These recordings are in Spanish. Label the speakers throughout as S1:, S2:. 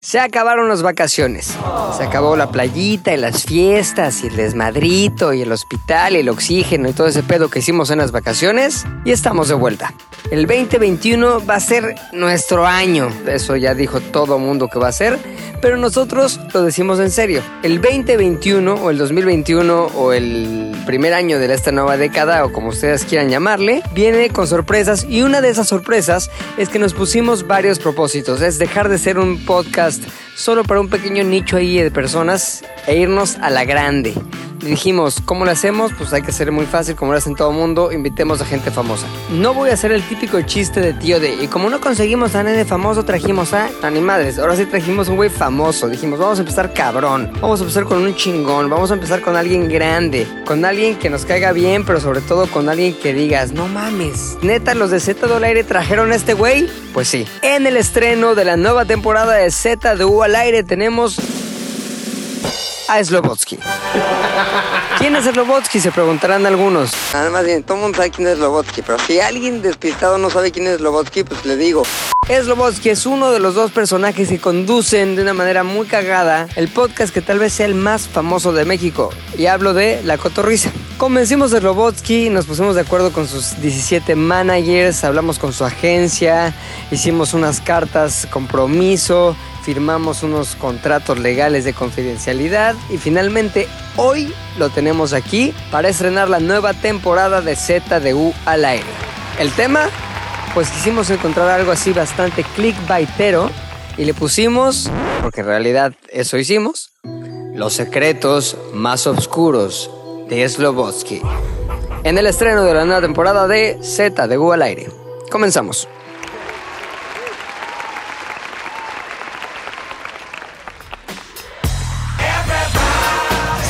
S1: Se acabaron las vacaciones. Se acabó la playita y las fiestas y el desmadrito y el hospital y el oxígeno y todo ese pedo que hicimos en las vacaciones. Y estamos de vuelta. El 2021 va a ser nuestro año. Eso ya dijo todo mundo que va a ser. Pero nosotros lo decimos en serio. El 2021 o el 2021 o el primer año de esta nueva década o como ustedes quieran llamarle, viene con sorpresas. Y una de esas sorpresas es que nos pusimos varios propósitos. Es dejar de ser un podcast solo para un pequeño nicho ahí de personas e irnos a la grande. Le dijimos, ¿cómo lo hacemos? Pues hay que ser muy fácil, como lo hacen todo mundo, invitemos a gente famosa. No voy a hacer el típico chiste de tío de, y como no conseguimos a nadie famoso, trajimos a animales. Ahora sí trajimos un güey famoso. Dijimos, vamos a empezar cabrón, vamos a empezar con un chingón, vamos a empezar con alguien grande, con alguien que nos caiga bien, pero sobre todo con alguien que digas, no mames, neta, los de Z del aire trajeron a este güey. Pues sí. En el estreno de la nueva temporada de Z de U al aire tenemos a Slobotsky. ¿Quién es Slobotsky? Se preguntarán algunos.
S2: Nada más bien, todo el mundo sabe quién es Lobotsky, pero si alguien despistado no sabe quién es Lobotsky, pues le digo.
S1: Slobotsky es uno de los dos personajes que conducen de una manera muy cagada el podcast que tal vez sea el más famoso de México. Y hablo de La Cotorrisa. Convencimos a Slobotsky, nos pusimos de acuerdo con sus 17 managers, hablamos con su agencia, hicimos unas cartas compromiso, firmamos unos contratos legales de confidencialidad y finalmente hoy lo tenemos aquí para estrenar la nueva temporada de ZDU al aire. El tema, pues quisimos encontrar algo así bastante clickbaitero y le pusimos, porque en realidad eso hicimos, los secretos más oscuros de Slobotsky. En el estreno de la nueva temporada de ZDU al aire. Comenzamos.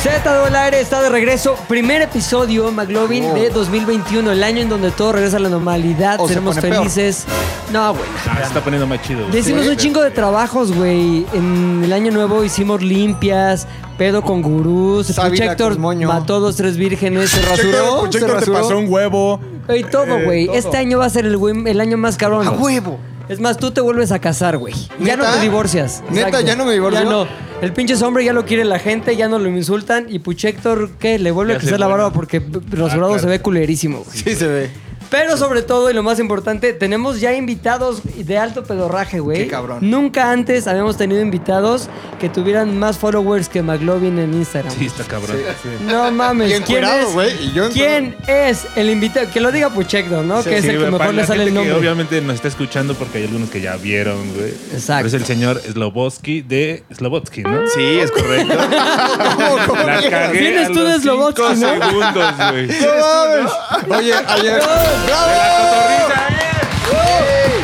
S1: Z del aire está de regreso. Primer episodio, McLovin, de 2021, el año en donde todo regresa a la normalidad.
S3: O se
S1: Seremos
S3: pone peor.
S1: felices. No, güey.
S4: Ah, se está poniendo más chido.
S1: Le
S4: güey.
S1: hicimos un chingo de trabajos, güey. En el año nuevo hicimos limpias, pedo con gurús.
S3: Sábila
S1: Héctor
S3: con moño.
S1: mató dos, tres vírgenes, se rasuró.
S4: Héctor,
S1: se
S4: Héctor te
S1: rasuró.
S4: pasó un huevo.
S1: Y todo,
S4: Eh,
S1: güey.
S4: todo.
S1: Este año va a ser el, güey- el año más cabrón.
S3: ¡A
S1: güey.
S3: huevo!
S1: Es más, tú te vuelves a casar, güey. Ya no
S3: Ah, ¿Neta?
S1: te divorcias.
S3: ¿Neta? ¿Ya no me divorcio?
S1: Ya no. El pinche hombre ya lo quiere la gente, ya no lo insultan. Y Puchector, ¿qué? Le vuelve
S4: Ya
S1: a
S4: se
S1: crecer la
S4: vuelve.
S1: barba porque p- rasurado
S4: claro.
S1: se ve culerísimo, güey.
S3: Ah, Sí se ve.
S1: Pero sobre todo, y lo más importante, tenemos ya invitados de alto pedorraje, güey.
S3: Qué cabrón.
S1: Nunca antes habíamos tenido invitados que tuvieran más followers que McLovin en Instagram.
S4: Sí, está cabrón.
S1: No mames.
S3: Y
S1: ¿Quién
S3: encuerado,
S1: es,
S3: güey, y yo en-
S1: ¿Quién es el invitado? Que lo diga Puchector, ¿no?
S4: Sí,
S1: que es
S4: sí,
S1: el que
S4: güey, para
S1: mejor
S4: la
S1: le sale
S4: gente
S1: el
S4: que
S1: nombre.
S4: obviamente nos está escuchando porque hay algunos que ya vieron, güey.
S1: Exacto.
S4: Pero es el señor Slobotsky de Slobotsky, ¿no?
S5: Sí, es correcto.
S3: ¿Cómo, cómo
S4: La
S3: llegas?
S4: cagué
S1: Vienes
S4: a
S1: tú
S4: los
S1: de
S4: cinco
S1: Slobotsky, ¿no?
S4: segundos, güey.
S3: No mames. Oye, ayer.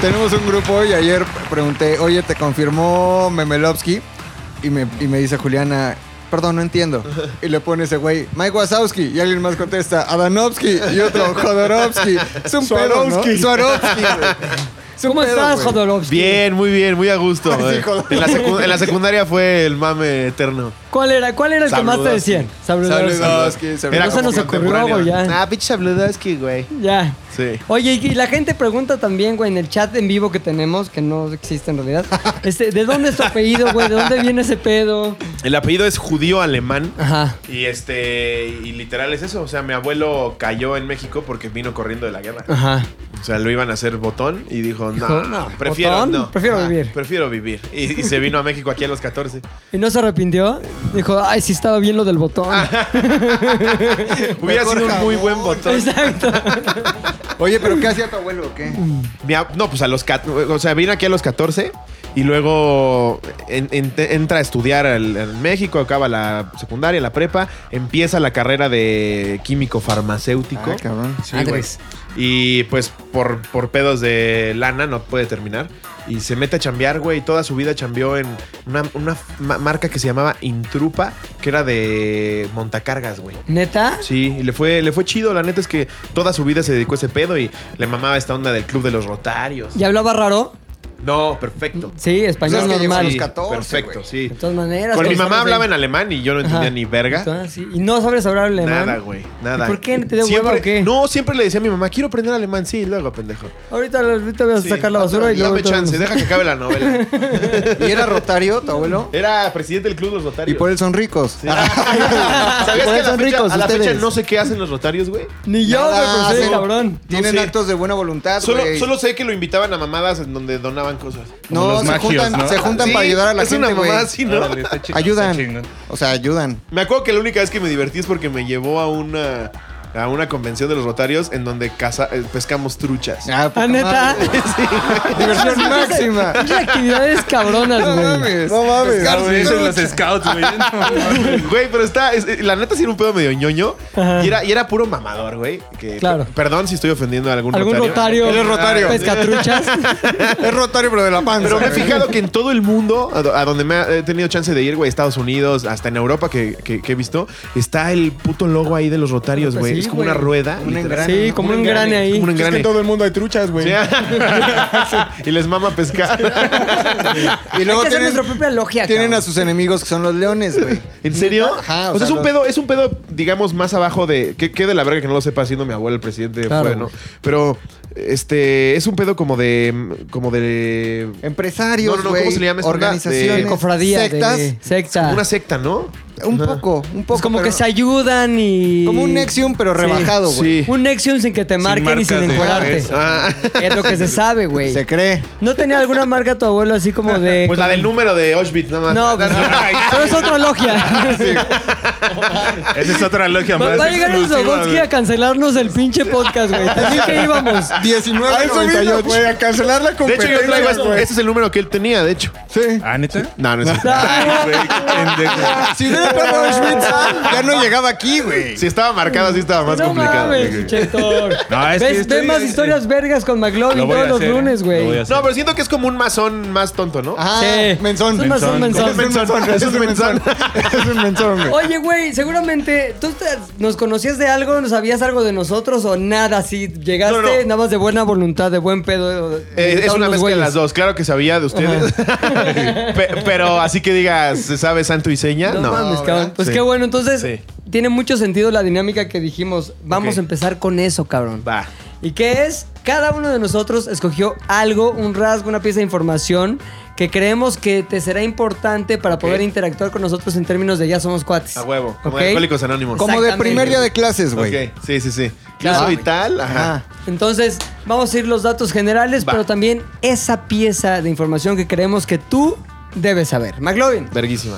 S3: Tenemos un grupo y ayer pregunté, oye, ¿te confirmó Memelowski? Y me, y me dice Juliana, perdón, no entiendo. Y le pone ese güey, Mike Wazowski. Y alguien más contesta, Adanovsky. Y otro, Jodorowsky. Es un pedo, ¿no?
S4: Swarovski.
S3: Swarovski, güey. Es un
S1: ¿Cómo
S3: pedo,
S1: estás,
S3: güey.
S1: Jodorowsky?
S5: Bien, muy bien, muy a gusto.
S3: Así,
S5: güey.
S3: joder.
S5: en, la secu- en la secundaria fue el mame eterno.
S1: ¿Cuál era, cuál era el que más te
S5: Sabludowski.
S1: decían? Sabludowski.
S5: Sabludowski, Sabludowski.
S1: No se
S5: como
S1: nos ocurrió,
S5: contemporáneo.
S1: güey, ya.
S5: Ah, pinche Sabludowski, güey.
S1: Ya.
S5: Sí.
S1: Oye, y la gente pregunta también, güey, en el chat en vivo que tenemos, que no existe en realidad. Este, ¿De dónde es tu apellido, güey? ¿De dónde viene ese pedo?
S5: El apellido es judío alemán.
S1: Ajá.
S5: Y este, y literal es eso. O sea, mi abuelo cayó en México porque vino corriendo de la guerra.
S1: Ajá.
S5: O sea, lo iban a hacer botón y dijo, no,
S1: Dijo, no,
S5: prefiero,
S1: botón,
S5: no.
S1: prefiero
S5: Ah,
S1: vivir.
S5: Prefiero vivir. Y, y se vino a México aquí a los 14.
S1: ¿Y no se arrepintió? Dijo, ay, sí estaba bien lo del botón.
S5: Hubiera sido un muy buen botón.
S1: Exacto.
S3: Oye, ¿pero qué hacía tu abuelo o qué?
S5: Mi ab- no, pues a los 14. O sea, vino aquí a los 14 y luego en- en- entra a estudiar al- al México, acaba la secundaria, la prepa, empieza la carrera de químico farmacéutico.
S3: Ah, cabrón.
S5: Sí, güey. Y pues por, por pedos de lana no puede terminar. Y se mete a chambear, güey. y Toda su vida chambeó en una, una ma- marca que se llamaba Intrupa, que era de montacargas, güey.
S1: ¿Neta?
S5: Sí, y le fue, le fue chido. La neta es que toda su vida se dedicó a ese pedo y le mamaba esta onda del club de los rotarios.
S1: ¿Y hablaba raro?
S5: No, perfecto.
S6: Sí, español
S3: Pues es que llegó a
S6: normal.
S3: los 14,
S5: perfecto,
S3: güey.
S5: sí.
S6: De todas maneras.
S5: Con mi
S6: pues,
S5: mamá
S6: sabes-
S5: hablaba en alemán y yo no entendía
S6: Ajá.
S5: ni verga.
S6: Ah, sí. Y no sabes hablar alemán.
S5: Nada, güey, nada.
S6: ¿Y por qué? ¿Te dio
S5: siempre,
S6: hueva o qué?
S5: No, siempre le decía a mi mamá, quiero aprender alemán. Sí, luego, pendejo.
S6: Ahorita, ahorita voy a
S5: Sí.
S6: sacar la basura y luego.
S5: Dame chance, deja que acabe la novela.
S3: ¿Y era Rotario, tu abuelo?
S5: Era presidente del Club Los Rotarios.
S3: Y por él son ricos.
S5: ¿Sabías que a
S6: Por eso
S5: la,
S6: son
S5: fecha,
S6: ricos
S5: a la fecha
S6: ustedes.
S5: no sé qué hacen los Rotarios, güey?
S6: Ni yo, güey,
S3: Nada,
S6: pero soy
S3: hacen-
S6: cabrón.
S3: Tienen
S5: No sé.
S3: actos de buena voluntad,
S5: Solo,
S3: Ah, güey.
S5: solo sé que lo invitaban a mamadas en donde donaban cosas.
S4: Como
S3: No,
S4: los
S3: se
S4: magios,
S3: juntan,
S4: ¿no?
S3: se juntan
S5: Sí,
S3: para ayudar a la
S5: es
S3: gente,
S5: una
S3: güey.
S5: mamada así, ¿no?
S4: Órale, está chingón, está
S3: Ayudan.
S4: chingón.
S3: O sea, ayudan.
S5: Me acuerdo que la única vez que me divertí es porque me llevó a una, a una convención de los Rotarios en donde caza- eh, pescamos truchas.
S3: Ah, poca
S6: Ah, neta.
S3: madre. Diversión máxima.
S6: Pinche actividades
S3: No
S6: cabronas, güey.
S3: mames.
S5: No mames.
S3: Pescar
S4: Ah, güey, eso
S3: sin
S4: en los
S3: trucha.
S4: scouts, güey. No,
S5: Güey, pero está. es- eh, la neta sí era un pedo medio ñoño.
S6: Ajá.
S5: Y era, y era puro mamador, güey. que-
S6: Claro.
S5: per- Perdón si estoy ofendiendo a algún,
S6: ¿Algún rotario? Ah,
S5: Él es rotario.
S6: Pescatruchas.
S3: Es Rotario, pero de la panza.
S5: Pero me he
S3: güey.
S5: fijado que en todo el mundo, a do- a donde me ha- he tenido chance de ir, güey, Estados Unidos, hasta en Europa que, que- que he visto, está el puto logo ahí de los rotarios,
S6: Pues
S5: güey.
S6: sí,
S5: es como
S6: güey.
S5: una rueda.
S3: Un
S5: literal.
S3: engrane.
S6: sí, como un grane
S5: Es
S6: ahí.
S5: como un
S7: Es que
S5: engrane.
S7: en todo el mundo hay truchas, güey.
S5: Pues Sí. y les mama pescar.
S3: Y luego
S6: Hay que hacer
S3: tienen,
S6: nuestra propia logia,
S3: tienen
S6: cabrón.
S3: a sus enemigos que son los leones, güey.
S5: ¿En serio?
S3: Ajá, o
S5: o, sea,
S3: sea,
S5: es un
S3: los-
S5: pedo, es un pedo, digamos, más abajo de. Que, que de la verga que no lo sepa siendo mi abuelo el presidente
S6: Claro.
S5: fue, ¿no? Pero, este, es un pedo como de. como de.
S3: Empresarios,
S5: No, no, no,
S3: güey.
S5: ¿cómo se le llama esa onda?
S3: Organizaciones.
S5: De-
S6: Cofradía. de-
S3: Sectas.
S6: secta.
S5: Una secta, ¿no?
S3: Un
S5: Ajá.
S3: poco, un poco.
S6: es Pues como
S3: pero-
S6: que se ayudan y.
S3: Como un Nexium, pero
S6: Sí.
S3: rebajado, güey.
S5: Sí.
S6: Un Nexium sin que te marquen y sin
S4: marcas de
S6: encuadrarte.
S4: cabeza.
S5: Ah.
S6: Es lo que se sabe, güey.
S3: Se cree.
S6: ¿No tenía alguna marca tu abuelo así como de.
S5: Pues la del número de Auschwitz, nada más.
S6: No, pues, pero es otra logia.
S4: Esa es otra logia
S6: Va,
S4: más.
S6: va a llegar el
S4: exclusiva,
S6: Zogotsky
S4: güey.
S6: a cancelarnos el pinche podcast, güey. Te dije que íbamos.
S3: 19
S7: A eso vino, güey, a cancelar la
S5: De hecho, yo
S7: competencia,
S5: traigo este.
S7: güey.
S5: Este es el número que él tenía, de hecho.
S3: Sí.
S4: ¿Ah, neta?
S5: No, no es cierto.
S6: Ah,
S4: Güey, qué pendejo.
S3: Ah, Si hubiera pagado Auschwitz, ya no llegaba aquí, güey.
S5: Si estaba marcado, sí estaba más
S6: no
S5: complicado. "Ah,
S6: mames, Chetor.
S4: No, es que
S6: ¿Ves,
S4: estoy-
S6: ves más
S4: es-
S6: historias vergas con
S4: Lo
S6: McLovin
S4: voy a
S6: todos los
S4: hacer,
S6: lunes,
S4: eh. Lo voy a
S6: güey.
S4: hacer.
S5: No, pero siento que es como un masón más tonto, ¿no?
S3: Ajá.
S6: Sí.
S3: Ah, Menzón.
S6: Es un masón,
S4: Menzón.
S6: menzón.
S5: Es un menzón, es un menzón.
S3: Es un menzón, güey.
S6: Oye, güey, seguramente tú te- nos conocías de algo, nos sabías algo de nosotros o nada, si llegaste
S5: No, no.
S6: nada más de buena voluntad, de buen pedo. de- de
S5: Eh, es
S6: todos
S5: una
S6: los
S5: mezcla de
S6: güeyes.
S5: las dos. Claro que sabía de ustedes. Pe- pero así que digas, ¿se sabe santo y seña?
S6: No,
S5: No.
S6: mames, cabrón.
S5: ¿verdad?
S6: Pues
S5: Sí.
S6: qué bueno, entonces
S4: Sí.
S6: tiene mucho sentido la dinámica que dijimos. Vamos
S5: Ok.
S6: a empezar con eso, cabrón.
S5: Va.
S6: ¿Y qué es? Cada uno de nosotros escogió algo, un rasgo, una pieza de información que creemos que te será importante para poder interactuar con nosotros en términos de ya somos cuates.
S5: A huevo. Como
S6: ¿Ok?
S5: de Alcohólicos Anónimos.
S3: Como de
S6: Exactamente.
S3: primer día de clases,
S5: Ok,
S3: güey. Ah,
S5: sí, sí, sí. Yo
S6: Claro.
S5: soy tal, ajá.
S6: Entonces, vamos a ir los datos generales,
S5: Va.
S6: pero también esa pieza de información que creemos que tú debes saber. McLovin.
S5: Verguísima.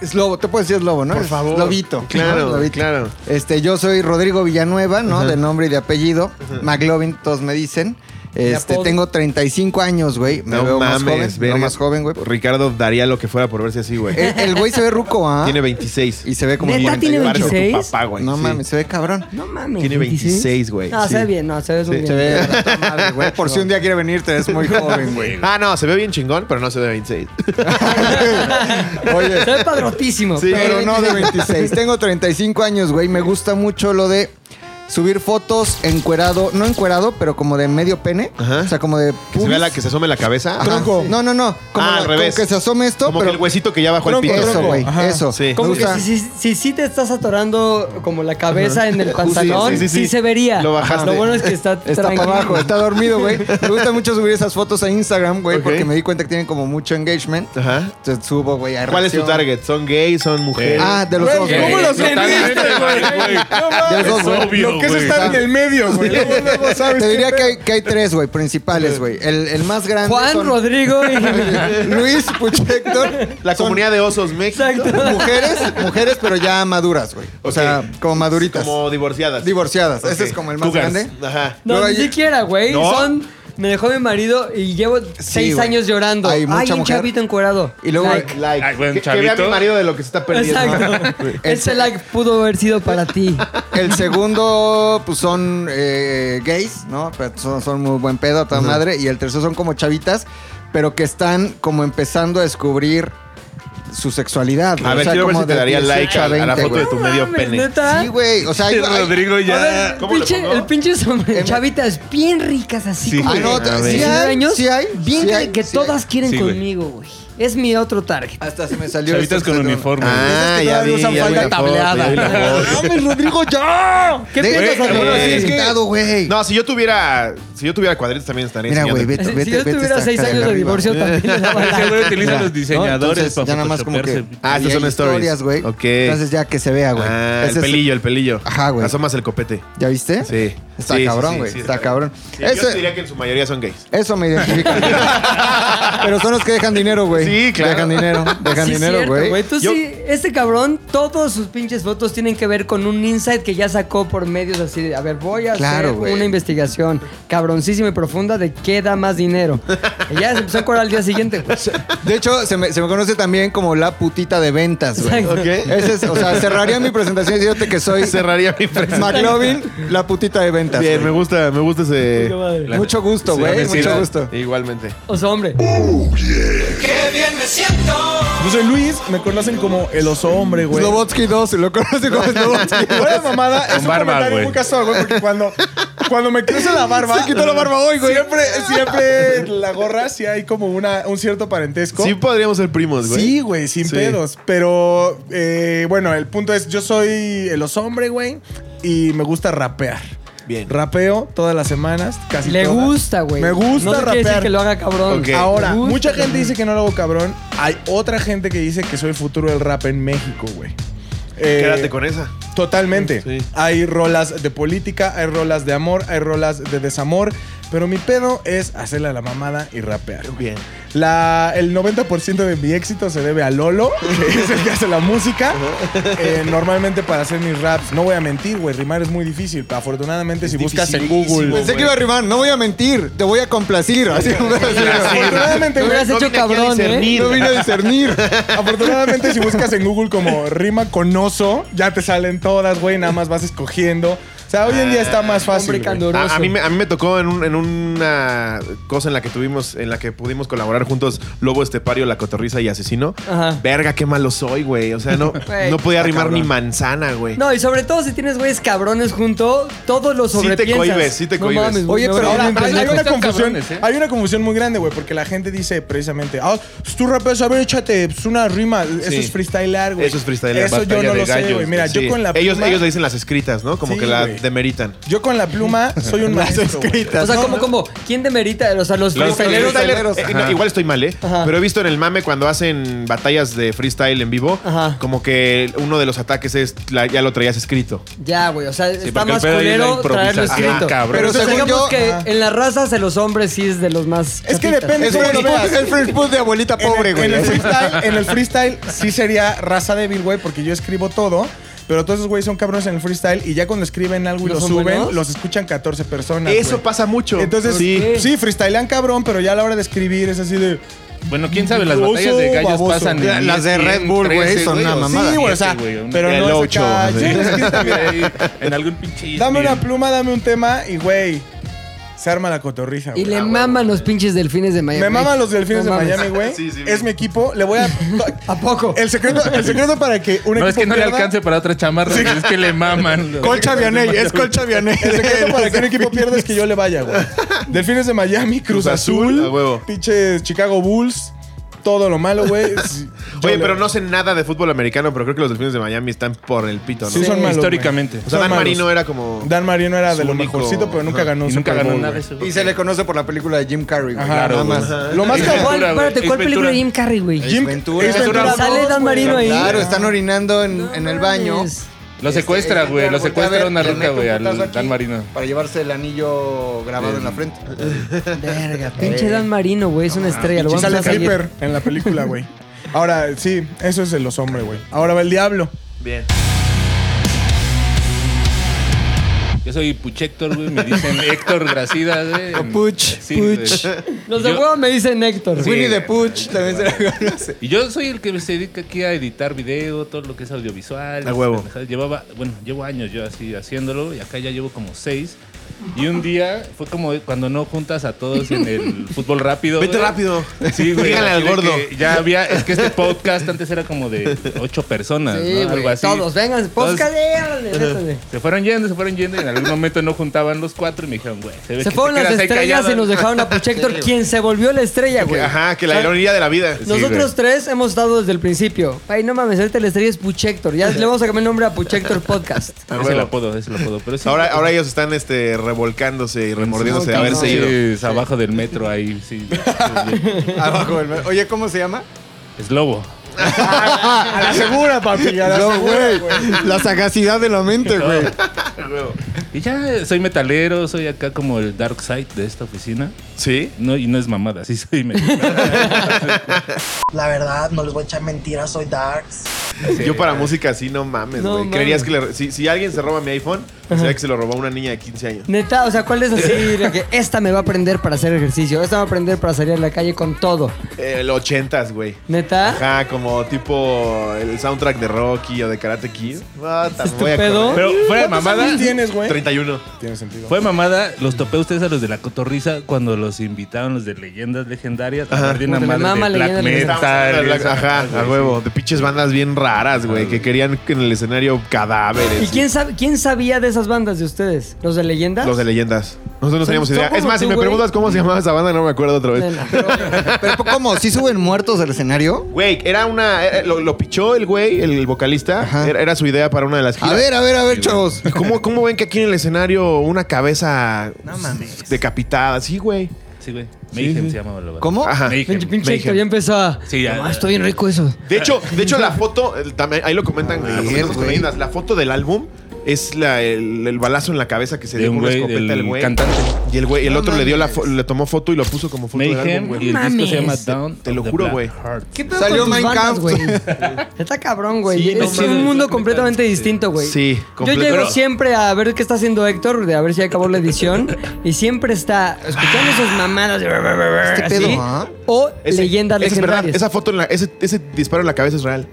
S3: Es lobo, te puedes decir es lobo, ¿no?
S5: Por
S3: Es
S5: favor.
S3: Lobito.
S5: Claro,
S3: ¿no? Lobito.
S5: claro.
S3: Este, yo soy Rodrigo Villanueva, ¿no? De nombre y de apellido. McLovin, todos me dicen. Este,
S6: apodo.
S3: tengo 35 años, güey. Me veo más joven. me veo
S5: verga.
S3: más joven, güey.
S5: Ricardo daría lo que fuera por verse así, güey.
S3: El el güey se ve ruco, ¿ah?
S5: Tiene 26.
S3: Y se ve como
S6: ¿Neta tiene
S3: 48.
S6: 26?
S5: Tu papá, güey.
S3: No
S5: sí.
S3: mames, se ve cabrón.
S6: No mames.
S5: Tiene 26, güey.
S6: No, se
S5: Sí.
S6: ve bien, no, se ve muy bien.
S3: Se ve a toda madre, güey. Por si un día quiere venirte, es muy joven, güey.
S5: Ah, no, se ve bien chingón, pero no se ve 26.
S3: Oye,
S6: Se ve padrotísimo.
S5: Sí.
S3: pero no de 26. Tengo 35 años, güey. Me gusta mucho lo de subir fotos encuerado, no encuerado, pero como de medio pene.
S5: Ajá.
S3: O sea, como de
S5: Que se
S3: pubis.
S5: vea la que se asome la cabeza.
S3: Ajá. No, no, no. Como,
S5: Ah,
S3: la-
S5: al
S3: como
S5: revés.
S3: que se asome esto,
S5: Como
S3: pero.
S5: que el huesito que ya bajó el
S7: Tronco,
S5: pito.
S3: eso,
S7: tronco.
S3: güey.
S7: Ajá.
S3: Eso.
S5: Sí.
S3: Me
S6: Como que
S3: gusta.
S6: si, si, si- si te estás atorando como la cabeza en el pantalón, sí,
S5: sí, sí, sí.
S6: se vería.
S5: Lo bajaste.
S6: Lo bueno es que está,
S3: Está para
S6: tranquilo.
S3: abajo, está dormido, güey. Me gusta mucho subir esas fotos a Instagram, güey,
S5: Ok.
S3: porque me di cuenta que tienen como mucho engagement.
S5: Ajá.
S3: Entonces subo, güey. a
S5: ¿Cuál es tu
S3: reacción.
S5: target? ¿Son gays? ¿Son mujeres?
S3: Ah, de los
S7: Güey,
S3: dos,
S7: ¿cómo
S3: güey.
S7: lo
S4: Totalmente,
S7: aprendiste, güey?
S4: güey.
S7: No mames.
S3: Los dos,
S4: Es
S3: güey.
S4: obvio,
S7: Lo que es
S4: güey.
S7: estar en el medio, güey. Luego, luego sabes
S3: Te
S7: qué
S3: diría que
S7: pedo.
S3: hay, que hay tres, güey, principales, güey. El, el más grande.
S6: Juan,
S3: son
S6: Rodrigo y...
S3: Luis Puchector.
S5: La comunidad de osos México.
S6: Exacto.
S3: Mujeres, mujeres, pero ya maduras, güey. O
S5: Ok.
S3: sea, como maduritas.
S5: Como divorciadas.
S3: Divorciadas.
S5: Ok.
S3: Ese es como el más
S4: Cougars.
S3: grande.
S5: Ajá.
S6: No,
S3: Luego
S6: ni
S3: hay-
S6: siquiera, güey.
S5: ¿No?
S6: Son. Me dejó mi marido y llevo seis
S3: güey.
S6: años llorando.
S3: Hay
S6: Hay,
S3: mucha
S6: un
S3: mujer.
S6: chavito encuerado.
S3: Y luego-
S6: Like.
S5: Like.
S4: Ay, güey, un
S5: que, que vea a
S4: chavito.
S5: mi marido de lo que se está perdiendo.
S6: Exacto. Ese like pudo haber sido para ti.
S3: El segundo, pues son eh, gays, ¿no? Pero son, son muy buen pedo a toda madre. Y el tercero son como chavitas, pero que están como empezando a descubrir su sexualidad. güey.
S5: A
S3: O
S5: ver,
S3: sea,
S5: quiero ver
S3: como
S5: si te
S3: de
S5: daría
S3: 18
S5: like
S3: a
S5: a, a la
S3: 20,
S5: foto de
S3: güey.
S5: tu medio pene.
S3: Sí, güey. O sea, hay- hay-
S4: Rodrigo ya.
S5: ¿Cómo le
S1: Pinche-
S5: pongo?
S1: el pinche sombrero.
S3: Em-
S1: Chavitas bien ricas así
S5: Sí,
S1: como.
S5: güey.
S1: de
S5: Ah, no,
S1: diecinueve
S5: sí
S3: hay,
S1: años,
S3: sí hay,
S1: Bien
S3: sí
S1: que-
S3: hay,
S1: que
S3: sí
S1: todas quieren
S5: Sí, güey.
S1: conmigo, güey. Es mi otro target.
S3: Hasta se me salió.
S4: Chavitas
S3: este
S4: con
S3: pedo.
S4: uniforme.
S5: Ah, ya vi, ya vi la foto, ya vi la foto.
S8: ¡Mames, Rodrigo, ya!
S1: ¿Qué
S3: De-
S1: piensas,
S3: Güey,
S1: Alfredo?
S3: bueno, sí,
S5: eh,
S3: es que- pintado, güey.
S5: No, si yo tuviera, si yo tuviera cuadritos también estaría
S3: Mira, güey,
S5: enseñando.
S3: vete, vete,
S1: si yo
S3: vete
S1: tuviera
S3: esta
S1: seis
S3: cara de
S1: años de
S3: arriba,
S1: divorcio
S3: güey.
S1: también le daba like.
S4: Seguro utilizan
S3: Mira,
S4: los diseñadores
S3: entonces,
S4: para
S3: ya nada más como que-
S4: photoshopearse.
S5: Ah,
S3: Y
S5: estas son
S3: hay
S5: stories.
S3: historias, güey.
S5: Ok.
S3: Entonces ya que se vea, güey.
S5: Ah,
S3: Ese es-
S5: el pelillo, el pelillo.
S3: Ajá, güey.
S5: Asomas el copete.
S3: ¿Ya viste?
S5: Sí.
S3: Está
S5: Sí, sí,
S3: cabrón,
S5: sí,
S3: güey.
S5: sí,
S3: está cabrón.
S5: Sí,
S3: Eso-
S5: Yo diría que en su mayoría son gays.
S3: Eso me identifica. Pero son los que dejan dinero, güey.
S5: Sí, claro.
S3: Dejan dinero, dejan
S1: Sí,
S3: dinero,
S1: cierto, güey.
S3: güey.
S1: Tú
S5: Yo-
S1: sí, este cabrón, todas sus pinches fotos tienen que ver con un insight que ya sacó por medios así de, a ver, voy a
S3: Claro,
S1: hacer
S3: güey.
S1: una investigación cabroncísima y profunda de qué da más dinero. y ya se empezó a acordar al día siguiente, güey.
S3: De hecho, se me, se me conoce también como la putita de ventas, güey.
S1: Exacto.
S3: Ese es, o sea, cerraría mi presentación diciéndote que soy
S5: Cerraría mi presentación.
S3: McLovin, la putita de ventas.
S5: Bien,
S3: güey.
S5: me gusta, me gusta ese. la-
S3: Mucho gusto,
S5: Sí,
S3: güey,
S5: me
S3: mucho
S5: sirve.
S3: gusto.
S5: Igualmente.
S1: O sea, hombre,
S8: Yo soy Pues Luis, me conocen como el oso hombre, güey.
S3: Slobotsky 2, Pues lo conoce como Slobotsky.
S8: Fuera de mamada, es un
S5: barba,
S8: comentario
S5: güey.
S8: muy casual, güey, porque cuando, cuando me crece la barba...
S3: Se quitó la barba hoy, güey.
S8: Siempre, siempre la gorra sí hay como una, un cierto parentesco.
S5: Sí podríamos ser primos, güey.
S8: Sí, güey, sin
S5: Sí.
S8: pedos. Pero eh, bueno, el punto es, yo soy el oso hombre, güey, y me gusta rapear.
S5: Bien.
S8: Rapeo todas las semanas, casi
S1: le
S8: todas.
S1: gusta, güey.
S8: Me gusta
S1: no te quiere decir
S8: rapear.
S1: que lo haga cabrón.
S5: Ok.
S8: Ahora,
S1: Me gusta
S8: mucha gente
S1: también.
S8: dice que no lo hago cabrón. Hay otra gente que dice que soy el futuro del rap en México, güey. Eh,
S5: Quédate con esa.
S8: Totalmente.
S5: Sí.
S8: Hay rolas de política, hay rolas de amor, hay rolas de desamor. Pero mi pedo es hacerle a la mamada y rapear. güey.
S5: Bien.
S8: La, el 90% de mi éxito se debe a Lolo, que es el que hace la música. Eh, normalmente para hacer mis raps, no voy a mentir, güey, rimar es muy difícil. Pero afortunadamente si buscas en Google...
S5: dificilísimo,
S3: Pensé que iba a rimar, no voy a mentir, te voy a complacir. Así,
S8: Afortunadamente,
S1: Lo
S8: güey,
S1: hubieras
S5: No
S1: hecho
S5: vine aquí a
S1: cabrón, ¿eh?
S5: discernir.
S3: no vine a discernir.
S8: Afortunadamente, si buscas en Google como rima con oso, ya te salen todas, güey. Nada más vas escogiendo. O sea, hoy en
S5: Ah,
S8: día está más
S1: Hombre
S8: fácil. güey.
S1: candoroso.
S5: A, a mí me, a mí me tocó en, un- en una cosa en la que tuvimos, en la que pudimos colaborar juntos Lobo Estepario, La Cotorrisa y Asesino.
S1: Ajá.
S5: Verga, qué malo soy, güey. O sea, no,
S1: Güey,
S5: no podía rimar
S3: cabrón.
S5: ni manzana, güey.
S1: No, y sobre todo si tienes güeyes cabrones junto, todos los
S5: Sí te
S1: sobrepiensas.
S5: cohibes, sí te cohibes.
S3: Oye, pero ahora-
S8: Ahora,
S3: Bien,
S8: hay, hay
S3: pendejo.
S8: una
S3: Están
S8: confusión,
S4: cabrones, ¿eh?
S8: hay una confusión muy grande, güey, porque la gente dice precisamente, ah, pues tú rapeas, a ver, échate pues, una rima. Eso
S5: Sí.
S8: es freestylear, güey.
S5: Eso es freestyle.
S8: Eso yo no lo sé, güey. Mira, yo con la
S5: ellos,
S8: pluma,
S5: ellos le dicen las escritas, ¿no? Como
S8: Sí,
S5: que la
S8: güey.
S5: demeritan.
S8: yo con la pluma soy un maestro, güey.
S1: O sea, como, como, ¿quién demerita? O sea, los
S5: Los
S1: freestyleros-
S5: freestyleros, eh, no,
S3: Ajá.
S5: igual estoy mal, ¿eh?
S1: Ajá.
S5: Pero he visto en el mame cuando hacen batallas de freestyle en vivo,
S1: Ajá.
S5: como que uno de los ataques es la- ya lo traías escrito.
S1: Ya, güey, o sea, está
S4: porque
S1: más
S4: el pedo ahí es la
S1: culero traerlo
S4: improvisación, Ah,
S1: escrito.
S5: cabrón.
S1: Pero
S3: Pero
S1: o sea,
S3: según
S1: digamos
S3: yo-
S1: que
S8: Ajá.
S1: en las razas de los hombres sí es de los más.
S8: Es que
S1: chapitas.
S8: depende.
S3: Es French Food- es French Food de abuelita
S8: En el-
S3: pobre, güey.
S8: En, el freestyle, en el freestyle sí sería raza débil, güey, porque yo escribo todo. Pero todos esos güeyes son cabrones en el freestyle y ya cuando escriben algo y
S1: ¿No
S8: lo
S1: son
S8: suben,
S1: buenos?
S8: los escuchan 14 personas.
S5: Eso
S8: güey.
S5: pasa mucho.
S8: Entonces, sí,
S5: sí.
S8: freestylean cabrón, pero ya a la hora de escribir es así de.
S4: Bueno, quién sabe, las
S8: Oso
S4: batallas de gallos
S8: baboso.
S4: pasan.
S3: Mira,
S4: en
S3: las de Red
S4: 10,
S3: Bull, güey,
S4: 13,
S3: son una
S4: o
S3: mamada.
S8: sí, güey, o sea,
S4: 7, güey, un-
S8: pero
S5: el
S8: no es
S5: ocho,
S8: acá,
S5: así.
S8: sí, es que también-
S4: En algún pinche.
S8: Dame una
S4: Bien.
S8: pluma, dame un tema y, güey, se arma la cotorrija.
S1: Y
S8: güey.
S1: le maman los pinches delfines de Miami.
S8: Me maman los delfines
S1: No
S8: de
S1: mames.
S8: Miami, güey.
S5: Sí, sí,
S8: es
S5: güey.
S8: mi equipo. Le voy a.
S1: ¿A poco?
S8: El secreto, el secreto para que un
S4: No
S8: equipo
S4: es que no le
S8: pierda-
S4: alcance para otra chamarra, es que le maman.
S3: Colcha Vianey, es Colcha Vianey.
S8: El secreto para que un equipo pierda es que yo le vaya, güey. Delfines de Miami, Cruz,
S5: Cruz Azul,
S8: Azul,
S5: a huevo.
S8: pinches Chicago Bulls, todo lo malo, güey. es- yo
S5: Oye,
S8: le-
S5: pero no sé nada de fútbol americano, pero creo que los delfines de Miami están por el pito, ¿no?
S8: Sí, son malos,
S4: históricamente.
S8: güey.
S5: o sea, Dan
S8: Son malos.
S5: Marino era como.
S8: Dan Marino era
S5: su
S8: de lo
S5: único-
S8: mejorcito, pero nunca
S5: Ajá.
S8: ganó
S4: Y
S8: un
S4: nunca
S8: Super
S4: ganó
S8: Bowl,
S4: nada de
S8: güey.
S4: eso.
S3: Y se le conoce por la película de Jim Carrey, güey.
S8: Ajá.
S3: nada
S8: Claro,
S3: más.
S5: güey.
S8: Lo más
S4: Es
S8: cabrón.
S1: ¿Cuál,
S4: Ventura, güey.
S1: espérate,
S4: Es
S1: ¿cuál película
S4: Ventura.
S1: de Jim Carrey, güey?
S3: Es
S8: Jim
S3: Ventura.
S8: es Ventura
S1: Sale
S8: dos,
S1: Dan
S8: güey.
S1: Marino ahí.
S3: Claro, están orinando en, en el baño.
S1: mames.
S4: Lo
S3: Este,
S4: secuestra,
S3: este,
S4: güey. Lo
S3: voltea a
S4: secuestra
S3: ver,
S4: una
S3: le
S4: roca,
S3: mete un
S4: güey, al
S3: putazo aquí
S4: Dan Marino.
S3: Para llevarse el anillo grabado en la frente.
S1: Verga, pinche Dan Marino, güey, es una estrella. Lo
S8: Y
S1: vamos a
S8: sale
S1: seguir.
S8: Flipper en la película, güey. Ahora, sí, eso es de los hombres, güey. Ahora va el diablo.
S5: Bien.
S4: Yo soy Puch Héctor, güey. Me dicen Héctor Gracida, güey.
S3: O Puch,
S4: Sí,
S3: Puch.
S4: güey.
S1: Los de
S4: Yo-
S1: huevo me dicen Héctor.
S4: Sí.
S3: Winnie the Puch también se la conoce.
S4: Y yo soy el que se dedica aquí a editar video, todo lo que es audiovisual.
S5: A huevo.
S4: Llevaba, bueno, llevo años yo así haciéndolo y acá ya llevo como seis. Y un día fue como cuando no juntas a todos en el fútbol rápido.
S5: Vete
S4: güey.
S5: rápido.
S4: Sí, güey.
S5: Díganle
S4: así
S5: al
S4: de
S5: gordo.
S4: que Ya había, es que este podcast antes era como de ocho personas,
S6: Sí,
S4: ¿no?
S6: güey,
S4: Algo así.
S6: Todos, vengan, podcast, véanle, véanle.
S4: Se fueron yendo, se fueron yendo y en algún momento no juntaban los cuatro y me dijeron, güey, ve que
S6: Se fueron
S4: te
S6: las
S4: quedas ahí
S6: estrellas
S4: callado.
S6: y nos dejaron a Puchector, quien se volvió la estrella, güey.
S5: Ajá, que la ironía de la vida.
S4: Sí,
S6: Nosotros
S4: güey.
S6: tres hemos estado desde el principio. Ay, no mames, ahorita la estrella es Puchector. Ya le vamos a cambiar el nombre a Puchector Podcast.
S5: A
S4: Es el
S5: huevo.
S4: apodo, es el apodo. Pero sí,
S5: Ah, Ahora, ahora ellos están este, revolcándose y remordiéndose de haber
S4: sí,
S5: seguido.
S4: es abajo del metro ahí, sí.
S3: Abajo del mar. Oye, ¿cómo se llama?
S4: Es lobo.
S8: A la segura, papi. A la
S3: No,
S8: segura,
S3: güey.
S8: güey.
S3: La sagacidad de la mente, güey.
S4: Y ya soy metalero, soy acá como el dark side de esta oficina.
S5: Sí.
S4: No, y no es mamada, sí soy metalero.
S9: La verdad, no les voy a echar mentiras, soy Darks.
S5: Yo para música así no mames,
S6: No
S5: güey.
S6: mames.
S5: Creerías que le- si, si alguien se roba mi iPhone, sería que se lo robó una niña de 15 años.
S6: Neta, o sea, ¿cuál es así? la que esta me va a aprender para hacer ejercicio. Esta me va a aprender para salir a la calle con todo.
S5: Eh, El 80s, güey.
S6: Neta.
S5: Ajá, como tipo el soundtrack de Rocky o de Karate Kid. Ah, tan-
S6: ¿Este
S5: voy a
S6: pedo?
S5: correr.
S4: Pero fuera de
S8: ¿Cuántos
S4: mamada,
S8: años tienes, güey?
S5: 31.
S8: Tiene sentido.
S4: Fue mamada, los topé ustedes a los de la cotorriza cuando los invitaron los de leyendas legendarias. a hablar de una
S6: Puta, me
S4: madre
S6: mama
S4: de
S6: Leyendas
S4: black
S6: Legendarias.
S4: metal.
S5: Ajá, a huevo. De pinches bandas bien raras, güey.
S8: Ah.
S5: Que querían que en el escenario cadáveres.
S6: ¿Y quién, sabe, quién sabía de esas bandas de ustedes? ¿Los de leyendas?
S5: Los de leyendas. Nosotros no teníamos
S6: Son
S5: idea.
S6: como
S5: Es más, si
S6: tú,
S5: me
S6: güey.
S5: preguntas cómo se llamaba esa banda, no me acuerdo otra vez.
S6: Nena.
S3: Pero ¿cómo? ¿Sí suben muertos al escenario?
S5: Güey, era una. era- lo, lo pichó el güey, el vocalista.
S3: Ajá.
S5: Era, era su idea para una de las giras.
S3: A ver, a ver, a ver, chavos.
S5: ¿Y ¿Cómo, ¿Cómo ven que aquí en el escenario una cabeza decapitada? Sí, güey.
S4: Sí, güey. Mayhem se llamaba la banda.
S3: ¿Cómo?
S5: Ajá.
S4: Mayhem.
S6: Ah, Pinche, pinche
S5: me
S6: Héctor,
S5: dijeron.
S6: ya empezó a.
S4: Sí, ya,
S6: No,
S4: ya,
S6: Estoy bien rico eso.
S5: De hecho, de hecho la foto, el- también- ahí lo comentan, lo comentamos con
S3: güey.
S5: leyendas, la foto del álbum es la- el, el balazo en la cabeza que se
S4: De
S5: dio
S4: un
S5: con una
S4: güey,
S5: escopeta
S4: del
S5: al güey.
S4: cantante.
S5: Y el güey, el otro le dio la fo- le tomó foto y lo puso como foto del álbum,
S4: Mayhem
S5: güey.
S4: y el disco se llama
S6: Mames.
S4: Down.
S5: Te lo
S4: of the
S5: juro,
S4: Black
S5: güey.
S4: Heart.
S6: ¿Qué pedo
S3: Salió
S6: con tus
S3: Mein
S6: bandas,
S3: Kampf.
S6: güey? Está cabrón, güey.
S4: Sí, no
S6: es
S4: mames,
S6: un mundo
S4: está completamente-
S6: completamente distinto, güey.
S5: Sí,
S6: Yo
S5: completo.
S6: llego
S5: Pero-
S6: siempre a ver qué está haciendo Héctor, de a ver si ya acabó la edición, y siempre está escuchando esas mamadas de...
S3: Este
S6: así,
S3: pedo, ¿ah?
S6: O
S5: Ese-
S6: leyendas
S5: ese es verdad,
S6: legendarias.
S5: esa foto en la, ese, ese disparo en la cabeza es real.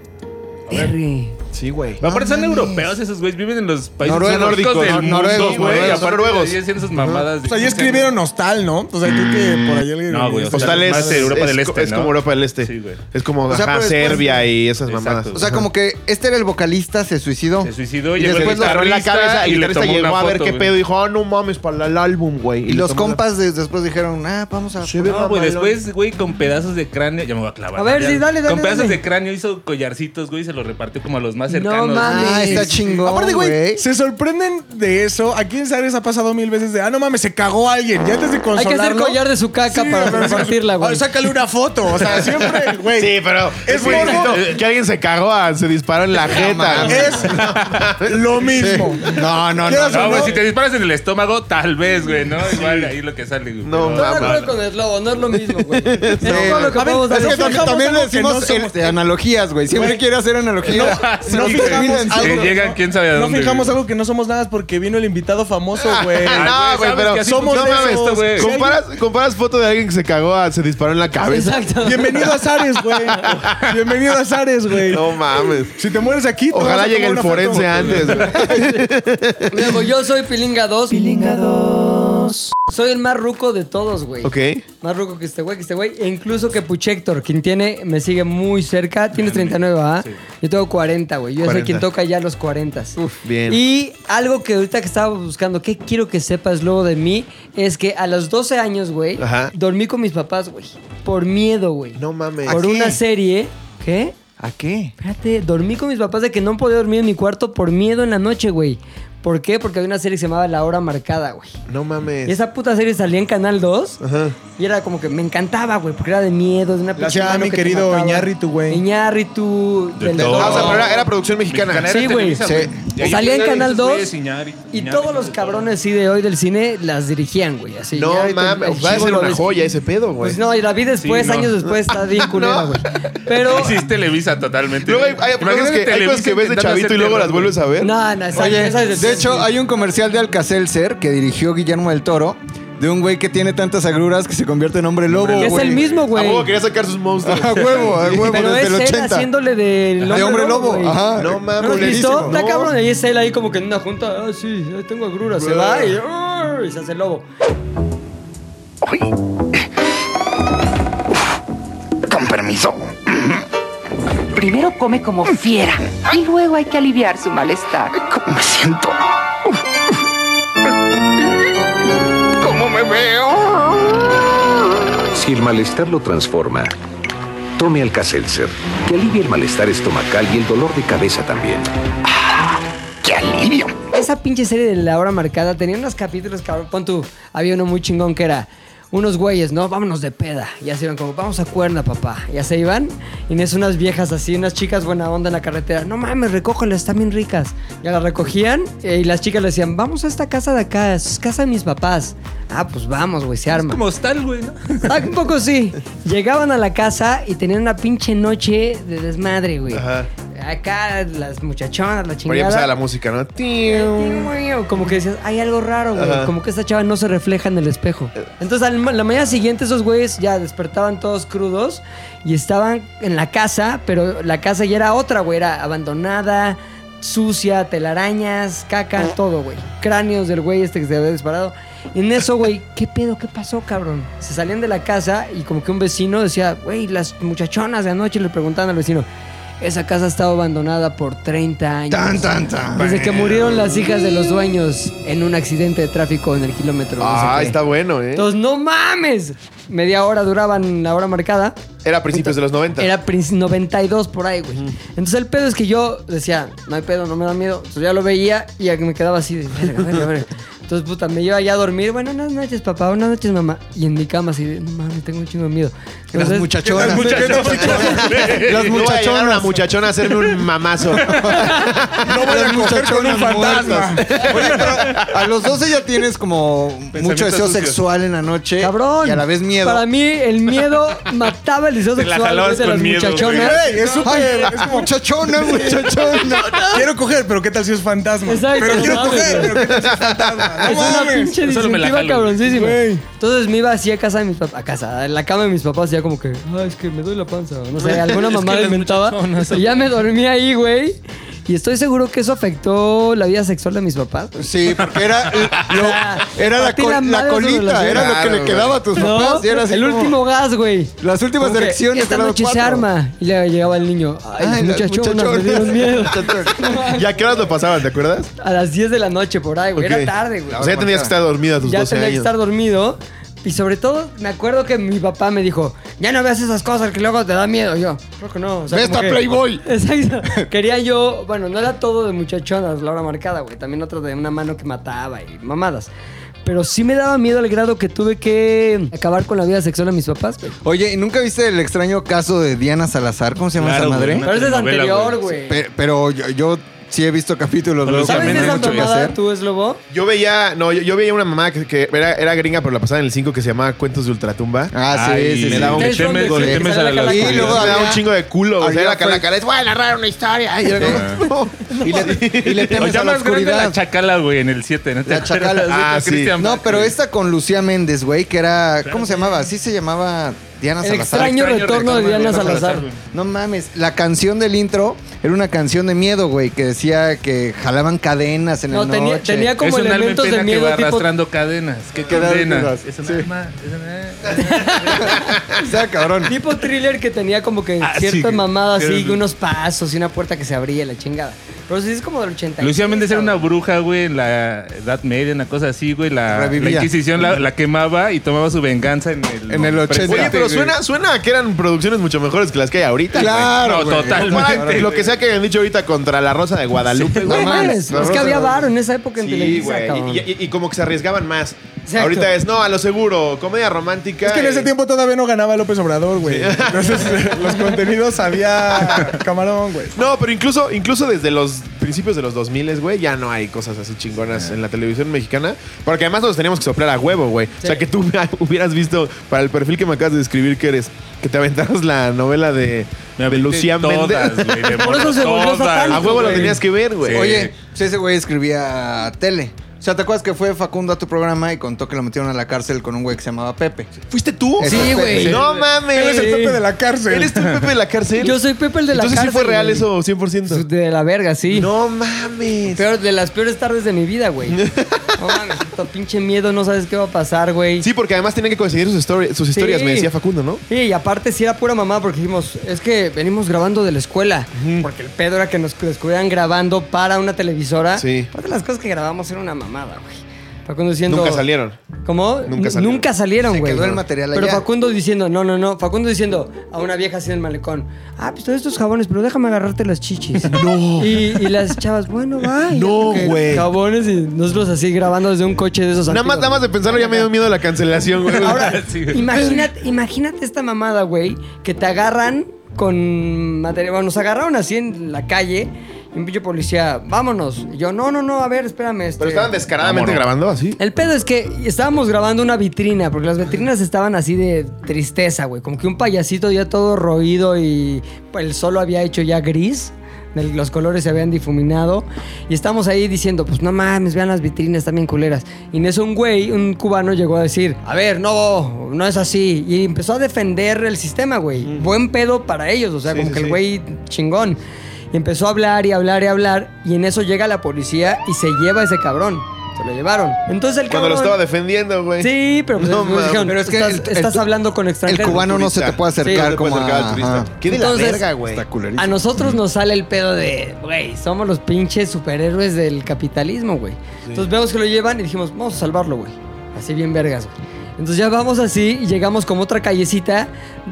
S6: Perry.
S5: Sí, güey.
S4: Pero aparte son
S3: mames.
S4: europeos esos güeyes, viven en los países
S3: Noruegos,
S4: nórdicos del
S3: nórdicos, nor-
S4: mundo,
S3: noruegos,
S4: güey.
S5: noruegos,
S4: Aparte
S5: noruegos.
S4: ahí hacían esas mamadas. de
S8: O sea, ya
S4: 15
S8: escribieron hostal, ¿no? O sea, creo que por ahí alguien.
S4: No, güey, o sea,
S5: Hostal es,
S4: más de Europa
S5: es
S4: del
S5: co-
S4: Este,
S5: es
S4: ¿no?
S5: como Europa del Este.
S4: Sí, güey.
S5: Es como
S3: O sea,
S5: ajá,
S3: pero después-
S5: Serbia y esas mamadas.
S4: Exacto.
S3: O sea, como que este era el vocalista, se suicidó.
S4: Se suicidó,
S5: Y
S4: llegó
S5: después
S4: el
S5: lo agarró en la
S4: guitarrista
S5: cabeza y
S4: y
S5: el
S4: le
S5: guitarrista
S4: tomó una
S5: llegó a ver
S4: foto,
S5: qué
S4: güey.
S5: pedo y dijo, ah, no mames, para el álbum, güey.
S3: Y
S5: le
S3: los
S5: tomó la-
S3: compas de- después dijeron, ah, vamos a...
S5: Se ve
S4: No, güey,
S5: mamalón.
S4: después, güey, con pedazos de cráneo. Ya me voy a clavar.
S6: A ver,
S4: Ya.
S6: sí, dale, dale,
S4: Con pedazos
S6: dale.
S4: de cráneo hizo collarcitos, güey, y se los repartió como a los más
S6: No
S4: cercanos. güey.
S6: mames.
S3: Ah, está chingón,
S8: Aparte, güey, se sorprenden de eso. Aquí en Zares ha pasado mil veces de, ah, no mames, se cagó alguien. Ya antes de
S6: Hay
S8: consolarlo...
S6: que hacer collar de su caca para repartirla, güey.
S8: Ay, Sácale una foto. O sea, siempre, güey.
S5: Sí, pero
S8: Es
S5: es muy
S8: morbo.
S5: distinto que alguien se cagó, ah, se disparó en la jeta. güey.
S8: Es lo mismo.
S3: No, no, no.
S8: Quieras
S4: No,
S8: o
S4: güey, si te disparas en el estómago, tal vez, güey, ¿no? Igual ahí lo que sale, güey. Pero-
S5: No,
S6: Estoy de acuerdo
S5: mames.
S6: con el lobo, no es lo mismo, güey. Es todo lo que
S8: A ver,
S6: podemos
S8: es
S6: hacer.
S3: Es que también,
S8: Nos fijamos
S3: también
S8: en
S3: le
S8: lo que
S3: decimos
S8: no somos.
S3: este, analogías, güey. Siempre
S8: Güey.
S3: quiere hacer analogías.
S4: Sí,
S8: no
S4: güey.
S8: fijamos
S4: Sí,
S8: algo-
S4: llegan quién sabe a
S8: No
S4: dónde,
S8: fijamos
S4: güey.
S8: algo que no somos nada porque vino el invitado famoso, güey.
S5: No, güey,
S4: ¿sabes que
S5: pero
S4: así
S5: somos no
S4: funciona
S5: mames,
S4: esto, güey?
S5: comparas, comparas foto de alguien que se cagó, ah, se disparó en la cabeza.
S6: Exacto.
S8: Bienvenido a Zares, güey. Bienvenido a Zares, güey.
S5: No mames.
S8: Si te mueres aquí, te vas a
S5: Ojalá
S8: tomar
S5: llegue el
S8: una
S5: forense
S8: foto.
S5: antes, güey.
S6: Luego, yo soy Pilinga 2. Pilinga 2. Soy el más ruco de todos, güey.
S5: Ok.
S6: Más ruco que este güey, que este güey. E incluso que Puchector, quien tiene, me sigue muy cerca. Tienes 39, ¿ah? Yo tengo 40, güey. Yo soy
S5: 40.
S6: quien toca ya los 40.
S5: Uf, bien.
S6: Y algo que ahorita que estaba buscando, que quiero que sepas luego de mí, es que a los 12 años, güey,
S5: Ajá.
S6: dormí con mis papás, güey. Por miedo, güey.
S5: No mames.
S6: Por
S5: ¿A
S6: una
S5: qué?
S6: serie. ¿Qué?
S3: ¿A qué?
S6: Espérate, dormí con mis papás de que no podía dormir en mi cuarto por miedo en la noche, güey. ¿Por qué? Porque había una serie que se llamaba La Hora Marcada, güey.
S5: No mames.
S6: Y esa puta serie salía en Canal 2.
S5: Ajá.
S6: Y era como que me encantaba, güey, porque era de miedo, de una pinche
S8: hacía a
S6: mano
S8: mi
S6: que te
S8: querido
S6: mataba.
S8: Iñárritu, güey.
S6: Iñárritu,
S4: De
S6: del
S4: todo.
S5: Ah,
S6: Toro.
S5: o sea, pero era, era producción mexicana.
S4: Mexicana,
S6: Sí,
S4: era
S6: güey.
S4: Televisa,
S3: Sí.
S4: Y ahí
S6: Salía en
S4: esos
S6: Canal
S4: güeyes,
S6: 2
S4: Iñárritu,
S6: Y
S4: Iñárritu,
S6: todos los cabrones sí de hoy del cine las dirigían, güey. Así,
S5: No
S6: ya, el- el
S5: mames. Va a ser
S6: chibolo
S5: una
S6: es-
S5: joya ese pedo, güey.
S6: Pues no, y la vi después,
S4: Sí, no.
S6: años después, está bien culera, güey. Pero...
S4: Sí, es Televisa totalmente.
S5: Luego hay,
S4: güey.
S5: hay cosas
S4: Imagínate
S5: que, hay cosas
S4: Televisa
S5: que ves de
S4: intentando
S5: chavito
S4: hacer
S5: y luego
S4: terror,
S5: las
S4: güey.
S5: vuelves a ver.
S6: No, no, esa,
S3: Oye,
S6: esa es
S3: de hecho, hay un comercial de Alcacelser que dirigió Guillermo del Toro de un güey que tiene tantas agruras que se convierte en hombre lobo,
S6: Que
S3: güey.
S6: es el mismo,
S5: A
S6: güey.
S5: huevo quería sacar sus monstruos.
S3: A huevo, a huevo,
S6: Pero
S3: desde
S6: es
S3: el
S6: él
S3: 80.
S6: haciéndole del
S3: De hombre lobo,
S6: güey.
S3: ajá.
S5: No
S6: ¿No
S5: mames.
S6: lo has visto?
S5: culerísimo.
S6: Está cabrón, ahí es él ahí como que en una junta, ah, sí, ahí tengo agruras, se va y... ah,
S1: "Arr", y se hace el lobo.
S10: Con permiso.
S11: Primero come como fiera y luego hay que aliviar su malestar.
S10: ¿Cómo me siento? ¿Cómo me veo?
S12: Si el malestar lo transforma, tome Alka-Seltzer, que alivia el malestar estomacal y el dolor de cabeza también.
S10: ¡Qué alivio!
S1: Esa pinche serie de la hora marcada tenía unos capítulos, cabrón. Pon tú, había uno muy chingón que era unos güeyes, ¿no? Vámonos de peda. Ya se iban como, vamos a cuerda, papá. Ya se iban. Y en eso unas viejas así, unas chicas buena onda en la carretera. No mames, recógelas, están bien ricas. Ya las recogían eh, y las chicas le decían, vamos a esta casa de acá, es casa de mis papás. Ah, pues vamos, güey, se arma.
S4: Como tal, güey. ¿no?
S1: Ah, un poco sí. Llegaban a la casa y tenían una pinche noche de desmadre, güey.
S5: Ajá.
S1: Acá las muchachonas, la
S5: Por ahí
S1: chingada.
S5: empezaba la música, ¿no? Tío.
S1: Como que decías, hay algo raro, güey.
S5: Ajá.
S1: Como que esta chava no se refleja en el espejo. Entonces, al ma- la mañana siguiente, esos güeyes ya despertaban todos crudos y estaban en la casa, pero la casa ya era otra, güey. Era abandonada, sucia, telarañas,
S3: Ah.
S1: caca, todo, güey. Cráneos del güey este que se había disparado. Y en eso, güey, ¿qué pedo? ¿Qué pasó, cabrón? Se salían de la casa y como que un vecino decía, güey, las muchachonas de anoche le preguntaban al vecino. Esa casa ha estado abandonada por 30 años.
S3: Tan, tan, tan.
S1: Desde que murieron las hijas de los dueños en un accidente de tráfico en el kilómetro. no sé
S5: Ah,
S1: qué.
S5: está bueno, ¿eh?
S1: Entonces, no mames. Media hora duraban la hora marcada.
S5: Era a principios de los 90.
S1: Era prin- 92 por ahí, güey. Entonces el pedo es que yo decía, no hay pedo, no me da miedo. Entonces ya lo veía y ya que me quedaba así de verga, verga, verga. Entonces, puta, me iba ya a dormir. Buenas noches, papá. Buenas noches, mamá. Y en mi cama así de, no mames, tengo un chingo de miedo.
S3: Las
S1: Entonces,
S3: muchachonas. Las
S5: No voy a llegar una
S3: muchachonas.
S5: muchachona a hacerme un mamazo.
S8: No voy a
S3: Las
S8: coger con un
S3: muchachonas
S8: fantasma.
S3: muertas. Oye, pero a los 12 ya tienes como mucho deseo
S5: sucio.
S3: sexual en la noche.
S1: Cabrón.
S3: Eh, Y a la vez miedo.
S1: Para mí, el miedo mataba el deseo
S5: Te la
S1: sexual güey,
S5: jalabas
S1: de
S5: con
S1: las
S5: miedo, güey.
S1: muchachonas.
S8: Güey, es súper.
S3: Ay,
S8: es como,
S3: muchachona, muchachona.
S8: Quiero coger, pero ¿qué tal si es fantasma?
S1: Exacto,
S8: pero quiero
S1: mames,
S8: coger,
S1: güey.
S8: pero ¿qué tal si es fantasma?
S1: Es
S8: No
S1: una
S8: mames.
S1: pinche
S4: Solo me la
S1: disyuntiva
S4: jalo.
S1: cabroncísima.
S8: Güey.
S1: Entonces me iba así a casa de mis papás, a casa, en la cama de mis papás, y ya como que, ah, es que me duele la panza. o No sé, alguna
S4: Es que
S1: mamá
S4: las
S1: inventaba.
S4: muchachonas.
S1: Y ya me dormí ahí, güey. Y estoy seguro que eso afectó la vida sexual de mis papás.
S3: Sí, porque era, lo- era la,
S1: Patina
S3: col- la
S1: madre su
S3: colita,
S1: relación.
S3: era lo que
S5: Claro,
S3: le quedaba a tus
S1: ¿No?
S3: papás. y era así
S1: el
S3: como-
S1: último gas, güey.
S3: Las últimas
S1: Como que,
S3: direcciones.
S1: Esta
S3: eran
S1: noche se
S3: cuatro.
S1: arma. Y le llegaba el niño. Ay,
S3: Ay,
S1: las
S3: las
S1: muchachonas, me
S3: muchachonas.
S1: dieron miedo.
S5: ¿Ya a qué horas lo pasaban, te acuerdas?
S1: A las 10 de la noche por ahí, güey.
S5: Ok.
S1: Era tarde, güey.
S5: O sea, ya tenías que estar dormida a tus
S1: ya
S5: 12
S1: tenía que
S5: años.
S1: estar dormido. Y sobre todo, me acuerdo que mi papá me dijo, ya no veas esas cosas que luego te da miedo. Yo, creo que no. O sea,
S3: Ve
S1: como
S3: esta
S1: que-
S3: Playboy.
S1: Exacto. Quería yo, bueno, no era todo de muchachonas, la hora marcada, güey. También otro de una mano que mataba y mamadas. Pero sí me daba miedo al grado que tuve que acabar con la vida sexual de mis papás, güey.
S3: Oye, ¿y nunca viste el extraño caso de Diana Salazar? ¿Cómo se llama
S4: Claro,
S3: esa madre?
S4: güey,
S1: Pero ese es
S4: telenovela,
S1: anterior,
S4: güey.
S1: güey.
S3: Pe- Pero yo, yo sí he visto capítulos.
S4: Pero
S3: luego
S4: sí,
S1: ¿Sabes
S3: también
S1: de
S3: hay
S1: esa
S3: mucho que
S1: mamada
S3: hacer.
S1: tú, es lobo?
S5: Yo veía, no, yo, yo veía una mamá que, que era, era gringa, pero la pasaba en el 5 que se llamaba Cuentos de Ultratumba.
S3: Ah, sí,
S4: Ay,
S3: sí,
S4: me
S3: sí.
S4: da un
S1: Ustedes son
S4: temes-
S1: de-
S4: temes
S1: que
S4: a la
S1: salen a la
S4: locura.
S3: calle. Y luego
S5: me daba
S3: había-
S5: un chingo de culo. O sea,
S3: había
S5: era que la
S3: fue-
S5: cara es, voy a narrar una historia. Y era como, "No".
S3: Y le, y le
S4: O
S3: temes
S4: ya
S3: a la
S4: más grande
S3: oscuridad.
S4: la chacala, güey, en el 7. ¿no te
S3: La chacala.
S4: acuerdas?
S5: Ah,
S4: Con
S5: sí.
S4: Christian
S3: No,
S4: Bach,
S3: pero
S4: güey.
S3: esta con Lucía Méndez, güey, que era. ¿Cómo se llamaba? Sí se llamaba Diana
S1: El
S3: Salazar.
S1: extraño retorno de Diana
S4: Salazar,
S1: Salazar.
S4: güey.
S3: No mames, la canción del intro era una canción de miedo, güey, que decía que jalaban cadenas en
S1: No,
S3: el
S1: tenía-
S3: noche.
S1: tenía como
S4: es un alma en
S1: elementos
S4: pena
S1: de
S4: que va
S1: miedo tipo
S4: arrastrando cadenas. ¿Qué
S3: Qué
S4: cadenas?
S3: cadenas,
S4: Es un
S3: sí.
S4: alma, es un alma.
S3: O sea, cabrón.
S1: Tipo thriller que tenía como que
S4: Ah,
S1: cierta
S4: sí,
S1: mamada así,
S4: pero-
S1: unos pasos y una puerta que se abría y la chingada. Pero sí es como del 80.
S4: Lucía Méndez era una bruja, güey, en la Edad Media, una cosa así, güey. La, la
S3: Revivía.
S4: Inquisición la, la quemaba y tomaba su venganza en el,
S3: En el 80.
S5: Oye, pero suena, suena a que eran producciones mucho mejores que las que hay ahorita. güey.
S3: Claro,
S4: No,
S3: güey.
S4: totalmente.
S5: Para Lo que sea que hayan dicho ahorita contra la Rosa de Guadalupe.
S1: No
S5: güey.
S1: mames,
S3: La
S1: es que
S3: Rosa
S1: había
S3: de Guadalupe.
S1: varo en esa época en
S5: Sí,
S1: Televisa, cabrón.
S5: güey. Y, y- y como que se arriesgaban más.
S1: Exacto.
S5: Ahorita es, no, a lo seguro, comedia romántica.
S8: Es que en ese
S5: eh,
S8: tiempo todavía no ganaba López Obrador, güey. Entonces, los contenidos había camarón, güey.
S5: No, pero incluso, incluso desde los principios de los 2000, güey, ya no hay cosas así chingonas en la televisión mexicana. Porque además nos teníamos que soplar a huevo, güey. O sea, que tú hubieras visto, para el perfil que me acabas de describir que eres, que te aventaras la novela de,
S4: Me
S5: de
S4: aventé
S5: Lucía
S4: todas,
S5: Méndez.
S4: güey, de
S1: Por eso se volvió
S4: todas.
S1: satánico,
S5: A huevo lo
S1: güey.
S5: tenías que ver, güey.
S3: Oye, pues ese güey escribía tele. O sea, ¿te acuerdas que fue Facundo a tu programa y contó que lo metieron a la cárcel con un güey que se llamaba Pepe?
S5: ¿fuiste tú?
S3: Sí,
S5: Ese
S3: güey.
S5: Pepe.
S3: Sí.
S5: No mames.
S8: Él es Este, el Pepe de la cárcel.
S5: ¿Eres tú el Pepe de la cárcel?
S1: Yo soy Pepe el de la
S5: Entonces sí
S1: cárcel,
S5: fue real
S1: güey.
S5: eso, 100%.
S1: De la verga, sí.
S5: No mames.
S1: Peor- de las peores tardes de mi vida, güey.
S6: No mames, puto pinche miedo, no sabes qué va a pasar, güey.
S5: Sí, porque además tienen que conseguir sus, histori- sus historias,
S6: Sí.
S5: me decía Facundo, ¿no?
S6: Sí, y aparte sí era pura mamá porque dijimos, es que venimos grabando de la escuela. Porque el pedo era que nos descubrieran grabando para una televisora.
S5: Sí.
S6: Aparte las cosas que grabamos era una mamada, güey. Facundo diciendo...
S5: Nunca salieron.
S6: ¿Cómo?
S5: Nunca
S6: Nunca
S5: salieron.
S6: salieron. Nunca salieron,
S3: Se
S6: güey.
S3: quedó el material
S6: Pero
S3: allá.
S6: Facundo diciendo, no, no, no. Facundo diciendo a una vieja así en el malecón, ah, pues todos estos jabones, pero déjame agarrarte las chichis. no. Y, y las chavas, bueno, va. Y
S5: No,
S6: que
S5: güey.
S6: Jabones y nosotros así grabando desde un coche de esos
S5: Nada más,
S6: antiguos.
S5: nada más de pensarlo ya me dio miedo la cancelación, güey.
S6: Ahora,
S4: Sí.
S6: imagínate, imagínate esta mamada, güey, que te agarran con material. Bueno, nos agarraron así en la calle. Y un pinche policía, vámonos. Y yo, no, no, no, a ver, espérame. este-
S5: Pero estaban descaradamente
S4: Vámonos.
S5: grabando así.
S6: el pedo es que estábamos grabando una vitrina, porque las vitrinas estaban así de tristeza, güey. Como que un payasito ya todo roído y el sol lo había hecho ya gris. del- Los colores se habían difuminado. Y estábamos ahí diciendo, pues no mames, vean las vitrinas también culeras. Y en eso un güey, un cubano, llegó a decir, a ver, no, no es así. Y empezó a defender el sistema, güey. Buen pedo para ellos, o sea,
S5: Sí,
S6: como
S5: sí,
S6: que
S5: sí.
S6: el güey chingón. Y empezó a hablar y hablar y hablar. Y en eso llega la policía y se lleva a ese cabrón. Se lo llevaron. Entonces el
S5: Cuando lo
S6: cabrón.
S5: estaba defendiendo, güey.
S6: Sí, pero pues,
S5: No
S6: nos
S5: mames.
S6: dijeron,
S3: Pero es que
S6: estás,
S3: el- el-
S6: estás hablando con
S3: El
S6: extranjeros.
S3: cubano no se te puede acercar
S5: Sí, no te puede
S3: como
S5: acercar
S3: a-
S5: al turista.
S3: ajá.
S5: ¿Qué de la
S6: Entonces-
S5: verga, güey?
S3: Está
S6: A
S3: culerísimo.
S6: nosotros nos sale el pedo de, güey, somos los pinches superhéroes del capitalismo, güey. Entonces vemos que lo llevan y dijimos, vamos a salvarlo, güey. Así bien vergas, güey. Entonces ya vamos así y llegamos como otra callecita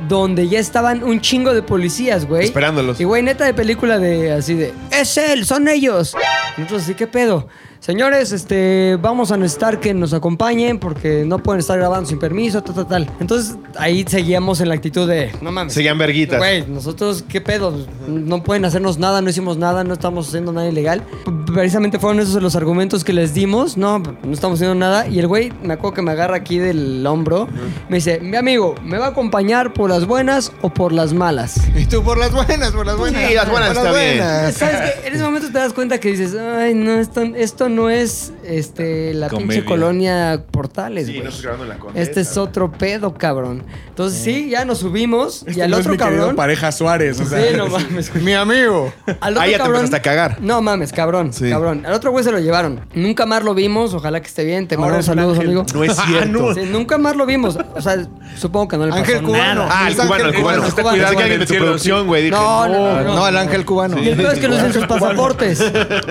S6: donde ya estaban un chingo de policías, güey.
S5: Esperándolos.
S6: Y güey, neta de película de así de, es él, son ellos. Nosotros así, ¿qué pedo? Señores, este, vamos a necesitar que nos acompañen porque no pueden estar grabando sin permiso, tal, tal, tal. Entonces ahí seguíamos en la actitud de, no mames.
S5: Seguían verguitas.
S6: Güey, nosotros, ¿qué pedo? No pueden hacernos nada, no hicimos nada, no estamos haciendo nada ilegal. P- Precisamente fueron esos los argumentos que les dimos. No, no estamos haciendo nada. Y el güey, me acuerdo que me agarra aquí del hombro. Me dice, mi amigo, ¿me va a acompañar por las buenas o por las malas?
S3: Y tú por las buenas, por las buenas.
S5: las buenas
S3: por
S5: está bien.
S6: ¿Sabes qué? En ese momento te das cuenta que dices, ay, no, esto, esto no es este, la
S4: Comedia.
S6: pinche colonia Portales,
S5: Sí,
S6: güey.
S5: no estoy grabando en la condesa.
S6: este es otro pedo, cabrón. Entonces, sí, ya nos subimos y
S8: Este
S6: al
S8: no Eh. es
S6: otro
S8: mi querido
S6: cabrón.
S8: pareja Suárez. O sea,
S6: Sí, no mames, güey.
S3: Mi amigo.
S6: Al otro
S5: Ahí ya te
S6: cabrón-
S5: empezaste a cagar.
S6: No mames, cabrón,
S5: Sí.
S6: cabrón. Al otro güey se lo llevaron. Nunca más lo vimos. Ojalá que esté bien. Te
S8: Ahora
S6: mando
S8: es
S6: saludos,
S8: Ángel.
S6: amigo.
S5: No es cierto.
S6: Sí, nunca más lo vimos. O sea, supongo que no le pasó
S3: Ángel
S6: nada.
S3: cubano.
S5: Ah, el
S3: Es Ángel
S5: cubano, el cubano.
S6: El
S5: Pensé
S6: cubano.
S5: que alguien de tu producción, güey. Dije,
S6: No, no, no,
S3: No, el ángel cubano.
S6: Y el peor es que no usan sus pasaportes.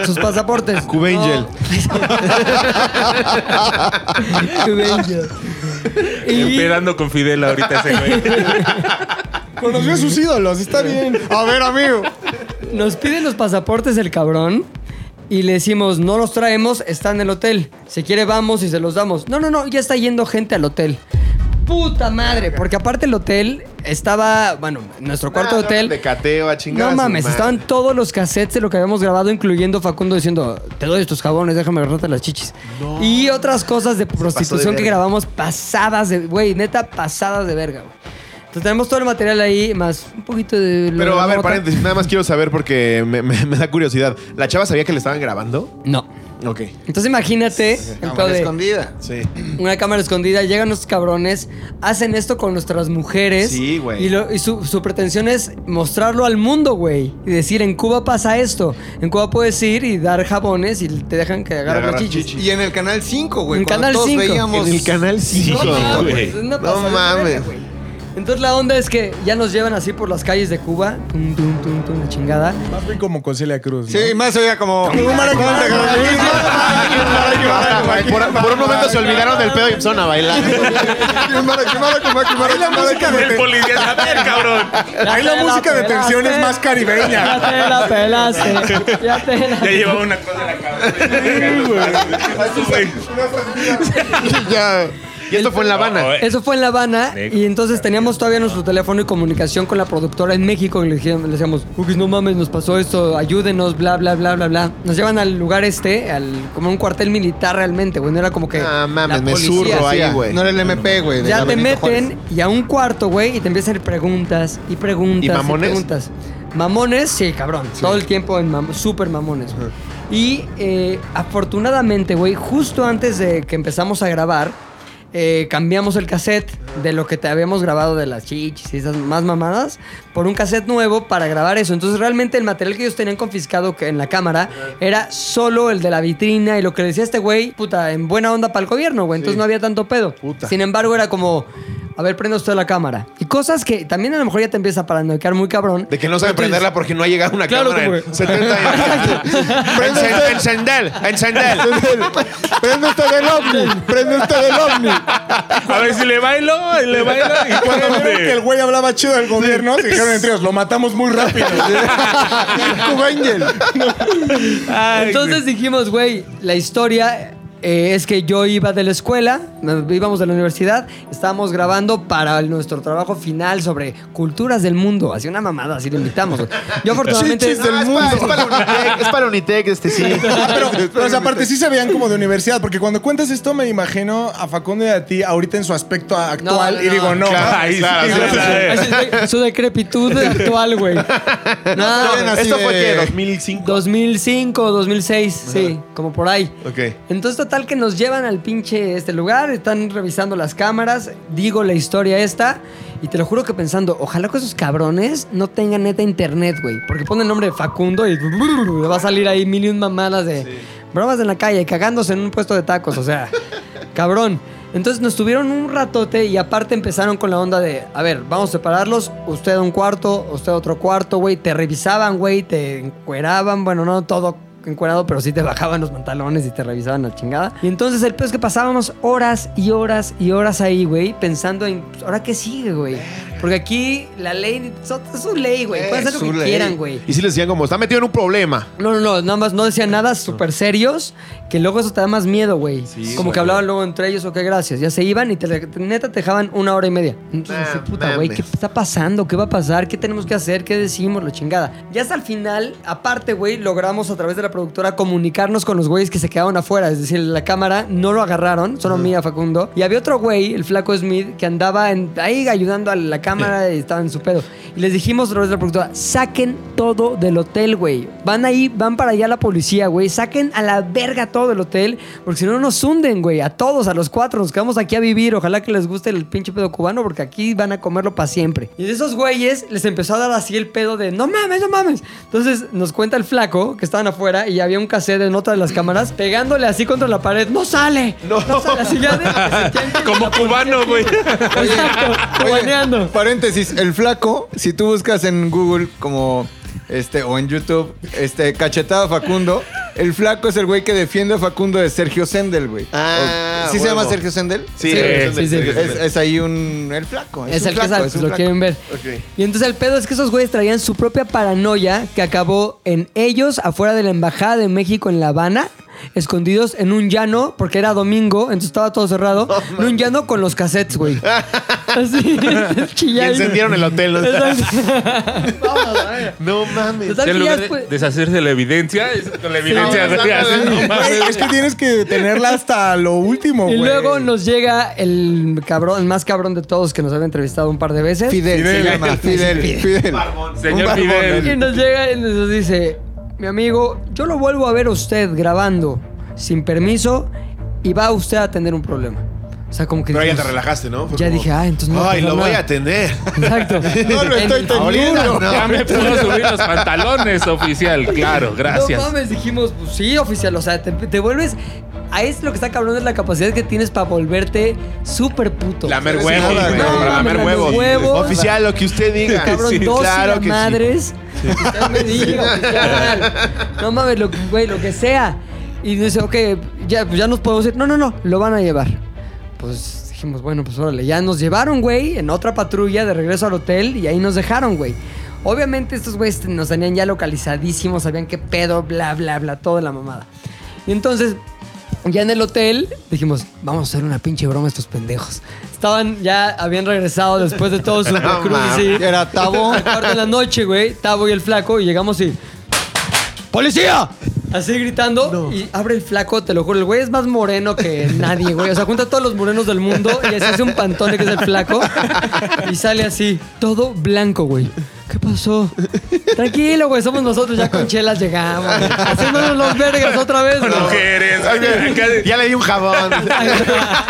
S6: Sus pasaportes.
S5: Cubangel.
S6: No. Cubangel. Y
S4: Empedando con Fidel ahorita ese güey.
S8: Conoció a sus ídolos, está bien.
S3: A ver, amigo.
S6: nos piden los pasaportes el cabrón. Y le decimos, no los traemos, está en el hotel. Si quiere, vamos y se los damos. No, no, no, ya está yendo gente al hotel. Puta madre, porque aparte el hotel estaba, bueno, nuestro cuarto de hotel.
S5: Ah, De cateo a chingar.
S6: No
S5: a su
S6: mames,
S5: madre.
S6: estaban todos los cassettes de lo que habíamos grabado, incluyendo Facundo diciendo, te doy estos jabones, déjame agarrarte las chichis. Y otras cosas de prostitución que
S5: verga.
S6: grabamos pasadas de, güey, neta, pasadas de verga, güey. Entonces tenemos todo el material ahí, más un poquito de...
S5: Pero a ver,
S6: otra-
S5: paréntesis, nada más quiero saber porque me, me- me da curiosidad. ¿La chava sabía que le estaban grabando?
S6: No.
S5: Ok.
S6: Entonces imagínate, el pedo
S3: Cámara
S6: de
S3: escondida.
S5: Sí.
S6: una cámara escondida, llegan los cabrones, hacen esto con nuestras mujeres.
S5: Sí, güey.
S6: Y, lo- y su, su pretensión es mostrarlo al mundo, güey. Y decir, en Cuba pasa esto. En Cuba puedes ir y dar jabones y te dejan que agarren las
S5: agarran
S6: chichis.
S5: chichis.
S3: Y en el canal 5, güey.
S6: En
S3: cuando
S6: Canal
S3: todos
S6: 5.
S3: veíamos-
S5: En el canal 5,
S6: No
S5: güey.
S6: mames, es una pasada de
S5: mames.
S6: verga, güey. Entonces la onda es que ya nos llevan así por las calles de Cuba, tum, tum, tum, tum, la chingada.
S8: Más bien como con Celia Cruz. ¿no?
S3: Sí, más oía como. Por
S5: Por, por un momento se olvidaron del pedo y empezaron a bailar.
S3: la música
S4: El policía, a ver, cabrón.
S6: Ahí la, música de tensión es más caribeña. Ya te la pelaste. Ya te la
S4: Ya llevaba una cosa en la cabeza.
S5: Ya. Y esto fue en La
S8: eh.
S5: Habana.
S4: eh.
S6: Eso fue en La Habana
S4: Negro.
S6: y entonces teníamos todavía nuestro teléfono y comunicación con la productora en México. y Le dijimos- le decíamos, Cookies, no mames, nos pasó esto, ayúdenos, bla, bla, bla, bla, bla. Nos llevan al lugar este, al, como un cuartel militar realmente, güey. No era como que.
S5: Ah, mames,
S6: la
S5: me
S6: policía,
S5: zurro
S6: así,
S5: ahí, güey.
S3: No era el MP, güey. de
S6: Ya
S3: la
S6: te
S3: Benito
S6: meten
S3: Juárez.
S6: y a un cuarto, güey, y te empiezan a hacer preguntas y preguntas.
S5: ¿Y mamones?
S6: preguntas. Mamones, sí, cabrón. Todo el tiempo en mam super mamones. güey. Y eh, afortunadamente, güey, justo antes de que empezamos a grabar, eh, cambiamos el cassette de lo que te habíamos grabado de las chichis y esas más mamadas por un cassette nuevo para grabar eso. Entonces realmente el material que ellos tenían confiscado que- en la cámara era solo el de la vitrina y lo que decía este güey, puta, en buena onda para el gobierno, güey. Entonces no había tanto pedo. Sin embargo era como, a ver, prenda usted la cámara. Y cosas que también a lo mejor ya te empieza a paranoicar muy cabrón.
S5: De que no saben prenderla porque no ha llegado una
S6: Claro,
S5: cámara
S6: como
S5: en 70 años. Encen- encender, encender.
S3: Prende usted del ovni, prende usted del ovni.
S4: A ver si le bailo, le bailo y
S8: Cuando vieron que el
S4: cuándo.
S8: güey hablaba chido del gobierno, se dijeron entre ellos, lo matamos muy rápido.
S3: Como Angel.
S6: Entonces dijimos, güey, la historia eh, es que yo iba de la escuela, me- íbamos de la universidad, estábamos grabando para el- nuestro trabajo final sobre culturas del mundo. Así una mamada, así lo invitamos. güey. Yo afortunadamente...
S3: Chichis del
S6: Ah, es
S3: mundo.
S6: para-
S13: Es para Unitec, es para Unitec, este sí.
S8: Pero, pero, o sea, aparte sí se veían como de universidad, porque cuando cuentas esto me imagino a Facundo y a ti ahorita en su aspecto actual
S6: No,
S8: y
S6: no.
S8: digo, no.
S5: Claro,
S8: mames,
S5: ahí claro,
S8: sí,
S5: claro,
S8: sí,
S5: claro.
S8: sí.
S6: es de- Su decrepitud actual, güey. No,
S3: Bien, así
S5: Esto fue
S3: de-
S5: que 2005.
S6: 2005, 2006, sí, como por ahí.
S5: Ok.
S6: Entonces, total que nos llevan al pinche este lugar, están revisando las cámaras, digo la historia esta, y te lo juro que pensando, ojalá que esos cabrones no tengan neta internet, güey, porque pone el nombre de Facundo y le va a salir ahí mil y un mamadas de bromas en la calle, cagándose en un puesto de tacos, o sea, cabrón. Entonces nos tuvieron un ratote y aparte empezaron con la onda de, a ver, vamos a separarlos, usted a un cuarto, usted a otro cuarto, güey, te revisaban, güey, te encueraban, bueno, no todo encuerado, pero sí te bajaban los pantalones y te revisaban la chingada. Y entonces el peor es que pasábamos horas y horas y horas ahí, güey, pensando en, pues, ¿ahora qué sigue, güey? Porque aquí la ley, so- es su ley, güey, pueden hacer lo que quieran, güey.
S5: Y si les decían como, está metido en un problema.
S6: No, no, no, nada más no decían nada súper serios, que luego eso te da más miedo, güey. Como que hablaban luego entre ellos, ok, gracias. Ya se iban y te, neta te dejaban una hora y media. Entonces,
S5: Nah,
S6: sí, puta, güey, ¿qué
S5: mames.
S6: está pasando? ¿Qué va a pasar? ¿Qué tenemos que hacer? ¿Qué decimos? La chingada. Ya hasta el final, aparte, güey, logramos a través de la productora comunicarnos con los güeyes que se quedaron afuera. Es decir, la cámara no lo agarraron, solo mía, Facundo. Y había otro güey, el flaco Smith, que andaba en- ahí ayudando a la cámara y estaba en su pedo. Y les dijimos a través de la productora, saquen todo del hotel, güey. Van ahí, van para allá la policía, güey. Saquen a la verga todo del hotel, porque si no nos hunden, güey. A todos, a los cuatro, nos quedamos aquí a vivir. Ojalá que les guste el pinche pedo cubano, porque aquí van a comerlo para siempre. Y de esos güeyes les empezó a dar así el pedo de, no mames, no mames. Entonces nos cuenta el flaco que estaban afuera y había un cassette en otra de las cámaras pegándole así contra la pared. ¡No sale! ¡No, sale! Así ya de- sentían que la
S4: Como
S6: policía
S4: cubano, güey.
S6: Exacto,
S3: Oye,
S6: cubaneando.
S3: Paréntesis, el flaco, si tú buscas en Google como este o en YouTube, este cachetada Facundo, el flaco es el güey que defiende a Facundo de Sergio Sendel, güey.
S5: Ah,
S3: O- ¿Sí se
S5: huevo.
S3: llama Sergio Sendel?
S5: Sí,
S6: Sí,
S5: eh,
S6: sí, sí.
S5: eh,
S3: Es, es ahí un el flaco, es,
S6: Es
S3: un
S6: el que
S3: flaco,
S6: sale,
S3: es un
S6: lo
S3: flaco.
S6: quieren ver.
S5: Ok.
S6: Y entonces el pedo es que esos güeyes traían su propia paranoia que acabó en ellos afuera de la Embajada de México en La Habana, escondidos en un llano, porque era domingo, entonces estaba todo cerrado, en un llano con los cassettes, güey. Así,
S5: Y
S6: chillando.
S5: encendieron el hotel. ¿no? No mames.
S6: Total,
S4: En
S6: que ya
S4: lugar de
S6: después-
S4: deshacerse de la evidencia, es con la evidencia.
S5: no,
S4: güey,
S5: no,
S4: así,
S5: no,
S4: no
S5: no.
S4: mames.
S8: Es que tienes que tenerla hasta lo último,
S6: Y
S8: güey.
S6: luego nos llega el cabrón, el más cabrón de todos que nos había entrevistado un par de veces.
S3: Fidel,
S8: Fidel.
S3: se llama, Fidel, Fidel.
S4: Señor
S3: Un barbón,
S4: Fidel.
S6: Y nos llega y nos dice, mi amigo, yo lo vuelvo a ver a usted grabando sin permiso y va usted a tener un problema. O sea, como que...
S5: Pero ya te
S6: dijimos,
S5: relajaste, ¿no? Fue
S6: Ya
S5: como,
S6: dije, ah, entonces no va a
S5: Ay,
S6: pasar
S5: lo voy
S6: nada".
S5: a atender.
S6: Exacto.
S3: No lo estoy
S6: En-
S3: teniendo.
S4: Ya me puedo subir los pantalones, oficial. Claro, gracias.
S6: No mames, dijimos, pues sí, oficial, o sea, te, te vuelves... Ahí es lo que está cabrón, es la capacidad que tienes para volverte súper puto.
S5: Lamer
S3: No,
S5: huevos,
S3: no,
S5: güey.
S3: no,
S5: para lamer
S6: lamer
S5: huevos.
S6: huevos.
S5: Oficial, lo que usted diga.
S6: cabrón,
S5: Sí,
S6: dos
S5: claro que sí.
S6: madres. Usted me diga, oficial. No mames, lo, que- güey, lo que sea. Y dice, ok, ya, pues ya nos podemos ir. No, no, no, lo van a llevar. Pues dijimos, bueno, pues órale, ya nos llevaron, güey, en otra patrulla de regreso al hotel y ahí nos dejaron, güey. Obviamente estos güeyes nos tenían ya localizadísimos, sabían qué pedo, bla, bla, bla, toda la mamada. Y entonces, ya en el hotel, dijimos, vamos a hacer una pinche broma a estos pendejos. Estaban, ya habían regresado después de todo su cruising.
S3: Era Tabo.
S6: Al cuarto de la noche, güey, Tavo y el flaco, y llegamos y. ¡Policía! Así gritando, y abre el flaco, te lo juro. El güey es más moreno que nadie, güey. O sea, junta a todos los morenos del mundo y así hace un pantone que es el flaco. Y sale así, todo blanco, güey. ¿Qué pasó? Tranquilo, güey, somos nosotros, ya con chelas llegamos. güey. Haciéndonos los vergas otra vez, güey.
S5: Mujeres. ay, mira, acá- Ya le di un jabón.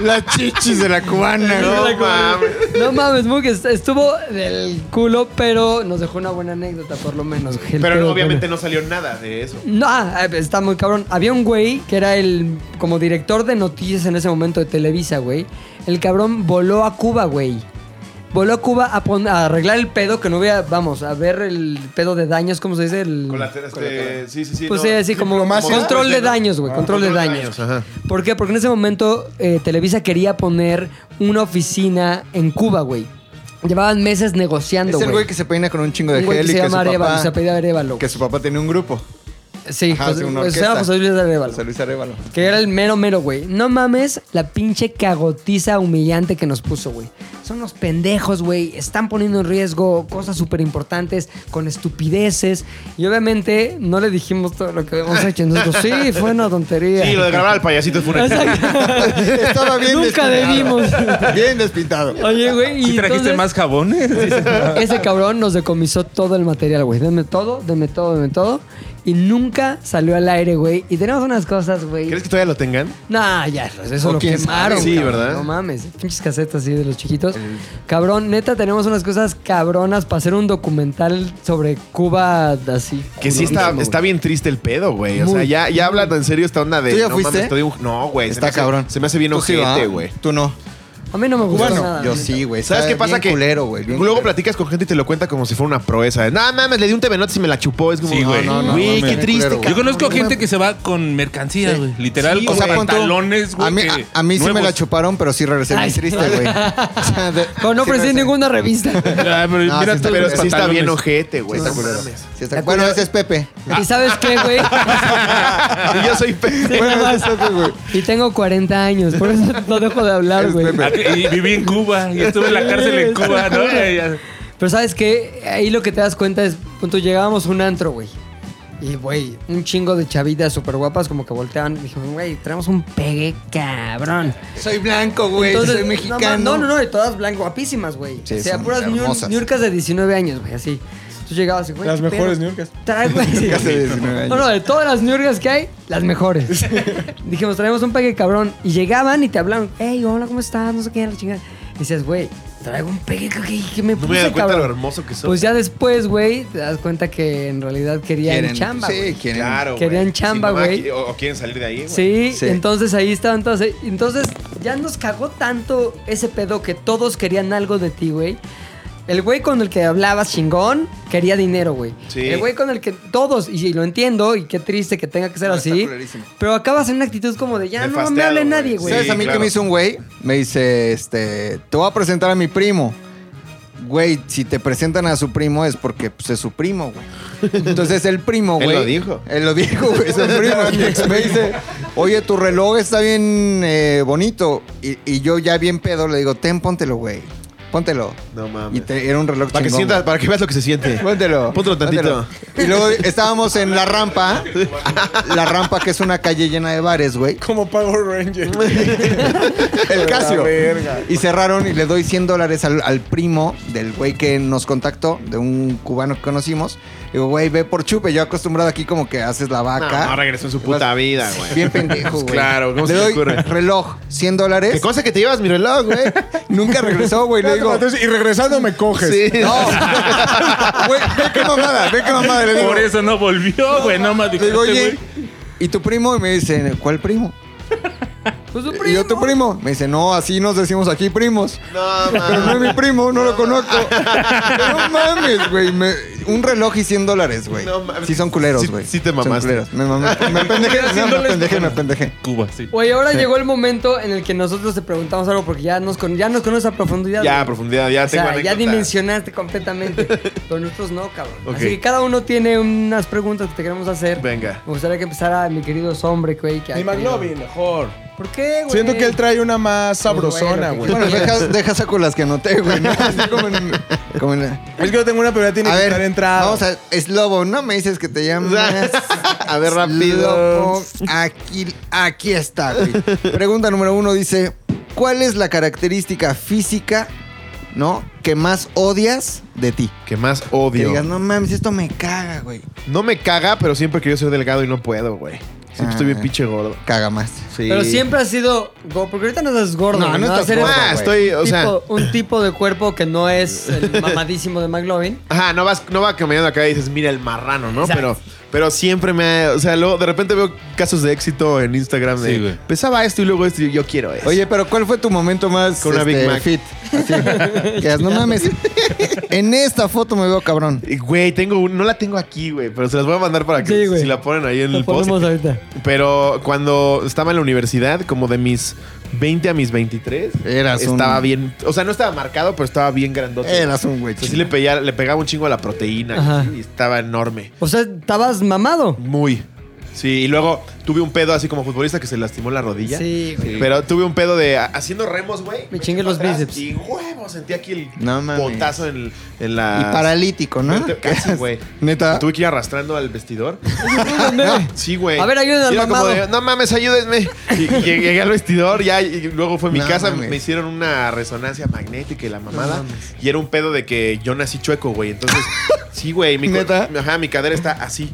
S3: Las chichis de la cubana,
S6: No
S3: güey.
S6: mames. No mames, Mug, est- estuvo del culo, pero nos dejó una buena anécdota, por lo menos. güey. El
S5: Pero
S6: pedo,
S5: obviamente
S6: bueno.
S5: no salió nada de eso.
S6: No, ah, eh, está muy cabrón. Había un güey que era el como director de noticias en ese momento de Televisa, güey. El cabrón voló a Cuba, güey. Voló a Cuba a, pon- a arreglar el pedo que no hubiera, vamos, a ver el pedo de daños, ¿cómo se dice? El,
S5: Colateral, este, sí, sí, sí.
S6: pues
S5: no.
S6: sí, así como
S5: Diplomacia.
S6: control de daños, güey,
S5: Ah,
S6: control de daños. ¿Por qué? Porque en ese momento eh, Televisa quería poner una oficina en Cuba, güey. Llevaban meses negociando,
S3: Es
S6: güey.
S3: el güey que se peina con un chingo de
S6: Un güey
S3: gel
S6: que
S3: y
S6: se
S3: que su
S6: llama Arevalo,
S3: papá-
S6: se apellida Arevalo.
S3: Que su papá tenía un grupo.
S6: Sí,
S3: Ajá,
S6: José-
S3: hace una
S6: José-
S3: orquesta.
S6: José Luis Arevalo.
S3: José Luis Arevalo.
S6: Que era el mero, mero, güey. No mames la pinche cagotiza humillante que nos puso, güey. Son unos pendejos, güey. Están poniendo en riesgo cosas súper importantes con estupideces. Y obviamente no le dijimos todo lo que habíamos hecho. Nosotros, sí, fue una tontería.
S5: Sí, lo de grabar al payasito es una.
S3: Estaba bien
S6: Nunca
S3: despintado.
S6: debimos.
S3: Bien despintado.
S6: Oye, güey.
S4: ¿Sí
S6: y
S4: trajiste
S6: entonces-
S4: más jabones?
S6: Ese cabrón nos decomisó todo el material, güey. Denme todo, denme todo, denme todo. Y nunca salió al aire, güey. Y tenemos unas cosas, güey.
S5: ¿Crees que todavía lo tengan?
S6: Nah, ya, pues, eso
S5: O
S6: lo
S5: quién sabe,
S6: quemaron.
S5: sí,
S6: cabrón.
S5: ¿verdad?
S6: No mames, pinches casetas así de los chiquitos. Cabrón, neta, tenemos unas cosas cabronas para hacer un documental sobre Cuba así.
S5: Que sí está,
S6: culorísimo,
S5: está bien triste el pedo, güey. O
S6: Muy.
S5: sea, ya, ya hablan en serio esta onda de.
S3: ¿Tú ya
S5: no,
S3: fuiste?
S5: estoy un- no, güey. se
S3: Está
S5: me hace-
S3: cabrón.
S5: Se me hace bien
S3: Tú sí,
S5: ojete,
S3: ¿va?
S5: güey.
S3: Tú no.
S6: güey. A mí no me gusta
S5: Bueno,
S6: nada.
S3: Yo
S6: neta.
S3: sí, güey.
S5: ¿Sabes
S3: Está
S5: qué pasa?
S3: bien
S5: Que
S3: culero, güey. bien
S5: luego platicas con gente y te lo cuenta como si fuera una proeza. No, mames, le di un temenote y me la chupó. Es como,
S4: Sí, güey.
S5: No, no, no,
S4: Güey,
S5: mames.
S4: qué triste.
S5: Culero, güey.
S4: Yo conozco gente que se va con mercancía, güey. Literal,
S3: Sí,
S4: con
S3: güey.
S4: pantalones, güey.
S3: A mí,
S4: que-
S3: a, a mí sí me
S4: nuevos.
S3: la chuparon, pero sí regresé
S6: Ay,
S3: bien
S6: sí.
S3: triste, güey.
S6: Pero no ofrecí ninguna revista.
S4: Ah, pero
S3: No,
S4: mira
S3: sí
S4: todos
S5: Pero
S4: los
S5: sí está
S4: pantalones.
S5: bien ojete, güey.
S3: Sí,
S5: No
S3: está culero.
S5: mames.
S3: Sí, está- Bueno, ese es Pepe.
S6: ¿Y sabes qué, güey?
S5: Y yo soy Pepe.
S3: Bueno, ese es Pepe, güey.
S6: Y tengo 40 años, por eso no dejo de hablar, güey.
S4: Ah, que- Y viví en Cuba. Y estuve en la cárcel en Cuba, ¿no? Eh, ya-
S6: Pero sabes que ahí lo que te das cuenta es, punto, llegábamos a un antro, güey. Y, güey, un chingo de chavitas súper guapas como que volteaban. Dijimos, güey, tenemos un pegue cabrón.
S3: Soy blanco, güey.
S6: Entonces,
S3: Soy
S6: no,
S3: mexicano.
S6: No, no, no, y todas blancas, guapísimas, güey.
S3: Sí,
S6: o sea,
S3: son
S6: puras
S3: hermosas.
S6: ñur- ñurcas de 19 años, güey, así. Tú llegabas y, güey.
S8: Las
S6: ¿qué
S8: mejores
S6: pedo?
S8: ñurcas.
S6: Trae, güey.
S3: Casi 19 años.
S6: No, no, de todas las ñurgas que hay, las mejores. Dijimos, traemos un pegue cabrón. Y llegaban y te hablaban, hey, hola, ¿cómo estás? No sé qué, la chingada. Y decías, güey, traigo un pegue que, que me
S5: No
S6: puse,
S5: me da cuenta
S6: cabrón.
S5: lo hermoso que soy.
S6: Pues ya después, güey, te das cuenta que en realidad querían
S3: Quieren-
S6: chamba,
S3: sí,
S6: güey.
S3: quieren.
S5: Claro, güey.
S6: Querían chamba,
S5: Sí, mamá,
S6: güey.
S5: O, o quieren salir de ahí, güey.
S6: Sí,
S3: Sí.
S6: entonces ahí estaban todas. ahí. Entonces ya nos cagó tanto ese pedo que todos querían algo de ti, güey. El güey con el que hablabas chingón quería dinero, güey.
S5: Sí.
S6: El güey con el que todos, y, y lo entiendo, y qué triste que tenga que ser
S3: No, está
S6: así.
S3: culerísimo.
S6: Pero acabas en una actitud como de ya no me
S5: Nefasteado,
S6: hable
S5: güey.
S6: nadie, güey.
S3: ¿Sabes a mí
S5: claro.
S3: que me hizo un güey? Me dice, este, te voy a presentar a mi primo. Güey, si te presentan a su primo es porque pues, es su primo, güey. Entonces el primo,
S5: Él
S3: güey.
S5: lo dijo.
S3: Él lo dijo, güey, es el primo. Y mi ex me dice, oye, tu reloj está bien eh, bonito. Y, y yo ya bien pedo le digo, ten, póntelo, güey. Póntelo.
S5: No mames.
S3: Y te- Pues, era un reloj
S5: Para que,
S3: chingón,
S5: sientas, para que veas lo que se siente.
S3: Póntelo.
S5: Póntelo tantito.
S3: Póntelo. Y luego estábamos en la rampa. La rampa que es una calle llena de bares, güey.
S8: Como Power Ranger.
S3: El Casio.
S8: La verga.
S3: Y cerraron y le doy 100 dólares al, al primo del güey que nos contactó, de un cubano que conocimos. Digo, güey, ve por chupe. Yo acostumbrado aquí como que haces la vaca.
S5: No, no regresó en su puta vida, güey.
S3: ah. Bien pendejo, güey.
S5: claro, ¿cómo
S3: Le
S5: se te
S3: doy
S5: ocurre?
S3: reloj, 100
S5: ¿Qué
S3: dólares.
S5: cosa que te llevas mi reloj, güey?
S3: Nunca regresó, güey. Le digo,
S8: Entonces, y regresando me coges.
S5: Sí.
S3: no. Güey, ve qué mamada, ve qué mamada. Le Ah, digo,
S4: Por eso no volvió, güey. No más
S3: le digo,
S5: "Este
S4: dijiste,
S3: oye,
S4: güey.
S3: ¿y tu primo? Y me dice, ¿cuál primo?
S6: Pues su
S3: Y yo, ¿tu
S6: primo.
S3: primo? Me dice, no, así nos decimos aquí primos.
S5: No,
S3: Pero no
S5: mames.
S3: es mi primo, no lo conozco. No mames, güey. me- Un reloj y 100 dólares, güey.
S5: No mames.
S3: sí son culeros,
S5: Sí-
S3: güey.
S5: sí te
S3: Son
S5: mamaste.
S3: culeros. Me mamé. Me pendejé,
S4: Pero 100
S3: no, me
S4: dólares
S3: pendejé,
S4: no.
S3: me pendejé.
S4: Cuba, sí.
S6: Güey, ahora llegó el momento en el que nosotros te preguntamos algo porque ya nos, con- ya nos conoces a profundidad.
S5: Ya, a
S6: güey.
S5: profundidad, ya
S6: O
S5: tengo
S6: sea, ya
S5: anécdotas.
S6: dimensionaste completamente. pero nosotros no, cabrón.
S5: Ok.
S6: Así que cada uno tiene unas preguntas que te queremos hacer.
S5: Venga.
S6: Me gustaría que empezara mi querido hombre, güey. Que ha
S8: Mi
S6: tenido-
S8: McLovin, mejor.
S6: ¿Por qué, güey?
S8: Siento que él trae una más
S6: Bueno,
S8: sabrosona,
S6: que-
S8: güey.
S3: Bueno, deja, deja saco las que noté, güey. ¿no? Así como en- como en- a
S8: Es que yo tengo una, pero ya tiene que
S3: ver,
S8: estar entrada.
S3: vamos a... Es Lobo, no me dices que te llamas...
S5: A ver, rápido.
S3: Lobo, aquí, aquí está, güey. Pregunta número uno dice... ¿Cuál es la característica física, no? que más odias de ti?
S5: Que más
S3: Que
S5: odio.
S3: digas, no mames, esto me caga, güey.
S5: No me caga, pero siempre quería ser delgado y no puedo, güey. Siempre
S3: Ah,
S5: estoy bien pinche gordo.
S3: Caga más.
S5: Sí.
S6: Pero siempre has sido go- porque ahorita no estás gordo.
S5: No, no estás
S6: Eres
S5: gordo,
S6: un
S5: güey. Estoy, o sea-
S6: tipo- un tipo de cuerpo que no es el mamadísimo de McLovin.
S5: Ajá, no vas, no va caminando acá y dices, mira el marrano, ¿no?
S6: Exacto.
S5: Pero, pero siempre me. O sea, luego de repente veo casos de éxito en Instagram de.
S4: Sí, güey.
S5: Pesaba esto y luego esto y yo quiero eso.
S3: Oye, pero ¿cuál fue tu momento más
S5: Con una
S3: este,
S5: Big Mac.
S3: fit? Así, que digas, no mames, en esta foto me veo cabrón.
S5: Y, Güey, tengo un- no la tengo aquí, güey, pero se las voy a mandar para que
S6: Sí, güey.
S5: si la ponen ahí en
S6: Lo
S5: el post.
S6: ponemos ahorita.
S5: Pero cuando estaba en la universidad, como de mis 20 a mis 23,
S3: Eras un-
S5: estaba bien, o sea, no estaba marcado, pero estaba bien grandote.
S3: Eras un güey.
S5: O sea, sí le, pega- le pegaba un chingo a la proteína
S6: Ajá.
S5: y estaba enorme.
S6: O sea, estabas mamado.
S5: Muy. Sí, y luego tuve un pedo así como futbolista que se lastimó la rodilla.
S6: Sí, güey.
S5: Pero tuve un pedo de a- haciendo remos, güey.
S6: Me chingué los
S5: para atrás
S6: bíceps.
S5: Y huevo, sentí aquí el
S3: No mames.
S5: botazo en, en la.
S3: Y paralítico, ¿no?
S5: Casi, güey.
S3: Neta.
S5: Tuve que ir arrastrando al vestidor.
S6: Ayúdenme.
S5: Ah, Sí, güey.
S6: A ver, ayuden al
S5: Y era como
S6: mamado.
S5: de, no mames, ayúdenme. Y, y llegué llegué al vestidor, ya, y luego fue a mi
S3: No
S5: casa,
S3: mames.
S5: me hicieron una resonancia magnética y la mamada.
S3: mames.
S5: y era un pedo de que yo nací chueco, güey. Entonces, sí, güey. Mi, cu-
S3: ¿Neta?
S5: ajá, mi cadera está así.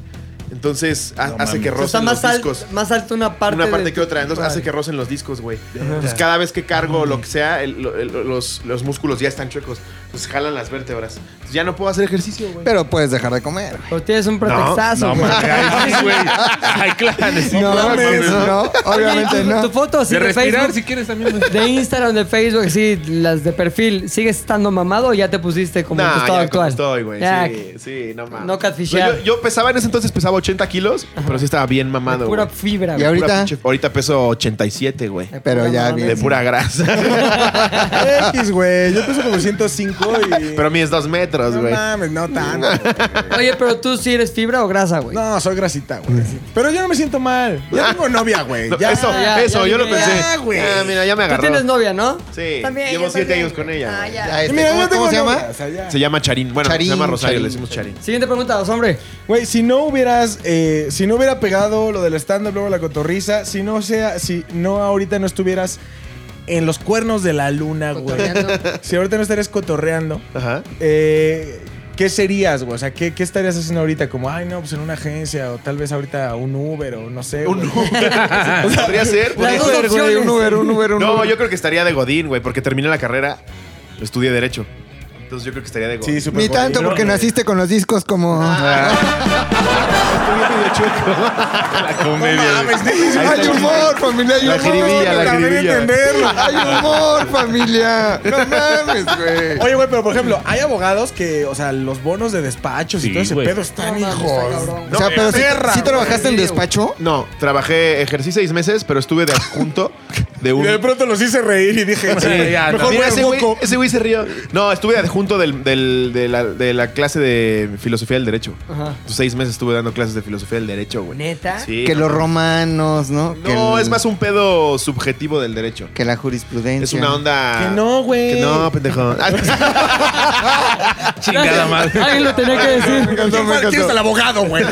S5: Entonces, ha- hace que
S6: O sea,
S5: rocen los
S6: más, al-
S5: discos.
S6: más alto una parte.
S5: una parte
S6: de
S5: que
S6: tu-
S5: otra. Entonces, hace
S6: Vale.
S5: que rocen los discos, güey. Entonces, cada vez que cargo lo que sea, el- lo- el- los, los músculos ya están chuecos. Entonces, jalan las vértebras. Entonces, ya no puedo hacer ejercicio, güey.
S3: Pero puedes dejar de comer.
S6: Pero tienes un pretextazo,
S4: No,
S6: güey.
S4: mames. Ay, sí, güey. Ay, claro. sí,
S3: No,
S4: claro,
S3: mames,
S4: mames.
S3: no, obviamente
S6: Oye, tu-
S3: no.
S6: Tu foto así
S4: De
S6: de,
S4: respirar,
S6: Facebook,
S4: si quieres también. güey.
S6: de Instagram, de Facebook, sí, las de perfil. ¿Sigues estando mamado o ya te pusiste como
S5: Nah,
S6: tu estado
S5: ya como
S6: actual?
S5: estoy, güey.
S6: Ya,
S5: Sí, sí, no mames.
S6: No catfishear.
S5: Yo, yo pesaba en ese entonces, pesaba 80 kilos, pero sí estaba bien mamado.
S6: Pura
S5: güey.
S6: fibra,
S3: Y
S6: güey.
S5: Pura
S3: ahorita,
S5: pinche- ahorita peso 87, güey.
S3: pero ya
S5: De
S3: bien.
S5: pura grasa.
S8: X, güey. Yo peso como 105 y.
S5: pero mí es dos metros,
S8: no
S5: güey.
S8: mames, no tanto. güey.
S6: Oye, pero tú sí eres fibra o grasa, güey.
S8: No, soy grasita, güey. Pero yo no me siento mal. Ya tengo novia, güey.
S5: No,
S8: Ya
S5: eso,
S6: ya,
S5: eso,
S6: ya
S5: yo lo
S6: dije,
S5: pensé.
S8: ya, güey.
S5: Ah, mira, ya me
S6: Tú
S5: agarró.
S6: tienes novia, ¿no?
S5: Sí,
S6: También,
S5: llevo
S6: yo
S5: siete
S6: también.
S5: años con ella.
S6: Ah,
S5: güey.
S6: ya.
S3: Ya, este,
S8: Mira,
S3: ¿Cómo,
S8: yo tengo
S3: cómo se
S8: novia,
S3: llama?
S8: o sea, ya.
S5: Se llama Charín. Bueno,
S3: Charín,
S5: se llama Rosario,
S3: Charín.
S5: le decimos Charín.
S6: Siguiente pregunta, dos, hombre.
S8: Güey, si no hubieras, eh, si no hubiera pegado lo del stand-up luego la cotorriza, si no sea, si no ahorita no estuvieras en los cuernos de la luna, güey. Si ahorita no estarías cotorreando,
S5: Ajá.
S8: eh, ¿qué serías, güey? O sea, ¿qué, qué estarías haciendo ahorita? Como, ay, no, pues en una agencia o tal vez ahorita un Uber o no sé.
S5: Un
S8: güey.
S5: Uber. Podría ser.
S6: Las
S5: podría
S6: dos
S5: ser, güey.
S6: opciones.
S3: Un Uber, un Uber, un
S5: No,
S3: Uber.
S5: yo creo que estaría de Godín, güey, porque terminé la carrera, estudié Derecho. Entonces yo creo que estaría de Godín.
S8: Sí, súper
S3: Ni
S8: guay.
S3: tanto porque naciste con los discos como... ah,
S5: la comedia. güey. Ahí está
S3: ¡Hay
S5: el
S3: humor, familia! ¡Hay
S5: La
S3: humor!
S5: jiribilla, la
S3: Tardé en
S5: jiribilla.
S3: entenderlo. ¡Hay humor, familia! ¡No mames, güey!
S8: Oye, güey, pero por ejemplo, hay abogados que, o sea, los bonos de despachos y
S4: Sí,
S8: todo ese
S4: güey.
S8: pedo están
S6: No, mames,
S8: hijos.
S6: está cabrón.
S3: o sea,
S5: no,
S3: pero si
S8: perra, güey.
S3: trabajaste en despacho...
S5: No, trabajé, ejercí seis meses, pero estuve de adjunto de
S8: Y
S5: un.
S8: de pronto los hice reír y dije,
S5: Sí, ya,
S8: mejor
S5: no.
S8: voy
S5: Mira,
S8: al
S5: ese, güey,
S8: foco.
S5: ese güey se rió. No, estuve de adjunto del- del- de, la, de la clase de filosofía del derecho.
S6: Ajá.
S5: Entonces, seis meses estuve dando clases de filosofía del derecho, güey.
S6: ¿Neta?
S5: Sí,
S3: que
S5: no,
S3: los romanos, ¿no?
S5: No,
S3: Que el-
S5: es más un pedo subjetivo del derecho.
S3: Que la jurisprudencia.
S5: Es una onda.
S8: Que no, güey.
S5: Que no, pendejo. Ah,
S4: Chingada madre.
S6: Alguien lo tenía que decir.
S3: encantó, me
S8: ¿Quién es el abogado, güey?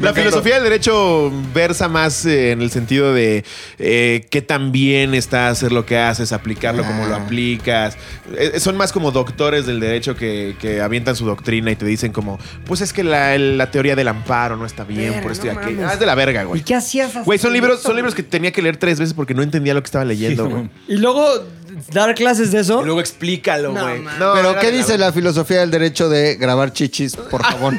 S5: La filosofía del derecho versa más eh, en el sentido de eh, qué tan bien está hacer lo que haces, aplicarlo como lo
S3: Ah.
S5: aplicas. Eh, son más como doctores del derecho que, que avientan su doctrina y te dicen como, pues es que la, la teoría del amparo no está bien
S6: Verga,
S5: por esto y
S6: no
S5: aquello.
S6: mames.
S5: Ah, es de la verga, güey.
S6: ¿Y qué hacías? hasta
S5: Güey, son libros,
S6: esto,
S5: son libros que tenía que leer tres veces porque no entendía lo que estaba leyendo, güey.
S6: Y luego dar clases de eso.
S5: Y luego explícalo,
S6: No,
S5: güey.
S6: mames.
S5: No,
S3: Pero,
S5: era
S3: ¿qué
S5: de la
S3: dice la filosofía del derecho de grabar chichis por favor?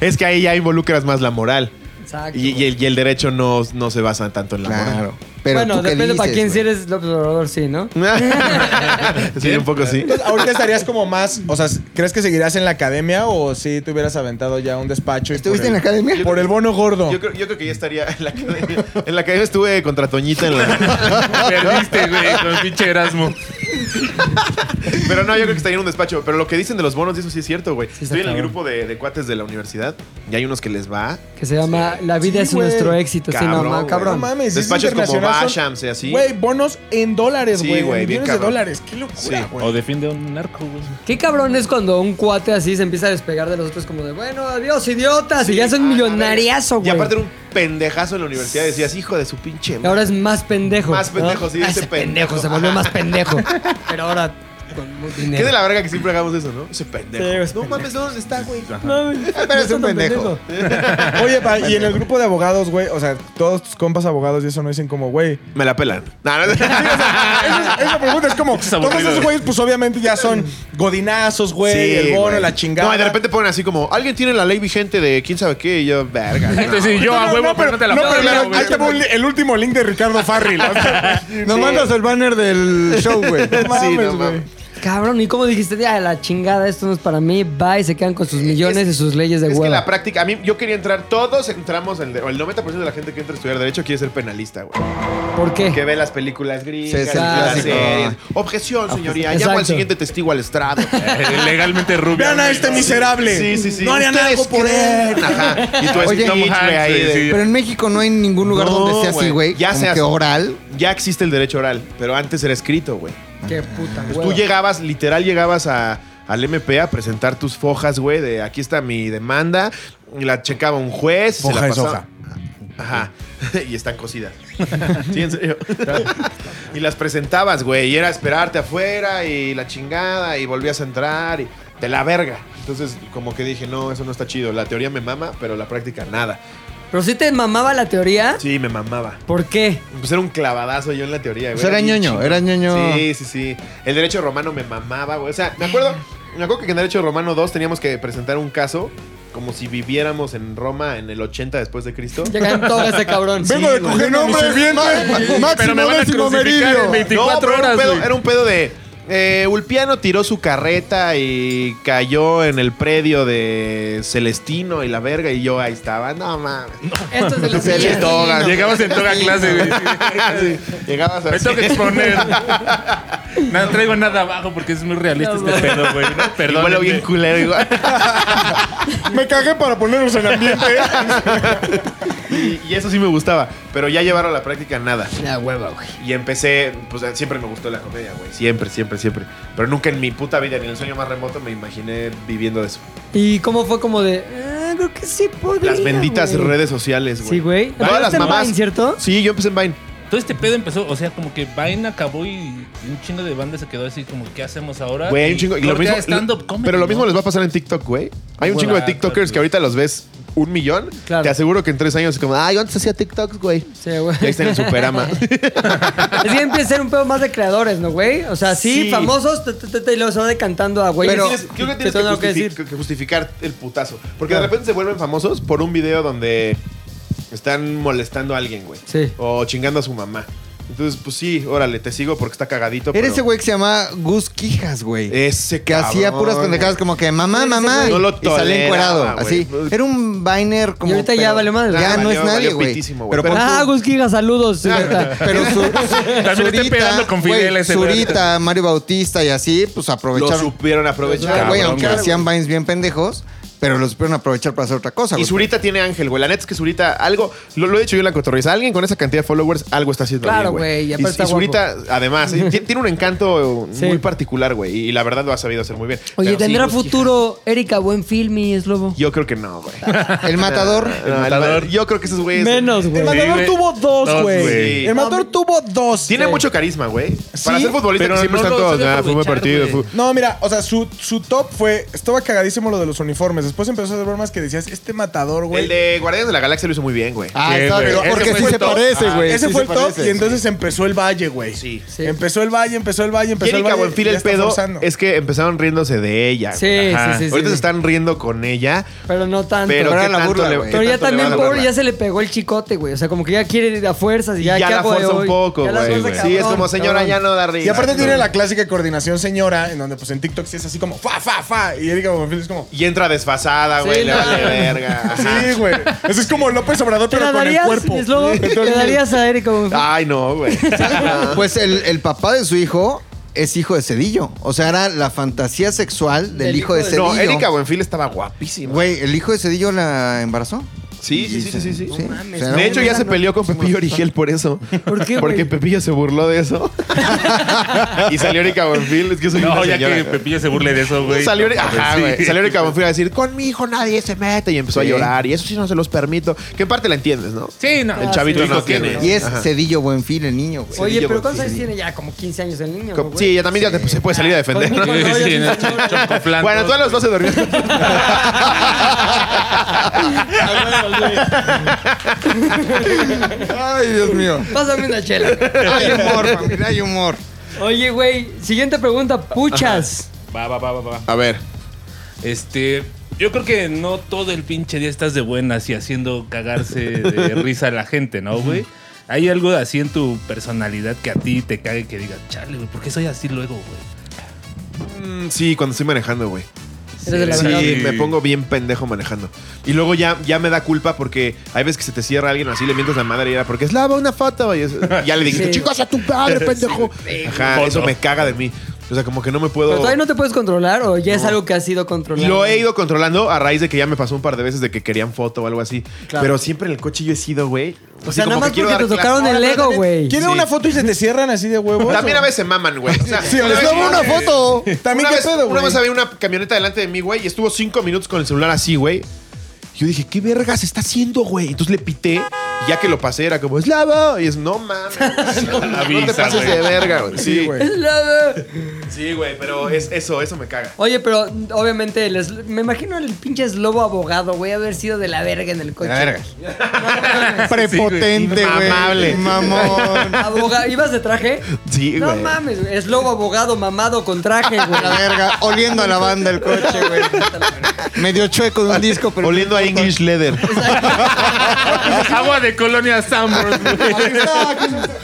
S5: es que ahí ya involucras más la moral.
S6: Exacto.
S5: Y, y el, y el derecho no, no se basa tanto en la moral.
S3: claro. Pero
S6: bueno,
S3: ¿tú qué
S6: depende para
S3: dices,
S6: quién si
S3: güey?
S6: eres López Obrador, sí, ¿no?
S5: sí, un poco sí.
S8: Ahorita estarías como más, o sea, ¿crees que seguirás en la academia o si te hubieras aventado ya un despacho? y
S3: ¿Estuviste
S8: por
S3: en la
S8: el-
S3: academia?
S8: Por el bono gordo.
S5: Yo creo, yo creo que ya estaría en la academia. En la academia estuve contra Toñita en la...
S4: Perdiste, güey, con pinche Erasmo.
S5: Pero no, yo creo que estaría en un despacho. Pero lo que dicen de los bonos, eso sí es cierto, güey.
S6: Sí, está
S5: Estoy en el
S6: cabrón.
S5: grupo de, de cuates de la universidad y hay unos que les va.
S6: Que se llama La vida
S8: Sí,
S6: es
S8: güey.
S6: nuestro éxito. sí, no,
S5: Cabrón,
S6: ma-
S5: güey.
S8: No
S6: cabrón.
S8: mames, sí es
S5: Despachos como
S8: internacional, son-
S5: Bashams y así.
S8: Güey, bonos en dólares,
S5: Sí,
S8: güey.
S5: güey, bien
S8: millones de
S5: cabrón.
S8: dólares. Qué locura, güey.
S4: O defiende a un narco, güey.
S6: Qué cabrón es cuando un cuate así se empieza a despegar de los otros como de, bueno, adiós, idiotas. y ya son millonariazo,
S5: ah, Y
S6: Oh, güey.
S5: aparte era un pendejazo en la universidad. Decías, hijo de su pinche
S6: Y ahora es más pendejo.
S5: Más pendejo,
S6: ¿no?
S5: sí, ese
S6: Ah, ese pendejo.
S5: pendejo.
S6: Se volvió más pendejo. Pero ahora con
S5: Qué
S6: dinero.
S5: de la verga que siempre hagamos eso, ¿no? Ese pendejo.
S8: Sí, ese
S5: no mames, ¿dónde está, güey?
S8: No,
S5: pero es un pendejo.
S8: Oye, pa, y en el grupo de abogados, güey, o sea, todos tus compas abogados y eso no dicen como, güey.
S5: Me la pelan. No, no,
S8: Esa, esa pregunta es como, todos
S5: aburrido,
S8: esos
S5: güey.
S8: güeyes, pues obviamente ya son godinazos, güey,
S5: Sí,
S8: el bono,
S5: güey.
S8: la chingada.
S5: No, y de repente ponen así como, alguien tiene la ley vigente de quién sabe qué, y yo, verga.
S4: Entonces, sí, yo a huevo, pero no te la
S8: No,
S4: puedo
S8: pero
S4: dar,
S8: mira,
S4: güey.
S8: ahí te va un li- el último link de Ricardo Farril. O sea,
S3: Nos mandas el banner del show, güey.
S8: no mames,
S5: Sí, no
S8: güey.
S5: mames.
S6: Cabrón, ¿y cómo dijiste? Ya, la chingada, esto no es para mí. Va y se quedan con sus millones y sus leyes de
S5: Es que
S6: hueva.
S5: la práctica, a mí yo quería entrar, todos entramos, el, de- o el 90% de la gente que entra a estudiar derecho quiere ser penalista, güey.
S6: ¿Por qué?
S5: Que ve las películas
S3: Eh. Sí,
S5: gringas,
S3: es el
S5: y las
S3: clásico.
S5: series. Objeción, señoría. Llamo
S6: Exacto.
S5: al siguiente testigo al estrado.
S4: Eh, Legalmente rubio.
S8: Vean a este miserable.
S5: Sí, sí, sí.
S8: No harían algo
S5: ¿Ustedes
S8: por él.
S5: creen? Ajá. Y tú
S3: Oye,
S5: es
S4: Tom Hanks,
S5: ahí.
S4: güey,
S5: de-
S4: sí.
S3: Pero en México no hay ningún lugar
S5: No,
S3: donde sea así, güey.
S5: Ya
S3: como
S5: seas-
S3: que oral.
S5: Ya existe el derecho oral, pero antes era escrito, güey.
S6: Qué puta
S5: Pues
S6: hueva.
S5: tú llegabas, literal llegabas a- al MP a presentar tus fojas, güey, de aquí está mi demanda, y la checaba un juez,
S8: Foja
S5: se la
S8: es
S5: pasaba. Ajá. y están cocidas. sí, en serio. y las presentabas, güey, y era esperarte afuera y la chingada y volvías a entrar y de la verga. Entonces, como que dije, no, eso no está chido. La teoría me mama, pero la práctica nada.
S6: Pero si te mamaba la teoría,
S5: Sí, me mamaba.
S6: ¿por qué?
S5: Pues era un clavadazo yo en la teoría, güey.
S3: Pues era
S5: bien
S3: ñoño,
S5: chingón.
S3: era ñoño.
S5: Sí, sí, sí. El derecho romano me mamaba, güey. O sea, me acuerdo, me acuerdo que en Derecho Romano 2 teníamos que presentar un caso como si viviéramos en Roma en el 80 después de Cristo.
S6: Llegan todos este cabrón.
S8: Vengo de coger
S3: No,
S8: nombre.
S4: Pero me van a crucificar en 24
S5: pero era
S4: horas,
S5: un pedo,
S4: güey.
S5: era un pedo de... eh, Ulpiano tiró su carreta y cayó en el predio de Celestino y la verga y yo ahí estaba. No mames.
S6: Esto es de los
S5: Pinche
S6: millones.
S5: toga.
S4: Llegabas en toda clase, güey.
S5: Sí, Llegabas
S4: Me
S5: así.
S4: tengo que exponer. No traigo nada abajo porque es muy realista
S6: No,
S4: este pedo, güey. No,
S5: Y
S4: perdón.
S5: huele bien culero igual.
S8: Me cagué para ponernos en ambiente.
S5: Y, y eso sí me gustaba, pero ya llevaron a la práctica nada.
S6: La hueva, güey.
S5: Y empecé, pues siempre me gustó la comedia, güey. Siempre, siempre, siempre. Pero nunca en mi puta vida, ni en el sueño más remoto, me imaginé viviendo de eso.
S6: ¿Y cómo fue como de, ah, creo que sí podría,
S5: Las benditas
S6: güey"?
S5: redes sociales, güey.
S6: Sí, güey.
S5: Todas las
S6: Empezaste en
S5: mamás.
S6: Vine, ¿cierto?
S5: Sí, yo empecé en Vine.
S4: Todo este pedo empezó, o sea, como que Vine acabó y un chingo de banda se quedó así como, ¿qué hacemos ahora?
S5: Güey, hay un chingo. y lo
S4: corte a
S5: mismo-
S4: stand-up
S5: lo-
S4: comedy,
S5: pero lo
S4: ¿no?
S5: mismo les va a pasar en TikTok, güey. Hay un
S4: Hueva,
S5: chingo de TikTokers
S4: claro.
S5: que ahorita los ves un millón.
S6: Claro.
S5: Te aseguro que en tres años es como, ay, antes hacía TikToks, güey.
S6: Sí, güey.
S5: Y ahí está en el Superama.
S6: Es que empieza a ser un pedo más de creadores, ¿no, güey? O sea, sí,
S5: Sí.
S6: famosos, te- te- te- te- y luego se va decantando a güey.
S5: Pero tienes- creo que tienes que, justifi- que justificar el putazo. Porque de repente se vuelven famosos por un video donde están molestando a alguien, güey.
S6: Sí.
S5: O chingando a su mamá. Entonces, pues sí, órale, te sigo porque está cagadito.
S3: Era
S5: pero-
S3: ese güey que se llama Gus Quijas, güey.
S5: Ese
S3: Que hacía
S5: cabrón,
S3: puras pendejadas como que mamá,
S6: Ese
S3: mamá.
S6: güey.
S5: No lo
S3: y salía
S5: toleraba,
S3: encuerado,
S5: güey.
S3: así. Era un Viner como.
S6: Y ahorita ya
S3: pero-
S6: valió madre.
S3: Ya
S5: Ah,
S3: no
S5: valió-
S3: es nadie,
S5: valió
S3: güey.
S5: pitísimo, güey.
S3: Pero
S5: Pero-
S3: pon
S6: Ah, Gus Giga, saludos. neta.
S3: Pero su,
S4: También está pegando con Fidel
S3: güey,
S4: ese güey.
S3: Zurita, Mario Bautista y así, pues
S5: Lo
S3: aprovecharon.
S5: supieron
S3: Ah,
S5: aprovechar.
S3: güey,
S5: cabrón,
S3: aunque
S5: güey.
S3: hacían vines bien pendejos, pero los supieron aprovechar para hacer otra cosa.
S5: Y
S3: güey.
S5: Zurita tiene ángel, güey. La neta es que Zurita, algo, lo, lo he dicho yo en la cotorriza, alguien con esa cantidad de followers, algo está haciendo
S6: Clati- Claro,
S5: bien,
S6: güey, y
S5: Y,
S6: aparte
S5: y
S6: está
S5: Zurita, además, eh, ti- tiene un encanto eh,
S6: Sí.
S5: muy particular, güey. Y la verdad lo ha sabido hacer muy bien.
S6: Oye,
S5: Pero sí,
S6: ¿tendrá
S5: Gus Quijas-
S6: futuro Erika Buen Film y es lobo?
S5: Yo creo que no, güey.
S3: El matador.
S5: No, el ma- yo creo que esos güeyes.
S6: Menos,
S8: El
S6: güey.
S4: Sí,
S8: matador
S4: güey.
S8: tuvo dos,
S4: Dos,
S8: güey.
S5: güey.
S8: El matador tuvo dos.
S5: Tiene
S8: güey.
S5: mucho carisma, güey. Para
S8: Sí,
S5: ser futbolista
S4: pero
S5: que siempre
S4: no
S5: están
S4: lo
S5: todos.
S4: sabe
S5: "Ah, fue un buen
S4: aprovechar,
S5: partido.
S4: güey".
S5: fue-
S8: No, mira, o sea, su, su top fue. Estaba cagadísimo lo de los uniformes. Después empezó a hacer bromas que decías, este matador,
S5: El
S8: güey.
S5: de Guardianes de la Galaxia lo hizo muy bien, güey.
S3: Ah,
S4: Sí,
S3: está,
S4: güey.
S3: pero
S4: Ese
S3: porque
S4: fue
S3: sí
S4: el
S3: se
S4: top.
S3: parece, güey.
S8: Ese
S3: sí
S8: fue
S3: se
S8: el top
S3: parece.
S8: y entonces empezó el valle, güey.
S5: Sí.
S6: Sí.
S8: Empezó el valle, empezó el valle, empezó pues el
S5: Erika
S8: valle.
S5: Buenfil
S8: ya
S5: el
S8: está
S5: pedo
S8: forzando.
S5: es que empezaron riéndose de ella.
S6: Sí,
S5: güey.
S6: sí,
S4: Ajá.
S6: sí, sí.
S5: Ahorita
S6: sí.
S5: se están riendo con ella,
S6: Pero no tanto.
S3: Pero
S5: pero ¿qué
S3: era la
S5: tanto
S3: burla,
S5: le-
S3: güey.
S5: qué
S6: Pero ya
S5: tanto le
S6: también,
S5: van a
S6: pobre,
S5: burlar?
S6: ya se le pegó el chicote, güey. O sea, como que ya quiere ir a fuerzas y ya,
S5: ya,
S6: ¿qué
S5: la
S6: hago de
S5: fuerza un
S6: hoy?
S5: poco,
S6: Ya la
S5: güey.
S6: fuerza,
S5: Sí, es
S6: cabrón,
S5: como señora,
S6: cabrón.
S5: ya no da risa.
S8: Y aparte tiene la clásica coordinación señora, en donde pues en TikTok sí es así como fa, fa, fa. Y Erika Buenfil es como.
S5: Y entra desfasada, güey, le
S6: no.
S5: vale verga. Ajá.
S8: Sí, güey. Eso es como López Obrador,
S6: ¿Te
S8: pero
S6: la
S8: con el
S6: darías,
S8: cuerpo.
S6: es lobo? ¿Te
S8: Entonces-
S6: darías a Erika Buen Film?
S5: Ay, no, güey.
S3: Pues el, el papá de su hijo es hijo de Cedillo. O sea, era la fantasía sexual del, hijo de Cedillo.
S5: No, Erika Buenfil estaba guapísima.
S3: Güey, el hijo de Cedillo la embarazó.
S5: Sí, sí, sí, sí, sí. sí.
S3: No mames,
S5: De
S3: no,
S5: hecho, ya
S3: no,
S5: se
S3: no,
S5: peleó con
S3: no,
S5: Pepillo
S3: no.
S5: Origel por eso.
S3: ¿Por qué, güey?
S5: Porque Pepillo se burló de eso. y salió Erika Buenfil. Es que soy
S4: No,
S5: una
S4: ya
S5: señora.
S4: que Pepillo se burle de eso, güey.
S5: Salió,
S4: No,
S5: Erika- ajá,
S4: sí.
S5: güey. Salió Erika Buenfil a decir, con mi hijo nadie se mete. Y empezó
S3: Sí.
S5: a llorar. Y eso sí no se los permito. Que en parte la entiendes, ¿no?
S4: Sí, no.
S5: El chavito
S4: Tu hijo
S5: no tiene.
S3: Y es
S5: Ajá.
S3: Cedillo Buenfil el niño, güey.
S6: Oye,
S5: Cedillo
S6: pero
S5: Bonfil.
S6: ¿cuántos años tiene ya? Como Ah, 15 años el niño.
S5: Co-
S6: güey.
S5: Sí, ya también ya te- se puede salir a defender.
S6: Conmigo no, yo
S4: Sí,
S6: soy
S4: en el
S6: señor.
S4: chocoflan.
S5: Bueno, tú a los 12 dormías.
S3: Ay, Dios mío.
S6: Pásame una chela.
S3: Hay humor, familia, hay humor.
S6: Oye, güey, siguiente pregunta, puchas.
S4: Va, va, va, va, va.
S5: A ver.
S4: Este, yo creo que no todo el pinche día estás de buenas y haciendo cagarse de risa a la gente, ¿no, güey? Hay algo así en tu personalidad que a ti te cague que digas, chale, güey, ¿por qué soy así luego, güey?
S5: Mm, Sí, cuando estoy manejando, güey.
S6: Eres de la
S5: Sí,
S6: verdad.
S5: me pongo bien pendejo manejando. Y luego ya, ya me da culpa porque hay veces que se te cierra alguien así, le mientas la madre y era porque es lava una foto. Y es- ya le dije,
S6: Sí.
S5: chicos, a tu padre, pendejo. Ajá,
S4: Foto.
S5: eso me caga de mí. O sea, como que no me
S6: ¿Pero
S5: puedo.
S6: todavía no te puedes controlar o ya es algo que has sido controlado?
S5: Lo he ido controlando a raíz de que ya me pasó un par de veces de que querían foto o algo así.
S6: Claro.
S5: Pero siempre en el coche yo he sido, güey.
S6: O
S5: así
S6: sea, nada
S5: como
S6: más
S5: que quiero
S6: porque
S5: dar
S6: te
S5: clase.
S6: tocaron el ego, güey.
S8: ¿Quieren
S5: Sí.
S8: una foto y se te cierran así de huevos?
S5: También
S8: o-
S5: a veces se maman, güey. O sea,
S8: Sí,
S5: una
S8: les
S5: vez-
S8: tomo una foto. También
S5: una,
S8: qué
S5: vez,
S8: pedo,
S5: una
S8: güey.
S5: vez había una camioneta delante de mí, güey, y estuvo cinco minutos con el celular así, güey. Yo dije, ¿qué vergas está haciendo, güey? Entonces le pité, y ya que lo pasé, era como, ¡eslava! Y es, no mames. no, te
S4: Avisa,
S5: pases
S4: güey.
S5: de verga, güey. Sí, güey.
S6: Es la-
S5: Sí, güey, pero es, eso, eso me caga.
S6: Oye, pero obviamente el es- me imagino el pinche lobo abogado, güey, haber sido de la verga en el coche.
S3: Prepotente, güey.
S5: Mamable.
S3: Mamón.
S6: Aboga- ¿Ibas de traje?
S5: Sí,
S6: No
S5: güey.
S6: mames, güey. es lobo abogado mamado con traje, güey.
S3: La verga. Oliendo a la banda el coche, güey. Medio chueco de un disco, pero.
S5: Oliendo a English Leather.
S4: Ah, Agua de colonia Sambor, güey.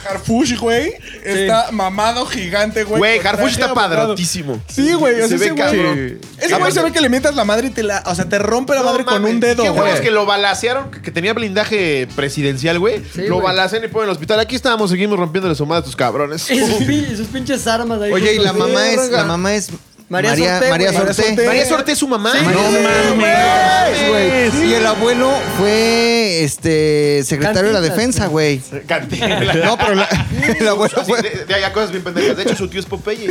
S8: Harfush, güey. Está mamado gigante, güey.
S5: Güey,
S8: con
S5: Harfush
S8: traje
S5: está
S8: abogado.
S5: padrotísimo.
S8: Sí, güey. O
S5: Se
S8: sea,
S5: ve
S8: ese
S5: cabrón.
S8: güey. Ese güey
S5: Aparte-
S8: se ve que le mientas la madre y te la. O sea, te rompe la
S5: No
S8: madre con
S5: mames,
S8: un dedo,
S5: Qué
S8: güey.
S5: huevos que lo balacearon, que, que tenía blindaje presidencial, güey.
S6: Sí,
S5: lo
S6: güey.
S5: balacean y ponen en el hospital. Aquí estábamos, seguimos rompiéndole su madre a tus cabrones.
S6: Y sus, pin- y sus pinches armas ahí.
S3: Oye, y la
S6: juntos, güey.
S3: mamá es. La mamá es.
S6: María
S3: María María
S6: Sorté, güey.
S3: Sorté.
S8: María
S5: María Sorté es su mamá.
S3: No mames, güey. Y el abuelo fue este secretario de la
S6: Cantinas,
S3: defensa, güey.
S5: Cantinflas.
S3: No, pero la- el abuelo
S5: Así,
S3: fue.
S5: de, de ahí a cosas bien pendejas. De hecho, su tío es Popeye.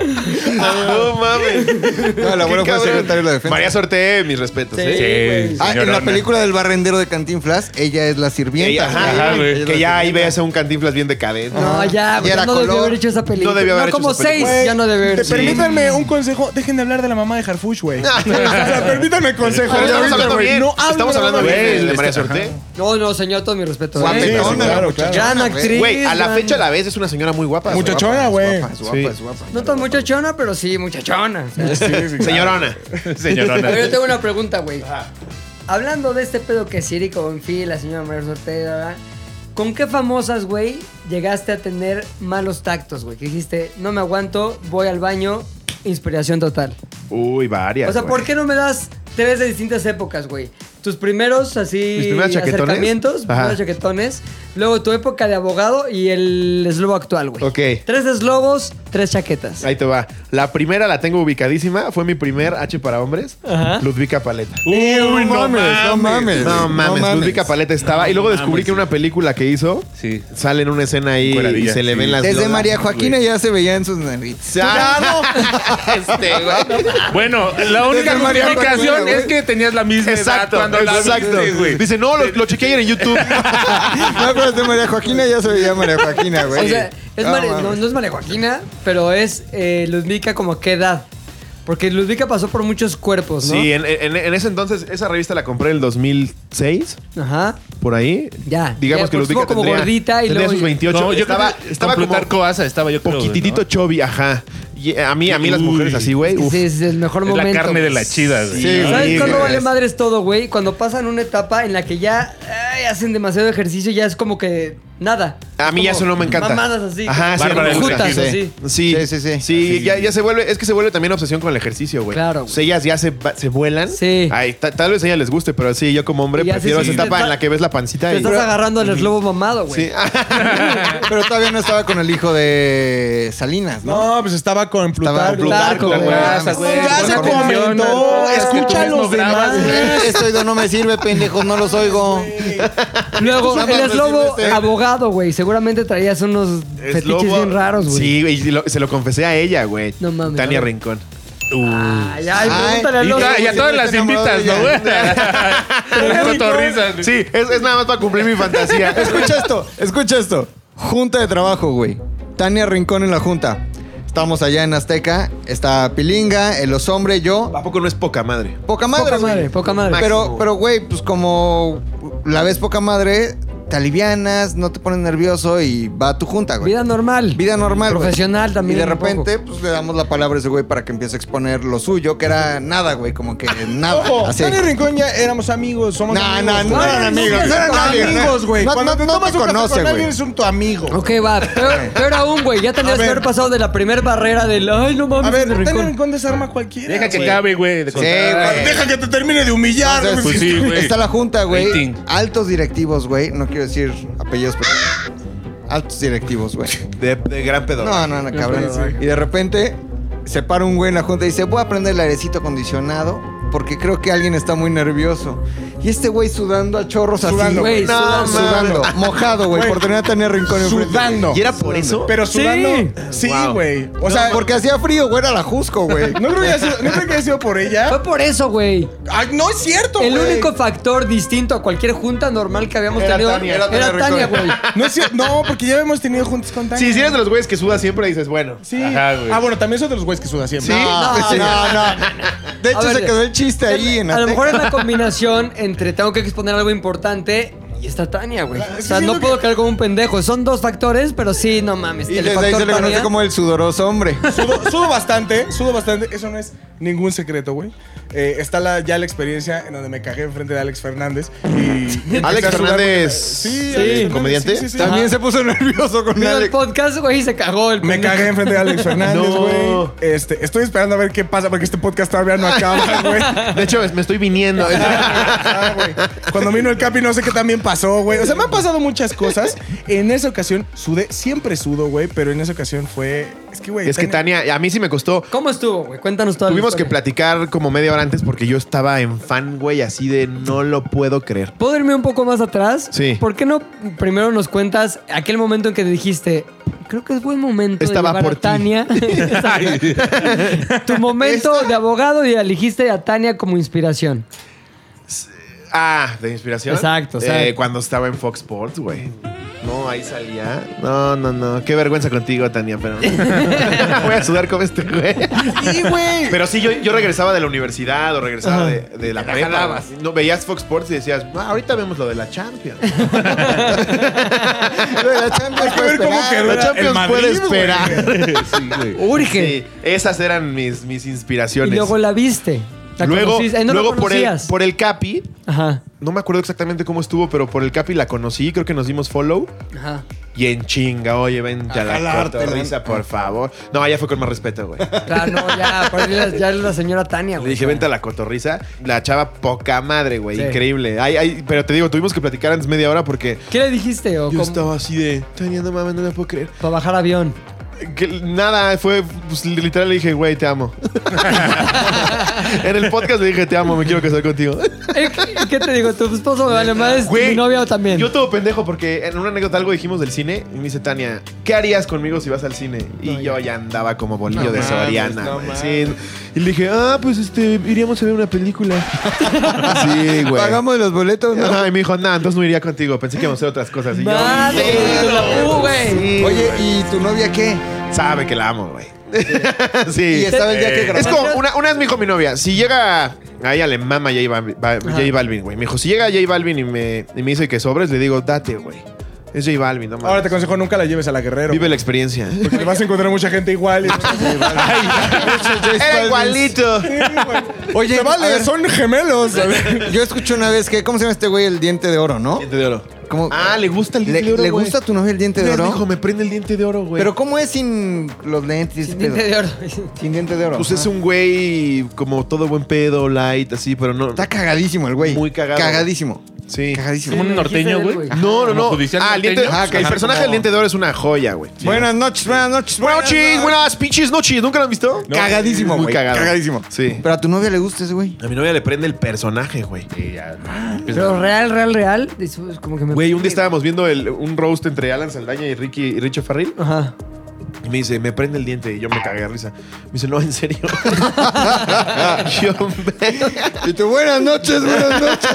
S5: no mames.
S3: No, el abuelo
S5: Qué
S3: fue
S5: cabrón.
S3: secretario de la defensa.
S5: María Sorté, mis respetos.
S6: Sí,
S5: ¿eh?
S6: güey.
S3: Ah, en la
S4: señorona.
S3: película del barrendero de Cantinflas, ella es la
S5: Ella-
S3: sirvienta.
S5: ajá,
S4: Ajá,
S5: güey.
S4: güey.
S5: que ya ahí veas a un cantinflas bien decadente.
S6: No, ya,
S3: Ya
S6: güey, ya
S3: era
S6: no debió
S3: color.
S6: haber hecho esa película.
S5: debió haber
S6: no,
S5: hecho
S6: como
S5: esa
S6: seis,
S5: película.
S8: Güey,
S6: ya no debió haber
S8: te-
S6: hecho.
S8: Permítanme un consejo. Dejen de hablar de la mamá de Harfush, güey. O sea, permítanme el consejo.
S5: Pero
S8: ahorita,
S5: estamos hablando
S8: güey.
S5: bien.
S8: No hablen
S5: estamos
S8: de la
S5: hablando
S8: mamá
S5: bien
S8: de-
S5: de,
S4: Güey,
S5: María
S4: este-
S5: Sorté.
S6: No, no, señor, todo mi respeto.
S3: Guapetona,
S6: ¿eh?
S8: sí,
S3: la
S8: claro,
S3: muchachona,
S6: Gran
S3: güey.
S6: actriz.
S5: Güey, a la
S6: gran-
S5: fecha a la vez es una señora muy guapa. güey.
S8: Muchachona,
S5: Es
S8: güey.
S5: guapa, Es guapa, es guapa.
S6: No tan muchachona, pero sí, muchachona. O sea,
S5: Señorona.
S4: Señorona.
S6: Pero yo tengo una pregunta, güey. Hablando de este pedo que Siri Bonfil, la señora María Sorte, ¿verdad? ¿con qué famosas, güey, llegaste a tener malos tactos, güey? Que dijiste, no me aguanto, voy al baño, inspiración total.
S5: Uy, varias.
S6: O sea,
S5: güey.
S6: ¿por qué no me das tres de distintas épocas, güey? Tus primeros así
S5: ¿Mis primeros chaquetones?
S6: acercamientos,
S5: Ajá.
S6: primeros chaquetones, luego tu época de abogado y el eslobo actual, güey.
S5: Ok.
S6: Tres eslobos, tres chaquetas.
S5: Ahí te va. La primera la tengo ubicadísima. Fue mi primer H para hombres.
S6: Ajá.
S5: Ludvica Paleta.
S4: Uy,
S3: No mames, no mames.
S5: No mames, Ludvica Paleta estaba. y luego descubrí
S4: mames.
S5: que en una película que hizo,
S4: Sí.
S5: sale en una escena ahí y
S4: Encueradilla,
S5: se le
S4: sí.
S5: ven las
S3: Desde
S5: lodas.
S3: María Joaquina ya se veía en sus narices.
S5: ¡Claro! este, güey.
S4: Bueno, la única
S3: Desde María Pachuela,
S4: justificación
S3: güey.
S4: es que tenías la misma edad
S5: Exacto,
S4: cuando la
S5: exacto.
S4: viste, güey.
S5: Dice, no, lo, lo chequeé ayer en YouTube.
S3: No, pero desde María Joaquina ya se veía María Joaquina, güey.
S6: O sea, es
S3: No,
S6: Mare-
S3: mames.
S6: no, no es María Joaquina, pero es eh, Ludvica como qué edad. Porque Ludvica pasó por muchos cuerpos, ¿no?
S5: Sí, en, en- en ese entonces, esa revista la compré en el 2006,
S6: Ajá.
S5: por ahí.
S6: Ya.
S5: Digamos
S6: Ya,
S5: que
S6: pues,
S5: Ludvica
S6: estuvo como
S5: tendría,
S6: gordita y
S5: tendría
S6: luego-
S5: sus 28.
S4: No, yo
S5: estaba,
S4: creo que
S5: estaba
S4: con
S5: como
S4: Plutarco Asa estaba yo creo. güey,
S5: poquitito
S4: ¿no?
S5: chubby, ajá. Y eh, a mí, a mí las
S4: Uy.
S5: mujeres así, güey. uf.
S6: Ese es el mejor
S4: Es
S6: momento.
S4: la carne de la chida, güey.
S5: Sí,
S4: ¿no?
S6: ¿Sabes
S5: Sí,
S6: cuándo
S5: güey.
S6: vale madres todo, güey? Cuando pasan una etapa en la que ya ay, hacen demasiado ejercicio, ya es como que nada.
S5: A mí
S6: Es
S5: ya
S6: como
S5: eso no me encanta.
S6: Mamadas así.
S5: Ajá, sí,
S4: Bárbara
S5: no me
S4: de
S5: gusta.
S6: Regil.
S5: Sí,
S6: Juntas,
S5: sí,
S3: Sí, sí, sí.
S5: Sí, ya, ya se vuelve, es que se vuelve también obsesión con el ejercicio, güey.
S6: Claro,
S5: O sea, ellas ya se, va- se vuelan.
S6: Sí.
S5: Ay, ta- tal vez a ellas les guste, pero sí, yo como hombre
S6: Y ya
S5: prefiero
S6: sí, sí,
S5: esa
S6: sí.
S5: etapa
S6: Te
S5: en la que ves la pancita y.
S6: Te estás agarrando al eslobo mamado, güey.
S5: Sí.
S3: Pero todavía no estaba con el hijo de Salinas, ¿no?
S8: No, pues estaba con
S3: Estaba
S8: Plutarco.
S3: con Plutarco,
S6: Plutarco,
S5: güey.
S8: Ya se
S3: Con
S8: comentó.
S6: Corrección. escucha a los demás.
S3: Este oído no me sirve, pendejo, no los oigo.
S6: Luego,
S3: Nada
S6: el
S3: más
S6: eslobo
S5: eh.
S3: decirme este.
S6: abogado, güey. Seguramente traías unos fetiches
S5: Lobo.
S6: bien raros, güey.
S5: Sí, güey, y lo- se lo confesé a ella, güey.
S6: No mames.
S5: Tania Rincón.
S6: Ay, ay, pregúntale a
S5: y
S6: Lobo.
S5: ya- ya todas las invitas, ¿no, güey?
S4: Cotorrizas, güey.
S5: Sí, es, es nada más para cumplir mi fantasía.
S3: Escucha esto, escucha esto. Junta de trabajo, güey. Tania Rincón en la junta. Estamos allá en Azteca. Está Pilinga, el Osombre, yo.
S5: ¿A poco no es poca madre?
S3: Poca madre.
S6: Poca
S3: güey.
S6: madre, poca madre.
S3: Pero,
S5: Máximo.
S3: pero, güey, pues como la ves poca madre, te alivianas, no te pones nervioso y va a tu junta, güey.
S6: Vida normal.
S3: Vida normal. güey.
S6: Profesional
S3: Y
S6: también.
S3: de
S6: un poco.
S3: repente, pues le damos la palabra a ese güey para que empiece a exponer lo suyo, que era nada, güey, como que nada.
S8: Ojo,
S3: así.
S8: Tania Rincón ya éramos amigos, somos
S3: No, no,
S8: amigos.
S3: no
S8: güey.
S3: eran
S8: Somos
S3: amigos, eran amigos,
S8: amigos, güey.
S3: no,
S8: Cuando
S3: no,
S8: te
S3: no
S8: tomas
S3: te
S8: un café
S3: conoce,
S8: con
S3: güey.
S8: alguien es un tu amigo.
S6: Ok, va. Peor, peor aún, güey. Ya tendrías
S8: A
S6: que
S8: ver.
S6: haber pasado de la primera barrera del. Ay, no mames.
S8: A ver,
S6: en el
S8: Tania
S6: rincón".
S8: Rincón desarma a cualquiera.
S4: Deja que
S8: güey.
S4: acabe, güey. de
S3: Sí,
S4: contar.
S3: güey.
S8: Deja que te termine de humillar.
S3: Entonces,
S8: güey.
S4: Eh. Pues sí, güey.
S3: Está la junta, güey.
S4: Rating.
S3: Altos directivos, güey. No quiero decir apellidos, pero. Altos directivos, güey.
S5: De, de gran pedo.
S3: No, no, no, cabrón. Y de repente se para un güey en la junta y dice: Voy a prender el airecito acondicionado porque creo que alguien está muy nervioso. Y este güey sudando a chorros así.
S8: Sudando,
S6: güey,
S3: No,
S6: sudando.
S3: sudando. Mojado, güey.
S8: Güey,
S3: Por tener a Tania Rincón enfrente.
S8: Sudando.
S5: ¿Y era por eso?
S8: Pero
S6: Sí.
S8: sudando. Sí,
S5: Wow.
S8: güey. O
S3: O
S8: sea,
S3: sea, porque hacía frío, güey. Era la Jusco, güey.
S8: no creo que haya sido, no creo que haya sido por ella.
S6: Fue por eso, güey.
S8: Ay, no es cierto, güey.
S6: El único factor distinto a cualquier junta normal que habíamos
S5: Era
S6: tenido
S5: Tania, era
S6: era
S5: Tania
S6: Tania,
S5: Rincón.
S6: güey.
S8: No es cierto. No, porque ya hemos tenido juntas con Tania.
S5: Sí, si eres de los güeyes que suda siempre, dices, bueno.
S8: Sí.
S4: Ajá, güey.
S8: ah, bueno, también son de los güeyes que sudan siempre.
S5: Sí.
S3: No, no,
S6: No,
S3: no. De hecho,
S6: A ver,
S3: se quedó el chiste ahí en
S6: A lo
S3: Azteca.
S6: mejor es la combinación entre tengo que exponer algo importante y está Tania,
S3: Ah,
S6: güey. O sea,
S8: siento
S6: no puedo caer como un pendejo. Son dos factores, pero sí, no mames.
S3: Y
S6: el
S3: desde ahí
S6: factor
S3: se le
S6: Tania-
S3: conoce como el sudoroso hombre.
S8: Sudo, sudo bastante, sudo bastante. Eso no es ningún secreto, güey. Eh, está la, ya la experiencia en donde me cagué enfrente de Alex Fernández. Y empecé
S5: Alex
S8: a sudar
S5: Fernández,
S8: porque-
S5: sí,
S8: Sí, Alex Fernández,
S5: comediante.
S8: sí, sí, sí.
S3: También se puso nervioso con
S6: Vino Ah. el
S3: Alex.
S6: podcast, güey, y se cagó el
S8: Me
S6: pendejo.
S8: cagué enfrente de Alex Fernández,
S5: No.
S8: güey. Este, estoy esperando a ver qué pasa porque este podcast todavía no acaba, güey.
S5: De hecho, es- me estoy viniendo.
S8: Ah, güey. Cuando vino el Capi, no sé qué también pasó, güey. O sea, me han pasado muchas cosas. En esa ocasión sudé, siempre sudo, güey, pero en esa ocasión fue. Es que, güey.
S5: es que Tania, a mí sí me costó.
S6: ¿Cómo estuvo, güey? Cuéntanos toda la
S5: Tuvimos que
S6: historia.
S5: platicar como media hora antes porque yo estaba en fan, güey, así de no lo puedo creer.
S6: ¿Puedo irme un poco más atrás?
S5: Sí.
S6: ¿Por qué no primero nos cuentas aquel momento en que dijiste, creo que es buen momento
S5: Estaba
S6: de llevar
S5: por
S6: a
S5: ti"?
S6: Tania? tu momento de abogado y elegiste a Tania como inspiración.
S5: Ah, de inspiración.
S6: Exacto,
S5: Eh,
S6: exacto.
S5: cuando estaba en Fox Sports, güey. No, ahí salía. No, no, no. Qué vergüenza contigo, Tania, pero. Voy a sudar como este güey.
S8: Sí, güey.
S5: Pero sí, yo, yo regresaba de la universidad o regresaba de, de la
S4: Te la
S5: prepa.
S4: jalabas.
S5: No veías Fox Sports y decías, "Ah, ahorita vemos lo de la Champions.
S3: Lo de la Champions
S8: que
S3: fue
S8: ver cómo
S3: esperar.
S8: quedó
S5: la Champions
S8: el Madrid,
S5: puede
S8: güey.
S5: esperar.
S6: Urge.
S5: Sí, esas eran mis, mis
S6: Y
S5: inspiraciones.
S6: luego la viste. La
S5: luego,
S6: conociste. Ay, no la
S5: luego por, el,
S6: conocías.
S5: por el Capi,
S6: Ajá.
S5: no me acuerdo exactamente cómo estuvo, pero por el Capi la conocí, creo que nos dimos follow.
S6: Ajá.
S5: Y en chinga, oye, ven ya la
S8: jalártela.
S5: cotorrisa, por favor. No, ya fue con más respeto, güey.
S6: Claro, Ah, no, ya, por ahí la- ya la señora Tania,
S5: Le
S6: güey.
S5: dije, vente a la cotorrisa. La chava, poca madre, güey.
S6: Sí.
S5: Increíble. Ay, ay, pero te digo, tuvimos que platicar antes media hora porque
S6: ¿Qué le dijiste? O
S5: yo
S6: cómo-
S5: estaba así de, Tania, no mames, no la puedo creer.
S6: Para bajar avión.
S5: Que nada, fue pues, literal, le dije, güey, te amo. en el podcast le dije, te amo, me quiero casar contigo.
S6: Eh, ¿Qué qué te digo? ¿Tu esposo me vale más?
S5: Güey,
S6: ¿Mi novia también?
S5: Yo todo pendejo porque en una anécdota algo dijimos del cine y me dice Tania, ¿qué harías conmigo si vas al cine? Y yo ya andaba como bolillo de
S8: mames,
S5: Soriana.
S8: no
S5: güey,
S8: mames.
S5: sí. Y le dije, ah, pues este, iríamos a ver una película. sí, güey.
S3: Pagamos los boletos, ¿no?
S5: Ajá, y me dijo, nah, entonces no iría contigo. Pensé que íbamos a hacer otras cosas. Y yo,
S6: Madre, te Ah, la pudo, güey.
S5: Sí,
S3: Oye, ¿y tu novia qué?
S5: sabe que la amo, güey. sí.
S3: Y estaba el día que
S5: Es
S3: grabaste.
S5: como, una, una vez me dijo mi novia, si llega... A ella le mama J Balvin, Ba- J Balvin, güey. Me dijo, si llega J Balvin y me, y me dice que sobres, le digo, date, güey. Es J Balvin, no mames.
S8: Ahora te aconsejo, nunca la lleves a la guerrero.
S5: Vive la experiencia.
S8: Porque te vas a encontrar mucha gente igual. y-
S5: Era igualito.
S3: Oye,
S8: Se vale,
S3: a ver.
S8: son gemelos.
S3: Yo escuché una vez que, ¿cómo se llama este güey? El diente de oro, ¿no?
S5: Diente de oro.
S3: ¿Cómo-
S5: Ah, le gusta el diente
S3: le,
S5: de oro.
S3: le
S5: güey.
S3: gusta a tu novia el diente de
S5: Una vez me
S3: oro?
S5: dijo, me prende el diente de oro, güey.
S3: Pero ¿cómo es sin los lentes? Sin
S6: Sin diente de oro.
S3: Sin diente de oro.
S5: pues es
S3: ajá.
S5: un güey como todo buen pedo, light, así, pero no.
S3: Está cagadísimo el güey.
S5: Muy cagado.
S3: Cagadísimo.
S5: Sí.
S4: Como un norteño, güey.
S5: No, no, no.
S4: Como judicial
S5: Ah, el, diente-
S4: norteño.
S5: ah, que el
S4: Ajá,
S5: personaje
S4: como-
S5: del diente de oro es una joya, güey.
S3: Buenas noches, buenas noches,
S5: buenas noches, buenas pinches noches. ¿Nunca lo has visto?
S3: Cagadísimo,
S5: Muy
S3: güey,
S5: cagado.
S3: cagadísimo.
S5: Sí.
S3: Pero a tu novia le gusta ese güey.
S5: A mi novia le prende el personaje, güey.
S6: Pero real, real, real. es Como que
S5: Pues
S6: me.
S5: Güey, un día estábamos viendo el- un roast entre Alan Saldaña y Ricky y Richo Farril.
S6: Ajá.
S5: Y me dice, me prende el diente. Y yo me cagué de risa. Me dice, no, en serio. yo,
S3: Y tú, buenas noches, buenas noches.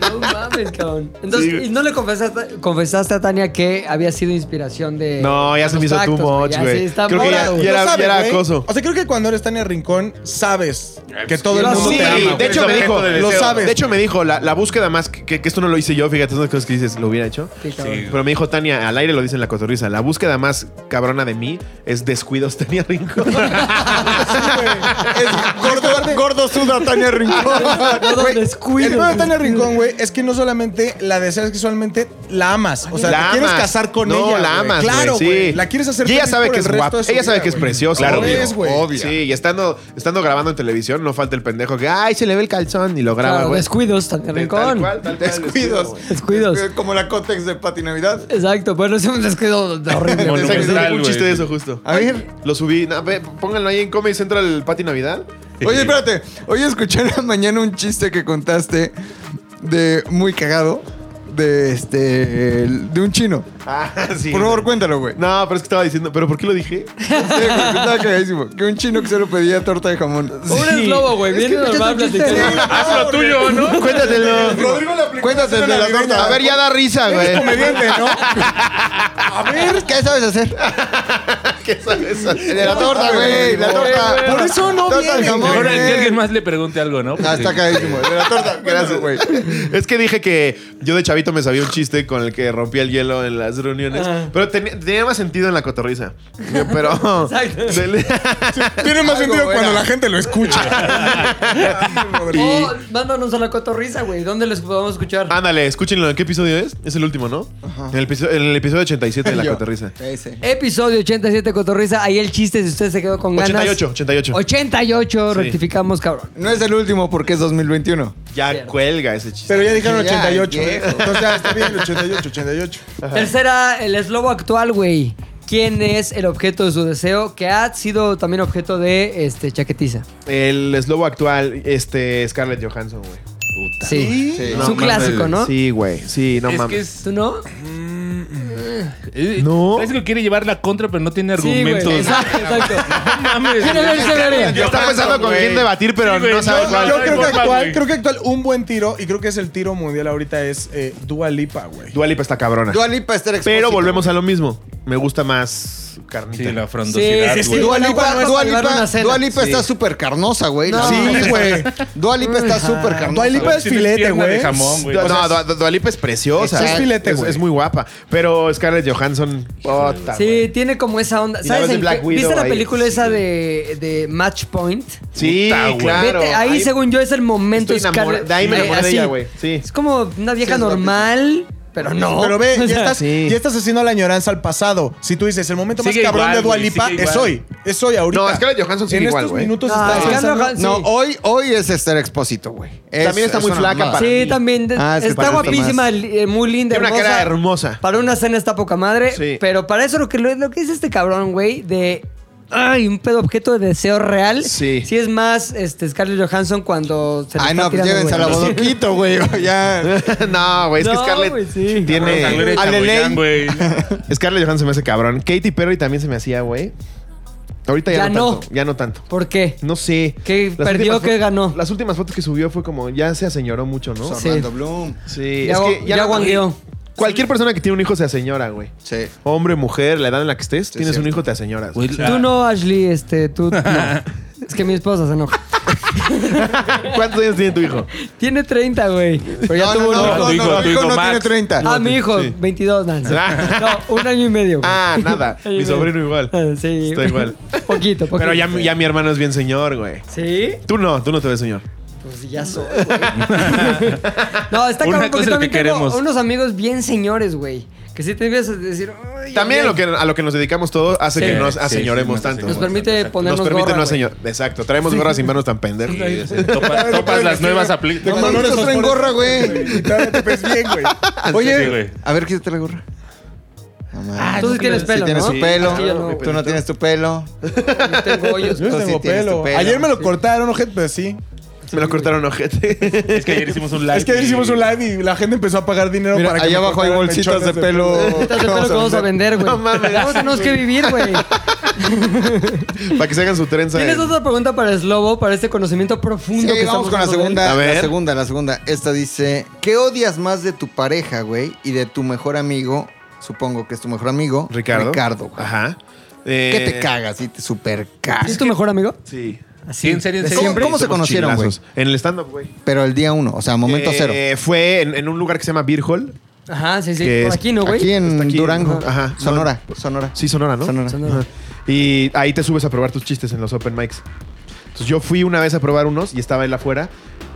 S6: No mames, cabrón. Entonces,
S5: Sí, güey.
S6: ¿y no le confesaste, confesaste a Tania que había sido inspiración de.
S5: No, ya se me hizo
S6: los
S5: too
S6: actos,
S5: much,
S6: ya
S5: güey.
S6: sí, está
S5: Creo que
S6: morado,
S5: ya-
S6: güey.
S5: ya era-
S8: Sabe,
S5: ya era
S8: güey.
S5: acoso.
S8: O sea, creo que cuando eres Tania Rincón, sabes que todo el
S5: Lo
S8: mundo
S5: sí,
S8: te ama.
S5: de
S8: güey.
S5: hecho me dijo,
S8: Objeto de lo
S5: deseo.
S8: sabes.
S5: De hecho me dijo, la, la búsqueda más, que, que esto no lo hice yo, fíjate, son las cosas que dices, lo hubiera hecho.
S6: Sí, cabrón.
S5: Pero me dijo Tania, al aire lo dice en la cotorriza, la búsqueda más cabrona de mí es descuidos Tania Rincón.
S3: Es gordo, gordo suda Tania Rincón.
S6: Todo
S8: Güey,
S6: descuido.
S8: El pedo de Tania Rincón, güey, es que no solamente la deseas sexualmente, la amas. O sea,
S5: La
S8: te quieres
S5: amas.
S8: casar con
S5: No,
S8: ella.
S5: la
S8: güey.
S5: amas,
S8: Claro,
S5: güey,
S8: güey.
S5: sí.
S8: La quieres hacer
S5: Y ella
S8: feliz
S5: sabe
S8: por
S5: que
S8: el
S5: es
S8: resto
S5: guapa.
S8: de su
S5: Ella sabe
S8: vida,
S5: que es
S8: güey.
S5: preciosa.
S8: Claro,
S5: güey.
S8: es, güey.
S3: obvio.
S5: Sí, y estando, estando grabando en televisión, no falta el pendejo que, ay, se le ve el calzón y lo graba,
S6: Claro,
S5: güey.
S6: descuidos, Tania
S5: Tal cual,
S6: Rincón.
S5: tal cual, descuido,
S3: Descuidos.
S5: güey.
S6: Descuidos.
S3: Como la cótex de Pati Navidad.
S6: Exacto, bueno, es un descuido horrible. güey.
S5: Exacto,
S4: Monumental,
S5: un
S4: güey.
S5: chiste de eso justo.
S3: A ver.
S5: Lo subí. na- ve, pónganlo ahí en Comedy Central Pati Navidad.
S3: Oye, espérate. Hoy escuché en la mañana un chiste que contaste de muy cagado. De este. el- De un chino.
S5: Ah, sí.
S3: Por favor, cuéntalo, güey.
S5: No, pero es que estaba diciendo, ¿pero por qué lo dije?
S3: Sí, güey, Estaba cagadísimo. Que un chino que solo pedía torta de jamón.
S6: Pobre es lobo, güey. Viene normal platicando.
S4: Haz lo tuyo, ¿no?
S5: Cuéntatelo.
S3: Cuéntate de la torta.
S5: A ver, ya da risa, güey.
S3: comediante, ¿no? A ver, ¿qué sabes hacer?
S5: ¿Qué sabes?
S3: De la torta, güey. La torta.
S8: Por eso no
S3: Torta de
S8: viene.
S3: jamón.
S4: Ahora que
S3: güey.
S4: alguien más le pregunte algo, ¿no?
S3: Ah, está cagadísimo. De la torta. Gracias, güey.
S5: Es que dije que yo de chavito me sabía un chiste con el que rompía el hielo en las reuniones. Pero tenía, tenía más sentido en la cotorriza. Pero. Del-
S8: Tiene
S3: Algo
S8: más sentido
S3: buena.
S8: cuando la gente lo escucha.
S6: Oh, mándanos a la cotorriza, güey. ¿Dónde les podemos escuchar?
S5: Ándale, escúchenlo. ¿En qué episodio es? Es el último, ¿no? En el, episodio, en el episodio 87 de la
S3: Yo.
S5: cotorriza.
S3: Ese.
S6: Episodio 87 Cotorriza. Ahí el chiste, si usted se quedó con ganas.
S5: 88, 88.
S6: 88, rectificamos, cabrón.
S3: No es el último porque es 2021.
S5: Ya
S6: Cierto.
S5: cuelga ese chiste.
S8: Pero ya dijeron
S3: Ya,
S8: 88. ¿eh?
S3: viejo.
S8: Entonces ya está bien, 88, 88.
S6: Tercera, el eslobo actual, güey. ¿Quién es el objeto de su deseo? Que ha sido también objeto de este, chaquetiza.
S5: El eslobo actual, este, Scarlett Johansson, güey.
S4: Puta.
S6: Sí.
S3: Sí.
S6: Es
S5: No
S6: un
S5: mames.
S6: clásico, ¿no?
S5: Sí, güey. Sí, no
S4: es
S5: mames.
S4: que es.
S6: ¿Tú no?
S4: eh,
S5: No.
S4: Parece que quiere llevar la contra, pero no tiene argumentos.
S6: güey. Exacto, exacto.
S4: No mames.
S6: Quiere verse bebé.
S5: Ya está pensando con
S4: Güey.
S5: quién debatir, pero
S4: Sí, güey,
S5: no sabe
S4: no,
S5: cuál.
S8: Yo creo que,
S4: forma,
S8: actual,
S4: güey.
S8: creo que actual un buen tiro, y creo que es el tiro mundial ahorita, es eh, Dua Lipa, güey.
S5: Dua Lipa está cabrona.
S3: Dua Lipa está
S5: Pero volvemos a lo mismo. Me gusta más carnita.
S4: Sí, la frondosidad,
S6: Sí, sí,
S4: güey.
S6: sí.
S3: Dua
S6: No,
S3: Lipa,
S6: no, no,
S3: Dua
S6: no, llevar una
S3: Lipa,
S6: cena.
S3: Dua Lipa está súper carnosa, güey.
S6: No.
S3: Sí,
S8: Sí,
S3: güey.
S8: güey.
S3: Dua Lipa está
S6: Ajá.
S3: súper carnosa.
S8: Dua Lipa
S3: güey.
S8: es
S4: Tiene
S8: filete,
S4: pierna de
S8: güey.
S4: jamón, güey. Pues
S5: No, no, Dua, Dua Lipa es preciosa.
S8: Es filete,
S5: es,
S8: güey.
S5: es muy guapa. Pero Scarlett Johansson. puta, güey.
S6: Sí, tiene como esa onda.
S5: Y la
S6: ¿Sabes
S5: ves de
S6: en
S5: Black
S6: qué-
S5: Widow
S6: ¿Viste la
S5: ahí?
S6: película
S5: Sí.
S6: esa de, de Match Point?
S5: Sí,
S4: Puta, güey.
S5: claro.
S6: Vete, ahí, según yo es el momento
S5: estoy enamora-
S6: Scarlett-
S5: de ahí me
S6: eh,
S5: enamoré de
S6: así.
S5: ella, güey. Sí.
S6: Es como una vieja
S5: Sí, es
S6: normal, pero no.
S8: Pero ve,
S6: O
S8: ya
S6: sea,
S8: estás,
S5: sí.
S8: ya estás haciendo la añoranza al pasado. Si tú dices, el momento más
S4: Sigue
S8: cabrón
S4: igual,
S8: de Dua
S4: güey,
S8: Lipa
S4: sigue
S8: es
S4: igual.
S8: hoy. Es hoy ahorita.
S5: No, Scarlett Johansson sigue
S8: En
S5: igual,
S8: estos
S5: güey.
S8: minutos
S6: No,
S8: está
S6: Scarlett
S8: pensando-
S6: Johansson-
S3: No,
S6: Sí.
S3: hoy, hoy es Esther Expósito, güey. Es-
S5: También está muy
S3: una
S5: flaca
S3: mamada.
S5: para
S6: Sí,
S5: mí.
S6: también. de-
S3: Ah, es que
S6: está
S3: para mí está
S6: guapísima, li- eh, muy linda,
S5: Tiene una
S6: hermosa.
S5: cara hermosa.
S6: Para una cena está poca madre.
S5: Sí.
S6: Pero para eso lo que, lo que dice este cabrón, güey, de... Ay, un pedo objeto de deseo real.
S5: Sí.
S6: Sí es más este, Scarlett Johansson cuando se le
S3: Ay,
S6: está
S3: no, pues
S6: tirando,
S3: llévense a la
S6: güey.
S3: bodoquito, güey. Ya.
S5: no, güey, es que
S6: No,
S5: Scarlett
S6: güey, sí.
S5: tiene.
S4: Sangre de Chagoyán, güey.
S5: Scarlett Johansson se me hace cabrón. Katy Perry también se me hacía, güey. Ahorita ya,
S6: Ya
S5: no,
S6: no.
S5: tanto. Ya no tanto.
S6: ¿Por qué?
S5: No sé.
S6: ¿Qué
S5: Las
S6: perdió,
S5: últimas
S6: qué
S5: fo-
S6: ganó?
S5: Las últimas fotos que subió fue como ya se aseñoró mucho, ¿no?
S6: Sí.
S3: Orlando Bloom.
S5: Sí,
S6: Ya
S5: es
S6: gu-
S5: que
S6: ya
S5: no-
S6: guangueó.
S5: Cualquier persona que tiene un hijo se aseñora, güey.
S3: Sí.
S5: Hombre, mujer, la edad en la que estés, tienes
S3: cierto.
S5: un hijo, te aseñoras.
S4: Güey,
S5: güey.
S4: la-
S6: Tú no, Ashley, este, tú no. Es que mi esposa se enoja.
S5: ¿Cuántos años tiene tu hijo?
S6: Tiene 30, güey. Pero ya
S3: No,
S6: tuvo
S3: no,
S6: uno.
S3: no, no,
S4: Tu hijo,
S3: no,
S4: tu
S3: hijo
S4: hijo
S3: no tiene
S4: Max.
S3: 30.
S6: ah, mi hijo, 22, Nancy.
S5: Ah.
S6: No, un año y medio. güey.
S5: Ah, nada.
S6: Ay,
S5: Mi
S6: güey.
S5: sobrino igual.
S6: Ah, Sí.
S5: Está igual.
S6: Poquito, poquito.
S5: Pero ya, mi- ya mi hermano es bien señor, güey.
S6: ¿Sí?
S5: Tú no, tú no te ves señor.
S6: Pues ya soy, güey. No, está
S4: Una
S6: cabrón
S4: cosa
S6: porque
S4: es lo que
S6: también tengo
S4: queremos.
S6: unos amigos bien señores, güey.
S1: Que si te empiezas a decir. "Ay,
S5: También
S1: ay,
S5: lo que, a lo que nos dedicamos todos hace
S1: Sí.
S5: que nos
S1: Sí,
S5: aseñoremos
S1: sí,
S5: tanto.
S1: nos permite
S5: Exacto.
S1: ponernos
S5: Nos permite
S1: gorra,
S5: no
S1: güey.
S5: aseñor. Exacto, traemos gorras sin vernos tan pendejos.
S4: Topas, topas las nuevas
S3: No,
S4: aplicaciones.
S3: no, no, traen gorra, güey.
S8: te ves bien, güey.
S4: Sí,
S3: Oye,
S4: güey.
S3: a ver, quítate la gorra.
S1: Ah, tú sí tienes
S3: Sí
S1: pelo,
S3: tienes
S1: ¿no?
S3: tu pelo.
S1: Ah, yo no,
S3: tú no tienes tu pelo.
S1: no tengo hoyos.
S8: Yo no
S3: Tú sí
S8: tengo
S3: tienes tu
S8: pelo.
S3: pelo.
S8: Ayer me lo cortaron, ojete, pero sí.
S5: Me lo cortaron ojete.
S4: Es que ayer hicimos un live.
S8: Es que ayer hicimos un live y la gente empezó a pagar dinero
S3: Mira,
S8: para que
S3: allá
S8: me
S3: abajo hay
S8: cortaran
S3: bolsitas de
S8: mechones
S3: pelo.
S1: Ahorita te espero que vamos a vender, güey.
S5: No mames.
S1: ¿Cómo tenemos que vivir, güey?
S5: Para que se hagan su trenza.
S1: ¿Tienes
S5: en-
S1: otra pregunta para Slobo, para este conocimiento profundo
S3: Sí,
S1: que
S3: vamos
S1: estamos
S3: con la
S1: dando de él?
S3: segunda,
S5: A ver.
S3: la segunda, la segunda. Esta dice, ¿qué odias más de tu pareja, güey? Y de tu mejor amigo, supongo que es tu mejor amigo.
S5: Ricardo.
S3: Ricardo, güey.
S5: Ajá.
S3: ¿Qué
S5: Eh,
S3: te cagas y te super
S1: ¿Es
S3: cagas?
S1: tu mejor amigo?
S5: Sí.
S1: Así.
S4: ¿En serio? ¿En
S1: ¿De
S4: serio?
S1: siempre?
S3: ¿Cómo se
S5: Somos
S3: conocieron, güey?
S5: chilazos. En el stand-up, güey.
S3: Pero el día uno, o sea, momento
S5: Eh,
S3: cero.
S5: Fue en, en un lugar que se llama Beer Hall.
S1: Ajá, sí, sí.
S5: Que
S1: Por
S5: es-
S1: aquí, ¿no, güey?
S3: Aquí en
S5: Está aquí,
S3: Durango.
S5: ¿no? Ajá.
S3: Sonora, Sonora.
S5: Sí, Sonora, ¿no?
S3: Sonora.
S1: Sonora.
S5: Ajá. Y ahí te subes a probar tus chistes en los open mics. Entonces yo fui una vez a probar unos y estaba él afuera.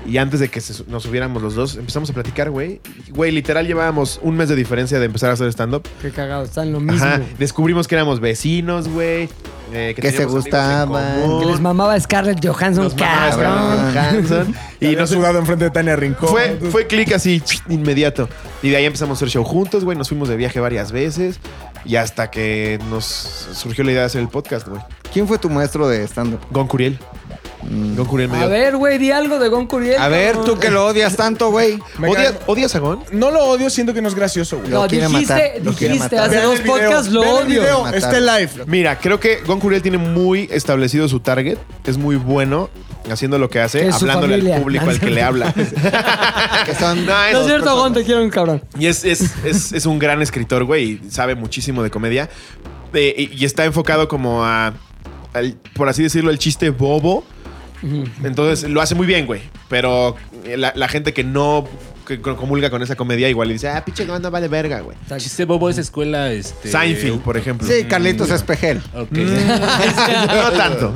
S5: Y antes de que se- nos subiéramos los dos, empezamos a platicar, güey. Y, Güey, literal llevábamos un mes de diferencia de empezar a hacer stand-up.
S1: Qué cagado, están lo mismo.
S5: Ajá. Descubrimos que éramos vecinos, güey. eh,
S3: Que se
S5: teníamos amigos en
S3: gustaban.
S5: común.
S1: Que les mamaba Scarlett Johansson,
S5: Nos mamaba
S1: cabrón.
S5: Scarlett Johansson.
S8: Y
S5: Y
S8: no
S5: nos
S8: sudado enfrente de Tania Rincón.
S5: Fue, fue clic así, inmediato. Y de ahí empezamos a hacer show juntos, güey. Nos fuimos de viaje varias veces. Y hasta que nos surgió la idea de hacer el podcast, güey.
S3: ¿Quién fue tu maestro de stand-up?
S5: Gon Curiel. Gon Curiel me
S1: A
S5: dio-
S1: ver, güey, di algo de Gon Curiel.
S3: Mm. A ver,
S1: cabrón.
S3: tú que lo odias tanto, güey.
S8: Me
S5: ¿Odias,
S8: cago-
S5: odias a Gon?
S8: No lo odio, siento que no es gracioso, güey.
S3: Lo
S1: No,
S3: quiere
S1: dijiste,
S3: matar, lo quiere
S1: dijiste,
S3: matar.
S1: hace
S8: Vean
S1: dos
S8: el video,
S1: podcasts lo
S8: vean el
S1: odio.
S8: video,
S3: Matar.
S8: Está en live.
S5: Mira, creo que Gon Curiel tiene muy establecido su target. Es muy bueno haciendo lo que hace,
S1: Es su
S5: hablándole
S1: familia.
S5: al público al que le habla.
S3: Que son-
S5: No, es-
S1: No es cierto, Gon, te quiero un cabrón.
S5: Y es, es- es- es un gran escritor, güey, y sabe muchísimo de comedia. Eh, y, y está enfocado como a, al- por así decirlo, el chiste bobo. Entonces lo hace muy bien, güey. Pero la, la gente que no que co- comulga con esa comedia igual y dice, ah, pinche no vale verga, güey.
S4: Chiste bobo es escuela, este...
S5: Seinfeld, por ejemplo.
S1: Mm.
S3: Sí, Carlitos Espejel.
S4: Ok.
S5: no tanto.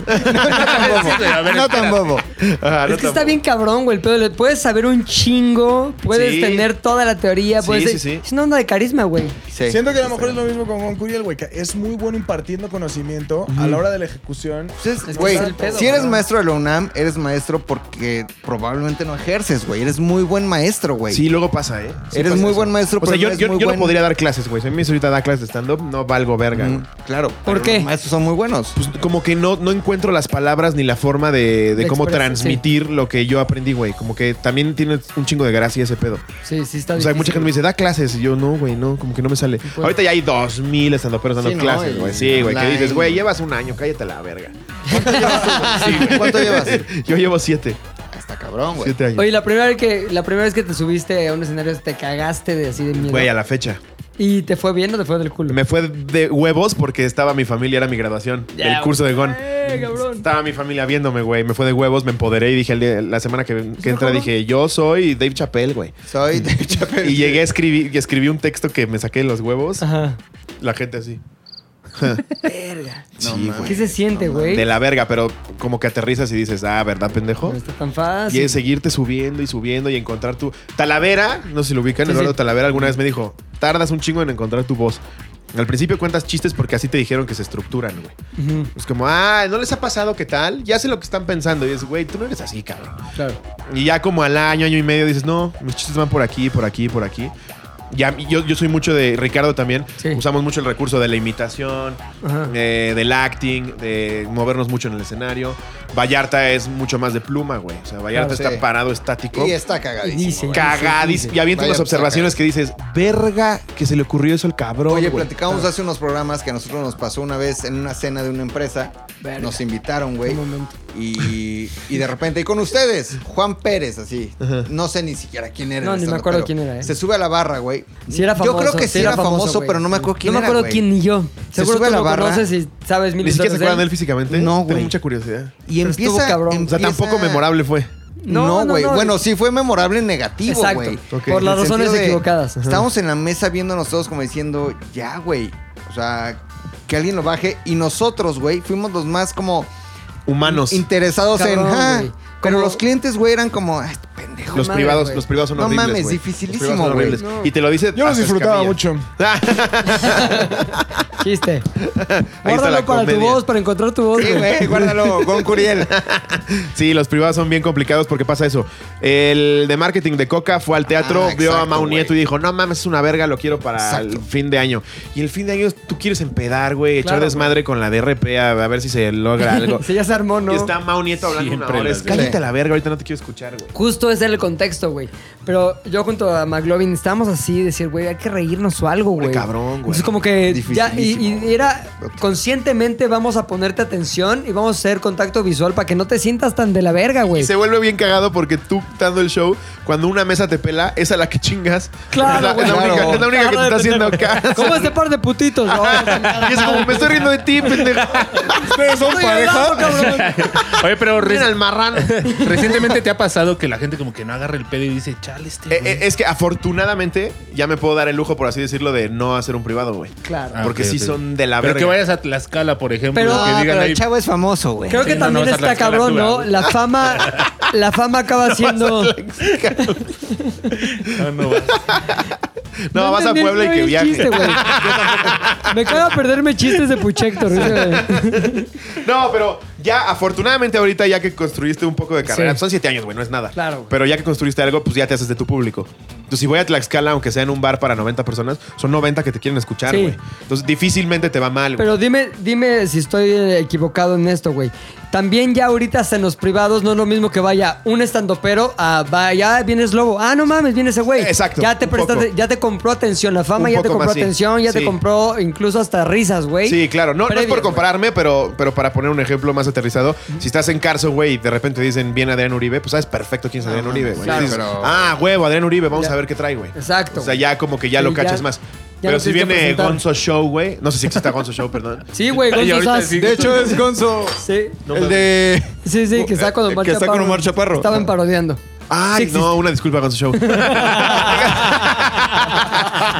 S4: A ver,
S3: No tan bobo.
S5: Ajá, no
S1: Es que está
S5: tan-
S1: bien cabrón, güey, el pedo. Le- Puedes saber un chingo, puedes
S5: Sí.
S1: tener toda la teoría,
S5: Sí,
S1: puedes...
S5: sí, sí.
S1: Es una onda de carisma, güey.
S3: Sí. Este,
S8: Siento que a lo mejor es lo mismo con Gon Curiel, güey, que es muy bueno impartiendo conocimiento a la hora de la ejecución.
S3: Entonces,
S1: Es que
S3: güey,
S1: está el pedo,
S3: si eres
S1: ¿no?
S3: maestro de la UNAM, eres maestro porque probablemente no ejerces, güey. Eres muy buen maestro, güey.
S5: Sí, luego pasa, ¿eh? Sí
S3: Eres
S5: pasa
S3: muy
S5: eso.
S3: buen maestro,
S5: O sea,
S3: pero
S5: yo,
S3: no eres
S5: yo-
S3: muy
S5: yo no
S3: buen-
S5: podría dar clases, güey. Si a mí ahorita da clases de stand-up, no valgo verga, güey.
S3: Mm, claro.
S1: ¿Por
S3: pero
S1: qué?
S3: Los maestros son muy buenos.
S5: pues como que no, no encuentro las palabras ni la forma de, de
S1: De
S5: cómo
S1: expresar,
S5: transmitir lo que yo aprendí, güey. Como que también tiene un chingo de gracia ese pedo.
S1: Sí, sí, está
S5: O sea,
S1: difícil.
S5: mucha gente me dice, da clases. Y yo, no, güey, no, como que no me sale. Ahorita ya hay dos mil estandoperos dando
S3: Pues, Sí, no,
S5: clases,
S3: y
S5: güey. Sí, güey, que
S3: online.
S5: dices, güey, llevas un año, cállate la verga.
S3: ¿Cuánto llevas?
S5: yo llevo siete.
S3: Está cabrón, güey.
S5: Siete años.
S1: Oye, la primera, vez que, la primera vez que te subiste a un escenario te cagaste de así de miedo.
S5: Güey, a la fecha.
S1: ¿Y te fue bien o te fue del culo?
S5: Me fue de huevos porque estaba mi familia, era mi graduación,
S1: Ya,
S5: el curso de Gon.
S1: güey, Eh, cabrón.
S5: Estaba mi familia viéndome, güey. Me fue de huevos, me empoderé y dije, el día- la semana que, que entra dije, yo soy Dave Chappelle, güey.
S3: Soy de
S5: Y llegué a escribir y escribí un texto que me saqué de los huevos.
S1: Ajá.
S5: La gente así.
S1: Verga.
S5: Sí, güey.
S1: ¿Qué se siente, güey?
S5: De la verga, pero como que aterrizas y dices, ah, ¿verdad, pendejo?
S1: No está tan
S5: Y
S1: fácil.
S5: es seguirte subiendo y subiendo y encontrar tu. Talavera, no sé si lo ubican,
S1: Sí,
S5: Eduardo
S1: sí.
S5: Talavera alguna vez me dijo, tardas un chingo en encontrar tu voz. Al principio cuentas chistes porque así te dijeron que se estructuran, güey.
S1: Ujú,
S5: Es como, ah, ¿no les ha pasado qué tal? Ya sé lo que están pensando. Y es, güey, tú no eres así, cabrón.
S1: Claro.
S5: Y ya como al año, año y medio dices, no, mis chistes van por aquí, por aquí, por aquí. Ya, yo, yo soy mucho de Ricardo también.
S1: Sí.
S5: Usamos mucho el recurso de la imitación,
S1: Ajá.
S5: eh, del acting, de movernos mucho en el escenario. Vallarta es mucho más de pluma, güey. O sea,
S3: Claro,
S5: Vallarta está
S3: Ah, sí.
S5: parado estático.
S3: Y está
S1: Y
S3: cagadísimo.
S1: dice,
S3: güey.
S5: Cagadis. Y avienta unas
S3: Vallarta
S5: observaciones que dices, verga, que se le ocurrió eso al cabrón.
S3: Oye,
S5: güey".
S3: platicamos hace unos programas que a nosotros nos pasó una vez en una cena de una empresa.
S1: Verga.
S3: Nos invitaron, güey.
S1: Un momento.
S3: Y, y de repente, y con ustedes, Juan Pérez, así. No sé ni siquiera quién era.
S1: No, ni
S3: el
S1: me
S3: estando,
S1: acuerdo
S3: pero
S1: quién era, ¿eh?
S3: Se sube a la barra, güey.
S1: Sí era
S3: Yo
S1: famoso.
S3: creo que sí, era famoso,
S1: güey.
S3: pero no me acuerdo
S1: Sí.
S3: quién
S1: No me
S3: era,
S1: acuerdo
S3: güey.
S1: quién ni yo.
S3: Se
S1: Seguro
S3: sube
S1: tú
S3: a la
S1: lo
S3: barra.
S1: conoces y sabes mil
S5: Ni siquiera
S1: historias
S5: se acuerdan de
S1: de
S5: él físicamente.
S3: No,
S5: Tengo
S3: güey.
S5: mucha curiosidad.
S3: Y
S1: Pero
S3: empieza.
S1: estuvo cabrón.
S5: O
S3: empieza-
S5: sea, tampoco memorable fue.
S1: No,
S3: No,
S1: no,
S3: güey.
S1: no.
S3: Bueno, sí fue memorable en negativo,
S1: Exacto.
S3: güey.
S5: Ok.
S1: Por
S5: En
S1: las
S3: el sentido
S1: razones
S3: de-
S1: equivocadas. Ajá.
S3: Estábamos en la mesa viéndonos todos como diciendo, ya, güey. O sea, que alguien lo baje. Y nosotros, güey, fuimos los más como
S5: Humanos.
S3: interesados
S1: Cabrón,
S3: en. "Ah",
S1: güey.
S3: Pero
S1: Como-
S3: los clientes, güey, eran como, "Ah, este pendejo.
S6: con
S5: los
S6: madre,
S5: privados,
S6: güey.
S5: los privados son
S6: No
S5: horribles.
S6: mames,
S5: güey.
S6: dificilísimo,
S5: Los privados son
S6: güey.
S5: horribles.
S6: No.
S5: Y te lo dice.
S6: Yo los
S5: hasta
S6: disfrutaba
S5: Escamilla.
S6: Chiste.
S5: Ahí está la
S6: Guárdalo para tu
S5: comedia.
S6: voz, para encontrar tu voz.
S5: Sí, güey, guárdalo, Gon Curiel.
S3: Ah,
S5: Sí, los privados son bien complicados porque pasa eso. El de marketing de Coca fue al teatro,
S12: Ah,
S5: vio a
S12: exacto,
S5: Mau
S12: güey.
S5: Nieto y dijo, no mames, es una verga, lo quiero para
S12: Exacto.
S5: el fin de año. Y el fin de año tú quieres empedar, güey, echar
S6: Claro,
S5: desmadre con la DRP a, a ver si se logra algo.
S6: Si ya se armó, ¿no?
S5: Y está Mau Nieto hablando
S4: Siempre
S5: una hora.
S4: las
S5: es,
S4: de-
S5: Cállate a la verga, ahorita no te quiero escuchar, güey.
S6: Justo ese era el contexto, güey. Pero yo junto a McLovin estábamos así, decir, güey, hay que reírnos o algo, güey.
S5: cabrón, güey.
S6: Es como que ya, y- y,
S5: Dificilísimo,
S6: era conscientemente vamos a ponerte atención y vamos a hacer contacto visual para que no te sientas tan de la verga, güey.
S5: Y se vuelve bien cagado porque tú dando el show, cuando una mesa te pela, es a la que chingas. Es la,
S6: Claro, güey.
S5: es la única, es la única que te está haciendo caso.
S6: ¿Cómo este par de putitos? No,
S5: Y es como, me estoy riendo de ti, pendejo.
S8: Ustedes son
S6: Estoy hablando, cabrón.
S4: Oye, pero
S5: Miren
S4: reci-
S5: al marrano.
S4: recientemente te ha pasado que la gente como que no agarra el pedo y dice, chale, este.
S5: Eh, eh, es que afortunadamente ya me puedo dar el lujo, por así decirlo, de no hacer un privado, güey.
S6: Claro.
S4: Ah,
S5: Porque
S4: ok,
S5: sí
S4: ok.
S5: son de la
S4: Pero
S5: verga.
S4: que vayas a Tlaxcala, por ejemplo,
S6: Pero-
S4: que
S6: Ah,
S4: digan
S6: pero
S4: ahí.
S6: el chavo
S2: es famoso, güey.
S6: Creo que
S4: Sí, no,
S6: también
S4: no vas a
S6: está
S4: Tlaxcala
S6: cabrón,
S4: tú,
S6: ¿no?
S4: güey.
S6: La fama, la fama acaba siendo.
S4: No, "Ah, no vas.
S5: No, vas a
S6: entendí
S5: Puebla y
S6: el
S5: que viaje.
S6: chiste, güey. Me caga perderme chistes de Puchector. güey.
S5: No, pero ya afortunadamente ahorita ya que construiste un poco de carrera, son siete años, güey, no es nada.
S6: Claro, güey.
S5: Pero ya que construiste algo, pues ya te haces de tu público. Entonces, si voy a Tlaxcala, aunque sea en un bar para 90 personas, son 90 que te quieren escuchar,
S6: Sí.
S5: güey. Entonces, difícilmente te va mal, güey.
S6: Pero dime, dime si estoy eh, equivocado en esto, güey. También ya ahorita hasta en los privados no es lo mismo que vaya un estandopero a vaya, vienes lobo. Ah, no mames, viene ese güey.
S5: Exacto,
S6: Ya te
S5: un
S6: prestaste-
S5: poco.
S6: ya te compró atención la fama,
S5: Un
S6: ya te
S5: poco
S6: compró
S5: más, sí.
S6: atención, ya te
S5: Sí.
S6: compró incluso hasta risas, güey.
S5: Sí, claro. No, no es
S6: Previa,
S5: por
S6: güey.
S5: compararme, pero, pero para poner un ejemplo más aterrizado, si estás en Carso, güey, y de repente dicen bien Adrián Uribe, pues sabes perfecto quién es Adrián Uribe, güey.
S6: Ah, claro.
S5: Dices,
S6: Pero-
S5: Ah, huevo, Adrián Uribe, vamos
S6: Ya.
S5: a ver qué trae, güey.
S6: Exacto.
S5: O sea, ya como que ya
S6: Sí,
S5: lo
S6: ya-
S5: cachas más.
S6: ya
S5: Pero
S6: lo
S5: si
S6: tienes que
S5: viene
S6: presentar.
S5: Gonzo Show, güey. No sé si existe Gonzo Show, perdón.
S6: Sí, güey,
S4: Y
S6: Gonzo
S4: ahorita
S6: Sass.
S4: sí.
S3: De hecho, es Gonzo.
S6: Sí.
S3: El de.
S6: Sí, sí, que está con Omar
S3: Que está con
S6: Chaparro.
S3: Omar Chaparro.
S5: Ah.
S6: Estaban parodiando.
S5: Ay,
S6: Sí
S5: no, una disculpa, Gonzo Show.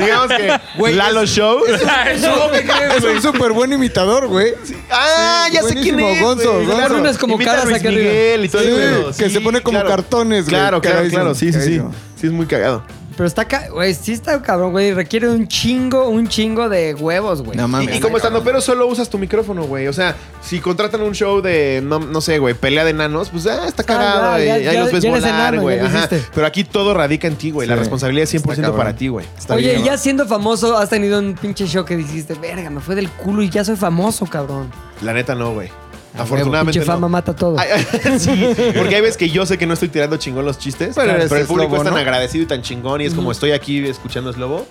S5: Digamos que
S3: Güey,
S5: Lalo Show.
S4: No, ¿qué crees,
S3: Es
S4: güey?
S3: un súper buen imitador, güey.
S5: Ah, ya sé quién
S3: buenísimo,
S5: es.
S3: Gonzo,
S5: güey.
S3: Gonzo.
S5: Claro,
S6: Unas como
S5: imita a
S6: caras
S5: Luis
S6: acá arriba.
S5: Miguel y todo
S3: Sí,
S5: el pedo.
S3: que se pone como cartones, güey.
S5: Claro, claro,
S3: Cagadísimo,
S5: claro. Sí, sí, sí.
S3: cagadísimo.
S5: Sí, es muy cagado.
S6: Pero está, ca- güey, sí está cabrón, güey. Requiere un chingo, un chingo de huevos, güey.
S3: No
S5: Y,
S3: mames.
S5: y como estando, pero solo usas tu micrófono, güey. O sea, si contratan un show de, no, no sé, güey, pelea de nanos, pues ah, está cagado.
S6: ya,
S5: y
S6: ya,
S5: ahí
S6: ya-
S5: los ves
S6: ya eres
S5: volar,
S6: enano,
S5: güey.
S6: ya lo
S5: Ajá.
S6: hiciste.
S5: Pero aquí todo radica en ti, güey. La
S3: Sí.
S5: responsabilidad es 100%
S3: Está
S5: para
S3: cabrón.
S5: ti, güey. Está
S6: Oye,
S5: bien,
S6: y
S5: ¿no?
S6: ya siendo famoso, has tenido un pinche show que dijiste, verga, me fue del culo y ya soy famoso, cabrón.
S5: La neta no, güey.
S6: Pinche
S5: Afortunadamente. no.
S6: fama mata todo.
S5: Ay, ay, sí, porque hay veces que yo sé que no estoy tirando chingón los chistes,
S3: Pero
S5: pero,
S3: eres
S5: el público
S3: Slobo,
S5: es tan
S3: ¿no?
S5: agradecido y tan chingón y es como estoy aquí escuchando a Slobo,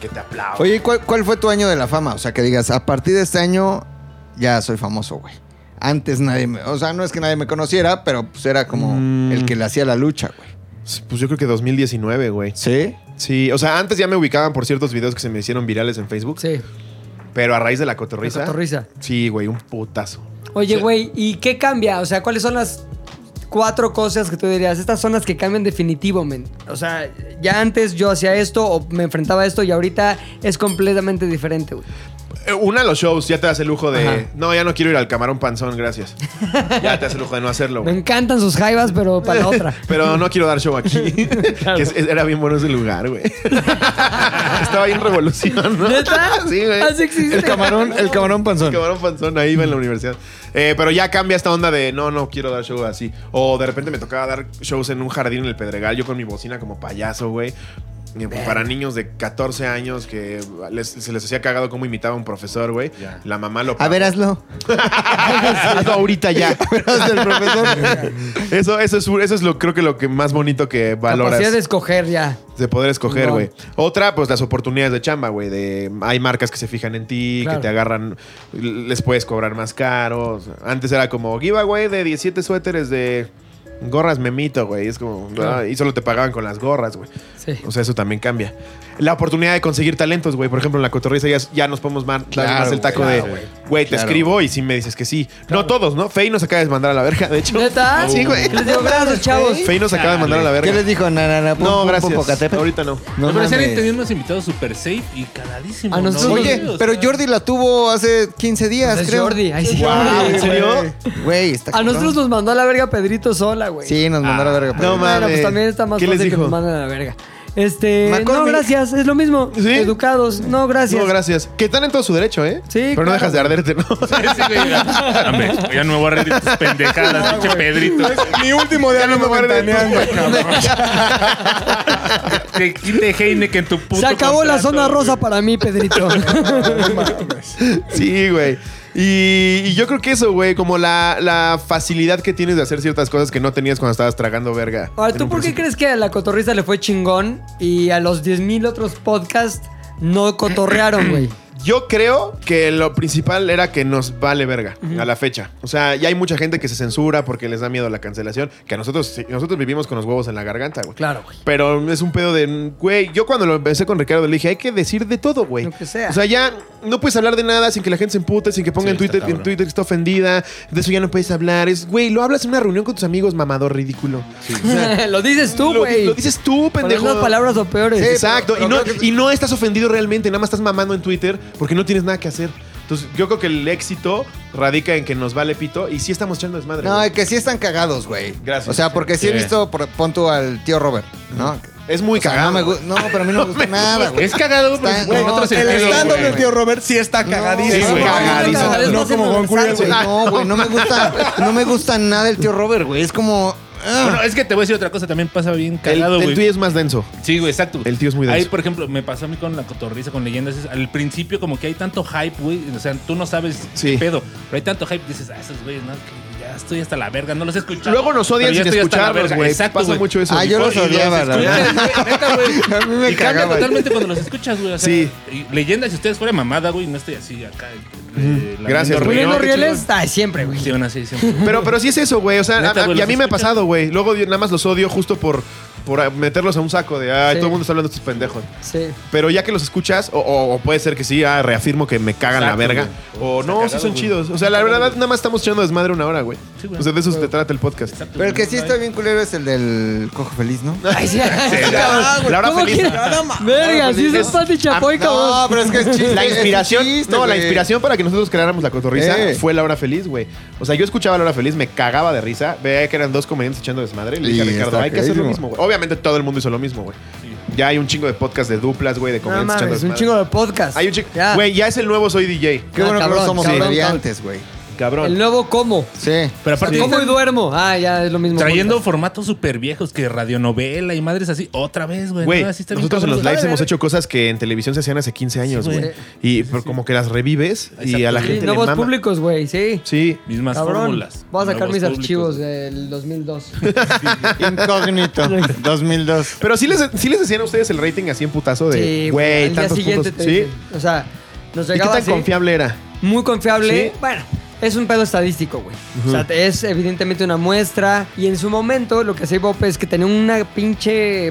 S5: que te aplaudo.
S3: Oye, ¿y ¿cuál, ¿cuál fue tu año de la fama? O sea, que digas, a partir de este año ya soy famoso, güey. Antes nadie me. O sea, no es que nadie me conociera, pero pues era como
S5: Mm.
S3: el que le hacía la lucha, güey.
S5: Pues yo creo que 2019, güey.
S3: ¿Sí?
S5: Sí, o sea, antes ya me ubicaban por ciertos videos que se me hicieron virales en Facebook,
S6: Sí,
S5: pero a raíz de la cotorriza.
S6: risa.
S5: Sí, güey, un putazo.
S6: Oye, güey, ¿y qué cambia? O sea, ¿cuáles son las cuatro cosas que tú dirías? Estas son las que cambian definitivo, men. O sea, ya antes yo hacía esto o me enfrentaba a esto y ahorita es completamente diferente, güey.
S5: Eh, Una, los shows, ya te das el lujo de.
S6: Ajá.
S5: No, ya no quiero ir al camarón panzón, gracias. ya te das el lujo de no hacerlo,
S6: Me
S5: güey.
S6: encantan sus jaivas, pero para la otra.
S5: Pero no quiero dar show aquí. Que es- era bien bueno ese lugar, güey. Estaba ahí en revolución, ¿no?
S6: ¿Neta?
S5: Sí, güey.
S6: Así existe.
S3: El camarón, el camarón panzón.
S5: Camarón panzón, ahí iba en la universidad. Eh, pero ya cambia esta onda de no, no quiero dar show así. O de repente me tocaba dar shows en un jardín en el Pedregal, yo con mi bocina como payaso, güey. Y Para niños de 14 años que les- se les hacía cagado cómo imitaba a un profesor, güey.
S4: Ya.
S5: La mamá lo
S3: A ver, hazlo.
S5: hazlo ahorita ya.
S3: Hazlo el profesor.
S5: Eso, eso es, eso es lo, creo que lo que más bonito que valoras.
S6: Capacidad de escoger ya.
S5: De poder escoger,
S6: Chingón.
S5: güey. Otra, pues las oportunidades de chamba, güey. De, hay marcas que se fijan en ti,
S6: Claro.
S5: que te agarran, les puedes cobrar más caros. Antes era como giveaway de 17 suéteres de gorras memito, güey. Es como, ah, y solo te pagaban con las gorras, güey.
S6: Sí.
S5: O sea, eso también cambia. La oportunidad de conseguir talentos, güey. Por ejemplo, en la cotorriza ya, ya nos podemos mar- dar
S3: Claro,
S5: más el taco
S3: güey,
S5: de. Güey, te
S3: Claro.
S5: escribo y sí me dices que sí. No todos, ¿no? Fey nos acaba de mandar a la verga, de hecho.
S6: ¿Neta?
S5: Ah, Sí, güey.
S6: ¿Qué les digo? Gracias, chavos.
S5: Fey nos acaba de mandar a la verga.
S3: ¿Qué les dijo? Na, na, na, pum,
S5: No,
S3: pum,
S5: gracias.
S3: pum, Pocatépetl.
S5: Ahorita no.
S3: No
S4: Al parecer
S3: mames.
S4: han tenido unos invitados super safe y cagadísimos.
S3: A
S4: ¿no?
S3: nosotros- Oye,
S4: Sí, o
S3: pero
S4: sea,
S3: Jordi la tuvo hace 15 días,
S6: Pues es
S3: creo.
S6: Jordi, ahí sí.
S3: Guau,
S6: Jordi.
S5: ¿En serio?
S3: güey. Güey, está
S6: A
S3: cabrón.
S6: nosotros nos mandó a la verga Pedrito sola, güey.
S3: Sí, nos mandó a la verga.
S5: No
S3: pero-
S6: Bueno,
S5: mames.
S6: pues también está más
S5: ¿Qué les
S6: fácil que
S5: dijo?
S6: nos manden a la verga. Este, no,
S3: McCormick.
S6: gracias, es lo mismo.
S5: ¿Sí?
S6: Educados, no, gracias.
S5: No, gracias. Que están en todo su derecho, ¿eh?
S6: Sí,
S5: Pero no
S6: claro.
S5: dejas de arderte, ¿no?
S4: sí, güey, mira. Hombre, ya no me voy a reír de tus pendejadas, pinche Pedrito.
S8: Mi último de
S5: Ya no me
S8: ánimo
S5: guardé
S8: ventaneando, cabrón.
S4: Te quite Heineken tu puto
S6: Se acabó la
S4: contrato,
S6: zona
S4: güey.
S6: rosa para mí, Pedrito.
S5: Sí, güey. Y, y yo creo que eso, güey, como la, la facilidad que tienes de hacer ciertas cosas que no tenías cuando estabas tragando verga.
S6: Ahora,
S5: En
S6: ¿tú
S5: un
S6: por qué
S5: principio.
S6: crees que a la cotorrista le fue chingón y a los 10.000 otros podcasts no cotorrearon, güey?
S5: Yo creo que lo principal era que nos vale verga a la fecha. O sea, ya hay mucha gente que se censura porque les da miedo la cancelación, que a nosotros sí, nosotros vivimos con los huevos en la garganta, güey.
S6: Claro, güey.
S5: Pero es un pedo de, güey, yo cuando lo empecé con Ricardo le dije, hay que decir de todo, güey.
S6: Lo que sea.
S5: O sea, ya no puedes hablar de nada sin que la gente se empute, sin que ponga
S4: Sí,
S5: en,
S4: está
S5: Twitter, en
S4: cabrón.
S5: Twitter que está ofendida. De eso ya no puedes hablar. Es, güey, lo hablas en una reunión con tus amigos, mamador ridículo. O sea,
S6: lo dices tú,
S5: lo,
S6: güey.
S5: lo dices tú,
S6: Con
S5: pendejo.
S6: unas palabras o peores.
S5: Exacto. Y no, y no estás ofendido realmente, nada más estás mamando en Twitter porque no tienes nada que hacer. Entonces, yo creo que el éxito radica en que nos vale pito y sí estamos echando desmadre.
S3: No,
S5: güey.
S3: es que sí están cagados, güey.
S5: Gracias.
S3: O sea, porque sí, he
S4: Sí.
S3: visto, por- pon tú al tío Robert, ¿no?
S5: es muy
S3: O sea,
S5: cagado.
S3: no, me gu- no, pero a mí no, me gusta nada, güey.
S4: Es cagado, pero
S3: Está-
S4: en
S3: no,
S4: otro
S3: el
S8: El
S4: sentido,
S8: stand-up
S4: güey.
S8: del tío Robert sí está cagadísimo.
S5: sí, güey. Cagadísimo.
S8: No como Juan Curiel, güey.
S3: No, güey, no me gusta, no me gusta nada el tío Robert, güey. Es como. ah.
S4: Bueno, es que te voy a decir otra cosa, también pasa bien
S5: el,
S4: cagado,
S5: el
S4: güey.
S5: tuyo es más denso.
S4: Sí, güey, exacto.
S5: El tío es muy denso.
S4: Ahí, por ejemplo, me pasó a mí con la cotorriza, con leyendas. es- Al principio, como que hay tanto hype, güey. O sea, tú no sabes
S5: Sí.
S4: qué pedo. Pero hay tanto hype, dices, ah, esos güeyes, no, que ya estoy hasta la verga, no los he escuchado.
S5: Luego nos odian
S4: Pero ya estoy
S5: sin
S4: hasta la
S5: escucharnos,
S4: verga.
S5: güey.
S4: Exacto,
S5: Pasa
S4: güey.
S5: mucho eso.
S3: Ah,
S5: Y
S3: yo
S5: por-
S3: los
S4: y
S3: odiaba, la
S4: escuchas,
S3: verdad.
S4: güey, neta, güey.
S3: A mí me
S4: y cambia
S3: cagaban.
S4: totalmente cuando los escuchas, güey. O sea,
S5: Sí.
S4: y leyendas, si ustedes fuera mamada, güey, no estoy así acá. eh, lamiendo
S5: Gracias, güey.
S4: rieles.
S6: Poniendo
S5: No, qué
S6: rieles, ay, siempre, güey.
S4: Sí, aún así, siempre.
S5: Pero, pero sí es eso, güey. O sea,
S4: Neta,
S5: a- a-
S4: güey,
S5: y a
S4: los
S5: mí me ha
S4: escuchas.
S5: pasado, güey. Luego yo nada más los odio justo por, por ah, meterlos a un saco de, ay,
S6: Sí.
S5: todo el mundo está hablando de estos pendejos.
S6: Sí.
S5: Pero ya que los escuchas, o, o- o puede ser que sí, ah, reafirmo que me cagan
S4: Exacto,
S5: la verga.
S4: güey.
S5: O
S4: Está
S5: no, sí
S4: cagado,
S5: son
S4: güey.
S5: chidos. O sea, la
S4: Está cagado,
S5: verdad,
S4: güey.
S5: nada más estamos echando desmadre una hora, güey.
S4: Sí, güey.
S5: o sea, de eso se trata el podcast.
S4: Exacto,
S3: Pero el que sí
S4: no,
S3: está
S4: no,
S3: bien culero es el del cojo feliz, ¿no?
S6: Ay, sí.
S5: La hora Ah,
S6: ¿Cómo
S5: feliz.
S6: quiere- Verga, sí, eso es Pati Chapoy,
S5: pues,
S3: No,
S6: cabrón.
S3: pero es que es chiste.
S5: La
S3: es un
S5: inspiración,
S3: chiste,
S5: no, la
S3: güey.
S5: inspiración para que nosotros creáramos la cotorrisa
S3: Eh.
S5: fue la hora feliz, güey. O sea, yo escuchaba la hora feliz, me cagaba de risa, veía que eran dos comediantes echando desmadre y le dije a
S3: Y
S5: Ricardo,
S3: está
S5: hay que hacer lo
S3: cagadísimo.
S5: mismo, güey. Obviamente todo el mundo hizo lo mismo, güey. Ya hay un chingo de podcast de duplas, güey, de
S6: No
S5: comediantes echando
S6: mames, un
S5: desmadre.
S6: chingo de podcast.
S5: Hay un chingo,
S6: Ya.
S5: güey, ya es el nuevo soy DJ.
S3: Qué
S6: Ah,
S3: bueno que
S6: cabrón,
S3: no somos
S6: cabrón,
S3: comediantes, güey.
S5: Cabrón.
S6: El nuevo cómo.
S3: Sí.
S4: Pero aparte,
S6: ¿Cómo y duermo? Ah, ya es lo mismo.
S4: Trayendo
S6: podcast.
S4: formatos súper viejos que radionovela y madres así, otra vez, güey.
S5: Güey,
S4: ¿no? Así está bien
S5: nosotros en los
S4: cabrón.
S5: lives hemos hecho cosas que en televisión se hacían hace 15 años,
S4: güey.
S5: güey. y pero como que las revives y a
S4: Exacto.
S5: la gente
S6: Sí,
S5: le
S6: nuevos
S5: mama.
S6: públicos, güey, sí.
S5: Sí.
S4: Mismas
S6: Cabrón.
S4: fórmulas.
S6: Voy a sacar
S4: nuevos
S6: mis
S4: públicos.
S6: archivos eh. del 2002.
S3: Incógnito. 2002.
S5: Pero sí les, sí les decían a ustedes el rating así en putazo
S6: Sí,
S5: de,
S6: güey,
S5: güey,
S6: al día
S5: tantos
S6: siguiente
S5: puntos.
S6: te
S5: Sí.
S6: dicen. O sea, nos
S5: ¿Y qué
S6: llegaba
S5: tan
S6: así,
S5: confiable era?
S6: muy confiable.
S5: Sí.
S6: Bueno, es un pedo estadístico, güey. O sea, te- es evidentemente una muestra. Y en su momento, lo que hacía Bope es que tenía una pinche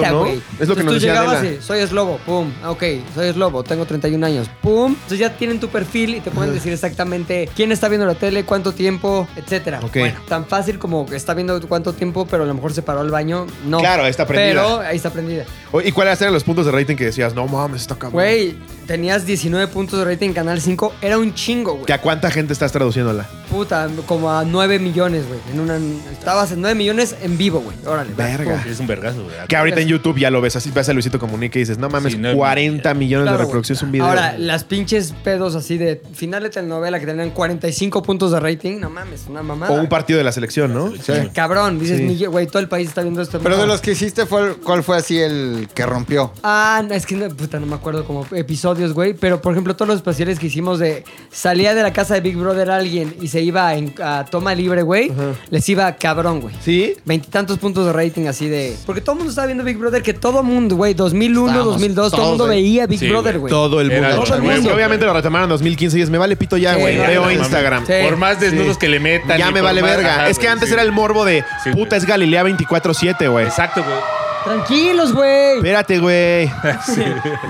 S5: aparatito, ¿no?
S6: güey.
S5: Es lo que
S6: Entonces,
S5: nos
S6: tú
S5: decía
S6: llegabas
S5: Adela.
S6: y, soy eslobo, pum. Ah, Ok, soy eslobo, tengo 31 años, pum. Entonces ya tienen tu perfil y te pueden decir exactamente quién está viendo la tele, cuánto tiempo, etcétera.
S5: Ok.
S6: Bueno, tan fácil como que está viendo cuánto tiempo, pero a lo mejor se paró al baño. No.
S5: Claro, ahí está prendida. Ah,
S6: Pero ahí está prendida.
S5: O- ¿Y cuáles eran los puntos de rating que decías? No mames, está cabrón.
S6: Güey, tenías 19 puntos de rating en Canal 5. Era un chingo, güey.
S5: ¿Que a cuánta gente estás traduciéndola?
S6: Puta, como a 9 millones, güey. En una, estabas en 9 millones en vivo, güey. Órale. va.
S5: Verga.
S4: Es un vergazo, güey.
S5: Que ahorita en YouTube ya lo ves así, ves a Luisito Comunica y dices, no mames,
S4: Sí, no,
S5: 40 millones
S6: Claro,
S5: de
S6: güey.
S5: reproducciones un video.
S6: Ahora, las pinches pedos así de final de telenovela que tenían 45 puntos de rating. No mames, una mamada.
S5: o un partido de la selección, ¿no?
S3: Sí.
S6: Cabrón, dices,
S5: Sí.
S6: "Mille- güey, todo el país está viendo esto.
S3: Pero de los que hiciste, fue- ¿cuál fue así el que rompió?
S6: Ah, no, es que no, puta, no me acuerdo como episodios, güey. Pero por ejemplo, todos los especiales que hicimos de salía de la casa de Big Brother alguien y se iba en- a toma libre, güey, les iba cabrón, güey.
S5: ¿Sí?
S6: Veintitantos puntos de rating así de. Porque todo el mundo estaba viendo Big Brother, que todo mundo, güey, 2001,
S5: Estábamos
S6: 2002, todo el
S5: todos,
S6: mundo
S5: güey.
S6: veía Big
S4: Sí,
S6: Brother,
S4: güey.
S6: güey.
S5: Todo el
S4: Era
S5: mundo.
S6: todo el
S5: güey.
S6: mundo.
S5: Y obviamente lo retomaron en 2015 y es, me vale pito ya,
S6: Sí,
S5: güey.
S6: ya,
S5: Veo
S6: no
S5: Instagram.
S6: Sí.
S4: Por más desnudos que le metan.
S5: Ya
S4: y
S5: me
S4: por
S5: vale
S4: más-
S5: verga.
S4: Ajá,
S5: es que
S4: güey,
S5: antes
S4: sí.
S5: era el morbo de
S4: Sí,
S5: puta
S4: güey.
S5: es Galilea 24-7, güey.
S4: Exacto, güey.
S6: Tranquilos, güey.
S5: Espérate, güey.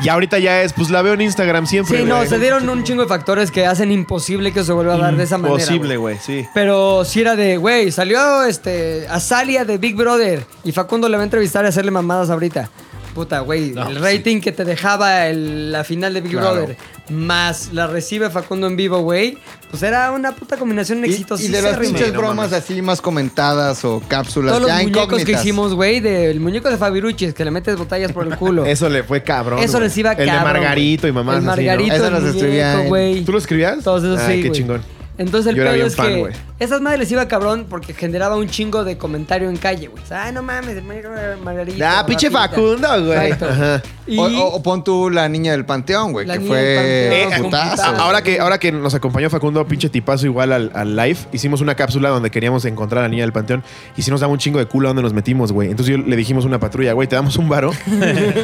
S5: Y ahorita ya es, pues la veo en Instagram siempre.
S6: Sí, no,
S5: güey.
S6: se dieron un chingo de factores que hacen imposible que se vuelva a dar de esa manera.
S5: Imposible,
S6: güey.
S5: güey, sí.
S6: Pero si era de, güey, salió este Azalia de Big Brother y Facundo le va a entrevistar y hacerle mamadas ahorita. Puta, güey, el rating que te dejaba el- la final de Big
S3: Claro.
S6: Brother más la recibe Facundo en vivo, güey, pues era una puta combinación
S3: Y de las
S6: exitosísima.
S3: pinches bromas así más comentadas o cápsulas
S6: Todos los
S3: ya
S6: muñecos que
S3: incógnitas.
S6: hicimos, güey, del muñeco de Fabiruchis, que le metes botellas por el culo.
S5: Eso le fue cabrón.
S6: Eso
S5: güey.
S6: les iba
S5: El de
S6: cabrón,
S5: Margarito
S6: güey.
S5: y mamá.
S6: El Margarito,
S5: Eso
S6: el muñeco, güey.
S5: ¿Eh? ¿Tú lo escribías?
S6: Todos esos
S5: Ay,
S6: sí,
S5: qué
S6: güey.
S5: chingón.
S6: Entonces el
S5: Yo era
S6: pedo
S5: bien
S6: es
S5: fan,
S6: que
S5: güey.
S6: esas madres les iba cabrón porque generaba un chingo de comentario en calle, güey. Ay, no mames, el muñeco de Margarito.
S5: Ah, pinche
S6: Rafita.
S5: Facundo, güey.
S6: Exacto.
S5: Ajá.
S6: Y-
S3: O, o- o pon tú la niña del panteón, güey,
S6: La
S3: que
S6: niña
S3: fue
S6: del
S5: Eh,
S6: panteón, ah,
S3: putazo.
S6: putazo.
S5: ahora, que, ahora que nos acompañó Facundo, pinche tipazo igual al, al live, hicimos una cápsula donde queríamos encontrar a la niña del panteón y si nos daba un chingo de culo a dónde nos metimos, güey. Entonces yo le dijimos a una patrulla, güey, te damos un varo.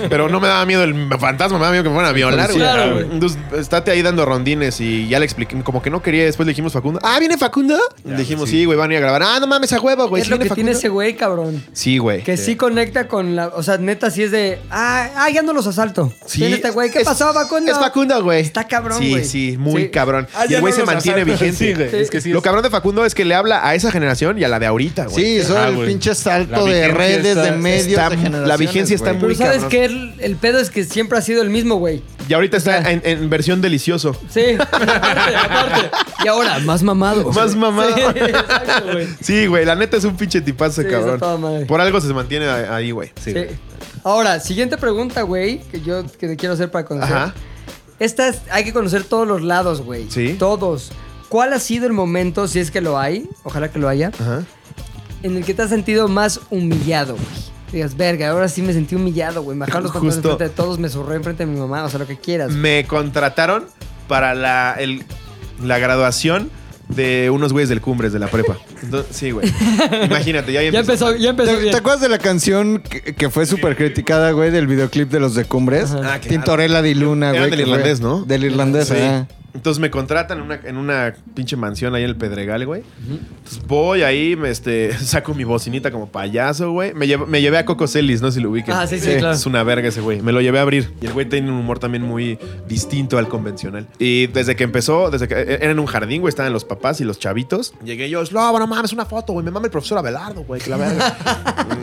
S5: Pero no me daba miedo el fantasma, me daba miedo que me fueran a violar, güey.
S4: Policía, güey.
S5: Entonces estate ahí dando rondines y ya le expliqué, como que no quería, después le dijimos Facundo, ah, ¿viene Facundo? Le dijimos, sí, güey, van a ir a grabar. Ah, no mames, a huevo, güey.
S6: es
S5: ¿sí
S6: lo que
S5: viene
S6: tiene
S5: Facundo?".
S6: ese güey, cabrón.
S5: Sí, güey.
S6: Que sí conecta con la. O sea, neta, sí es de. Ah, ah ya no los asalto. Sí. este güey. ¿Qué pasó, Facundo?
S5: Es Facundo, güey.
S6: Está cabrón,
S5: Sí,
S6: güey.
S5: sí, muy
S6: Sí.
S5: cabrón.
S6: Ah,
S5: y
S6: ya
S5: el güey
S6: no
S5: se
S6: los
S5: mantiene
S6: asaltan.
S5: vigente.
S6: Sí, güey, es que sí
S5: Lo
S6: es-
S5: cabrón de Facundo es que le habla a esa generación y a la de ahorita, güey.
S3: Sí, son
S5: Ah,
S3: el
S5: güey.
S3: pinche
S5: La
S3: salto de
S5: vigencia
S3: redes,
S5: está-
S3: de medios,
S5: está-
S3: de generaciones,
S5: La vigencia está
S3: güey.
S5: muy
S6: Pero sabes
S5: cabrón.
S6: que el, el pedo es que siempre ha sido el mismo, güey.
S5: Y ahorita está en, en versión delicioso.
S6: Sí, aparte, aparte. Y ahora, más mamado.
S5: Más mamado.
S6: Sí, exacto, güey.
S5: Sí, güey, la neta es un pinche tipazo,
S6: Sí,
S5: cabrón.
S6: está toda madre.
S5: Por algo se mantiene a- ahí, güey.
S6: Sí. Ahora, siguiente pregunta, güey, que yo que te quiero hacer para conocer.
S5: Ajá.
S6: Estas hay que conocer todos los lados, güey.
S5: Sí.
S6: Todos. ¿Cuál ha sido el momento, si es que lo hay, ojalá que lo haya,
S5: Ajá.
S6: en el que te has sentido más humillado, güey? Digas, verga, ahora sí me sentí humillado, güey. Me bajaron los pantalones
S5: Justo.
S6: enfrente de todos, me zurré enfrente de mi mamá, o sea, lo que quieras.
S5: Me contrataron para la, el- la graduación de unos güeyes del Cumbres de la prepa. Entonces, sí, güey. Imagínate, ya,
S6: Ya empezó, ya empezó
S3: ¿Te,
S6: bien.
S3: te acuerdas de la canción que, que fue súper criticada, güey, del videoclip de los de Cumbres?
S5: Ah, claro.
S3: Tintorella di Luna,
S5: Eran
S3: güey.
S5: del
S3: que fue-
S5: irlandés, ¿no?
S3: Del irlandés,
S5: Sí.
S3: ajá.
S5: Entonces me contratan en una, en una pinche mansión ahí en el Pedregal, güey. Entonces voy ahí, me, este, saco mi bocinita como payaso, güey. Me, llevo- me llevé a Coco Celis, no sé si lo ubiquen.
S6: Ah, sí, sí, claro.
S5: Es una verga ese güey. Me lo llevé a abrir. Y el güey tiene un humor también muy distinto al convencional. Y desde que empezó, desde que eh, era en un jardín, güey, estaban los papás y los chavitos. Llegué yo, no, no mames, una foto, güey. Me mama el profesor Abelardo, güey, que la verga.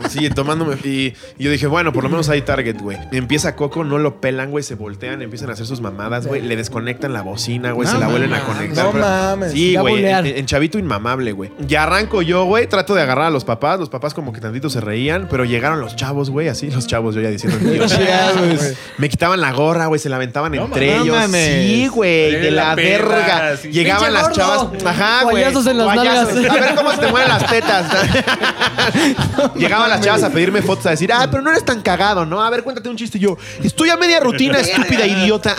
S5: Sí, tomándome. Y, y yo dije, bueno, por lo menos hay target, güey. Empieza Coco, no lo pelan, güey, se voltean, empiezan a hacer sus mamadas, güey. Le desconectan la bocina, güey,
S8: No
S5: se la vuelven a
S8: mames,
S5: conectar.
S8: no
S5: pero-
S8: mames.
S5: Sí,
S8: Ya
S5: güey,
S8: bulear.
S5: en, en chavito inmamable, güey. Y arranco yo, güey, trato de agarrar a los papás. Los papás como que tantito se reían, pero llegaron los chavos, güey, así, los chavos, yo ya diciendo. "Dios".
S3: Chavos.
S5: Me quitaban la gorra, güey, se la aventaban entre
S3: mames.
S5: ellos.
S3: No mames.
S5: Sí, güey,
S4: Eres
S5: de la,
S4: la perra,
S5: verga.
S4: sí.
S5: Llegaban
S6: Pinche
S5: las
S6: gordo.
S5: chavas, ajá, güey.
S6: Guayazos en las
S5: Guayazos.
S6: nalgas.
S5: A ver cómo se te mueven las tetas. Llegaban las chavas a pedirme fotos, a decir, ah, pero no eres tan cagado, ¿no? A ver, cuéntate un chiste. Y yo, estoy a media rutina, estúpida idiota.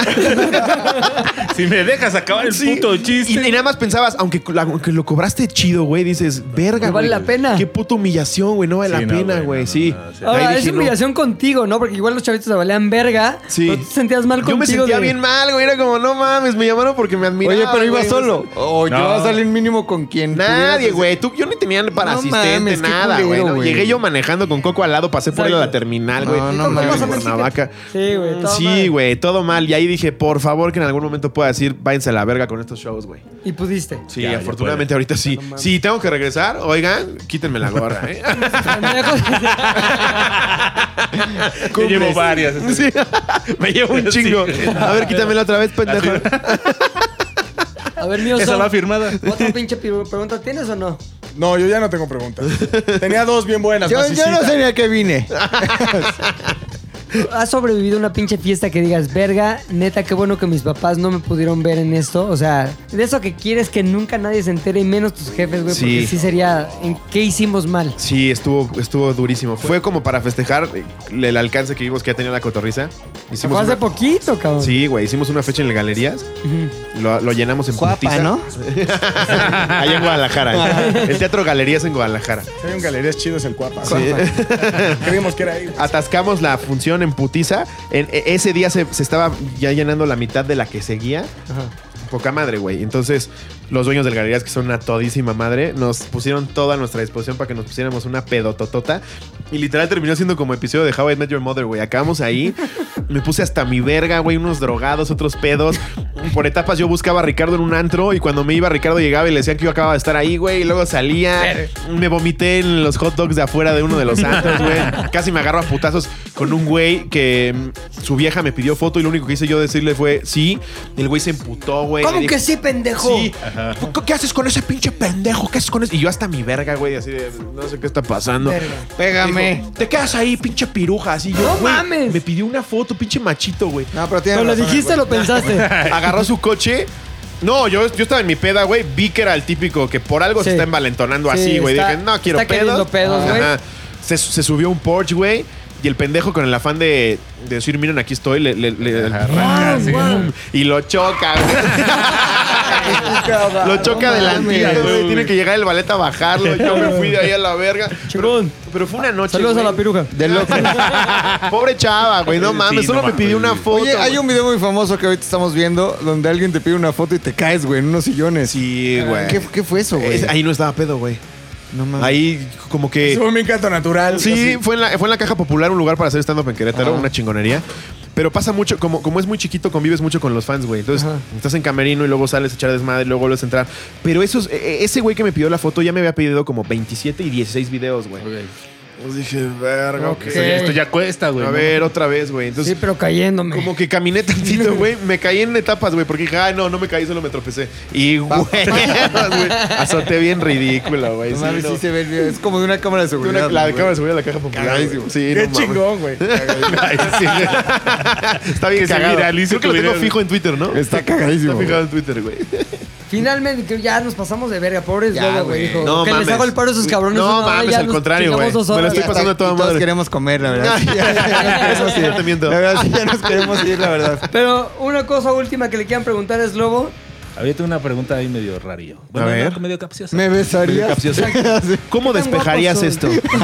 S4: Si me dejas acabar el
S5: Sí.
S4: puto chiste.
S5: Y, y nada más pensabas, aunque, aunque lo cobraste chido, güey, dices, verga,
S6: No vale
S5: güey,
S6: la pena.
S5: Qué puta humillación, güey, no vale
S4: Sí,
S5: la
S4: no,
S5: pena,
S4: güey,
S5: güey,
S4: no,
S5: sí.
S4: no, no, sí.
S5: Ahí
S6: Ahora,
S5: dije,
S6: es
S5: no.
S6: humillación contigo, ¿no? Porque igual los chavitos se valían verga.
S5: Sí.
S6: Pero tú te sentías mal
S5: Yo
S6: contigo.
S5: me sentía
S6: de-
S5: bien mal, güey, era como, no mames, me llamaron porque me admiraban.
S3: Oye, pero iba
S5: güey,
S3: solo. O
S4: No.
S3: llevas a alguien mínimo con quien
S5: Nadie,
S3: pudieras-
S5: güey. Tú, yo ni tenía para
S3: No
S5: asistente,
S3: mames, qué
S5: nada, güey.
S3: culero,
S5: ¿no?
S3: güey.
S5: Llegué yo manejando con Coco al lado, pasé por ahí a la terminal, güey.
S3: No, no
S5: Llegué
S3: mames.
S5: a Cuernavaca.
S6: Sí, güey. todo
S5: Mm, Sí,
S6: mal.
S5: güey, todo mal. Y ahí dije, por favor, que en algún momento pueda decir, váyanse a la verga con estos shows, güey.
S6: Y pudiste.
S5: Sí,
S4: Ya, ya
S5: afortunadamente ahorita sí. sí, tengo que regresar. Oigan, quítenme la gorra, ¿eh?
S6: Pendejos.
S4: Yo llevo varias.
S5: Sí. Me llevo un
S4: Sí.
S5: chingo. A ver, quítamela otra vez, pendejo.
S6: A ver, mío,
S4: Esa
S6: son-
S4: va firmada.
S6: ¿Otra pinche piru- pregunta tienes o no?
S8: No, yo ya no tengo preguntas. Tenía dos bien buenas.
S3: Yo, yo no
S8: basicitas.
S3: sé ni a qué vine.
S5: Ah,
S6: ¿Has sobrevivido a una pinche fiesta que digas, verga, neta, qué bueno que mis papás no me pudieron ver en esto? O sea, de eso que quieres que nunca nadie se entere y menos tus jefes, güey,
S5: Sí.
S6: porque sí sería, ¿en qué hicimos mal?
S5: Sí, estuvo, estuvo durísimo. Fue como para festejar el alcance que vimos que ha tenido la cotorriza.
S6: Fue
S5: Hicimos
S6: hace
S5: una,
S6: poquito, cabrón.
S5: sí, güey, hicimos una fecha en las galerías. Lo, lo llenamos en
S3: Guapa,
S5: putiza.
S3: ¿no?
S5: Allá en Guadalajara. El teatro Galerías en Guadalajara.
S8: Si hay un galerías chidas el cuapa. Creímos que era ahí.
S5: atascamos la función en putiza. En- e- ese día se, se estaba ya llenando la mitad de la que seguía. poca madre, güey. Entonces, los dueños del galerías, que son una todísima madre, nos pusieron toda a nuestra disposición para que nos pusiéramos una pedototota. Y literal terminó siendo como episodio de How I Met Your Mother, güey. Acabamos ahí. Me puse hasta mi verga, güey. Unos drogados, otros pedos. Por etapas yo buscaba a Ricardo en un antro y cuando me iba Ricardo llegaba y le decían que yo acababa de estar ahí, güey. Y luego salía. Me vomité en los hot dogs de afuera de uno de los antros, güey. Casi me agarro a putazos con un güey que mm, su vieja me pidió foto y lo único que hice yo decirle fue sí. El güey se emputó, güey.
S14: ¿Cómo
S5: Le dije,
S14: que sí, pendejo?
S5: Sí. ¿Qué- ¿Qué haces con ese pinche pendejo? ¿Qué haces con eso? Y yo hasta mi verga, güey, así de no sé qué está pasando.
S14: Verga.
S5: Pégame. Te quedas ahí, pinche piruja, así yo.
S14: No
S5: güey,
S14: mames.
S5: Me pidió una foto, pinche machito, güey. No, pero
S14: tiene ¿No lo razón, dijiste güey. o lo pensaste?
S5: Agarró su coche. No, yo, yo estaba en mi peda, güey. Vi que era el típico que por algo
S14: Sí.
S5: se está envalentonando
S14: Sí,
S5: así, güey.
S14: está-
S5: Dije, no quiero
S14: está queriendo
S5: pedos.
S14: pedos, güey.
S5: Ajá. Se, se subió un Porsche, güey. Y el pendejo con el afán de, de decir, miren, aquí estoy, le, le- le- ¡Bum! y lo choca, güey. lo choca
S14: No
S5: adelante,
S14: mames.
S5: güey. Tiene que llegar el ballet a bajarlo. Yo me fui de ahí a la verga. Pero, pero fue una noche.
S3: Saludos a
S5: la
S6: piruja.
S5: De loco. Pobre chava, güey. No mames, solo me pidió una foto.
S3: Oye, hay un video muy famoso que ahorita estamos viendo donde alguien te pide una foto y te caes, güey, en unos sillones.
S5: Sí, güey.
S3: ¿Qué, qué fue eso, güey? Ah.
S5: Es- ahí no estaba pedo, güey.
S3: No mames.
S5: Ahí como que...
S8: Fue un encanto natural.
S5: Sí,
S8: así.
S5: fue en, la, fue en la caja popular un lugar para hacer stand-up en Querétaro,
S8: Ajá.
S5: una chingonería. Pero pasa mucho, como, como es muy chiquito, convives mucho con los fans, güey. Entonces, estás en camerino y luego sales a echar desmadre y luego vuelves a entrar. Pero esos, e- e- ese güey que me pidió la foto ya me había pedido como 27 y 16 videos, güey. Pues dije, verga, ok.
S4: Esto, ya- esto ya cuesta, güey.
S5: A
S4: ¿no?
S5: ver, otra vez, güey. Entonces,
S6: sí, pero cayéndome.
S5: Como que caminé tantito, güey. Me caí en etapas, güey. Porque dije, ah, no, no me caí, solo me tropecé. Y, güey, güey, azoté bien ridícula, güey.
S3: No
S5: Sí,
S3: mames,
S5: no.
S3: sí se ve el video. Es como de una cámara de seguridad.
S5: la
S3: güey.
S5: cámara de seguridad de la caja popular.
S3: Cagadísimo.
S5: Sí,
S8: Qué
S5: no mames.
S8: chingón, güey.
S5: Está bien
S4: Que se
S5: cagado.
S4: viralice
S5: Creo que
S4: tu
S5: lo tengo
S4: video.
S5: fijo en Twitter, ¿no?
S3: Está cagadísimo,
S5: Está fijado en Twitter, güey.
S6: Finalmente, que ya nos pasamos de verga, pobres
S5: Ya,
S6: luego,
S5: güey.
S6: güey. Dijo,
S5: No
S6: que
S5: mames.
S6: les hago el paro a esos cabrones.
S5: No
S6: una hora,
S5: mames,
S6: ya
S5: al
S6: nos
S5: contrario, güey.
S6: chingamos dos
S5: Me lo
S6: horas.
S5: estoy pasando
S6: Ya
S5: a toda
S6: está.
S3: Todos
S5: madre.
S3: queremos comer, la verdad.
S5: Eso sí, no te miento.
S3: La verdad, sí, ya nos queremos ir, la verdad.
S6: Pero una cosa última que le quieran preguntar es Lobo.
S4: Había tengo una pregunta ahí medio rarillo. Bueno,
S5: A ver.
S4: no, medio capciosa.
S3: ¿Me
S5: Medio
S3: besarías?
S5: capcioso. ¿Cómo
S4: ¿Qué tan
S5: despejarías
S4: guapos
S5: esto?
S4: son?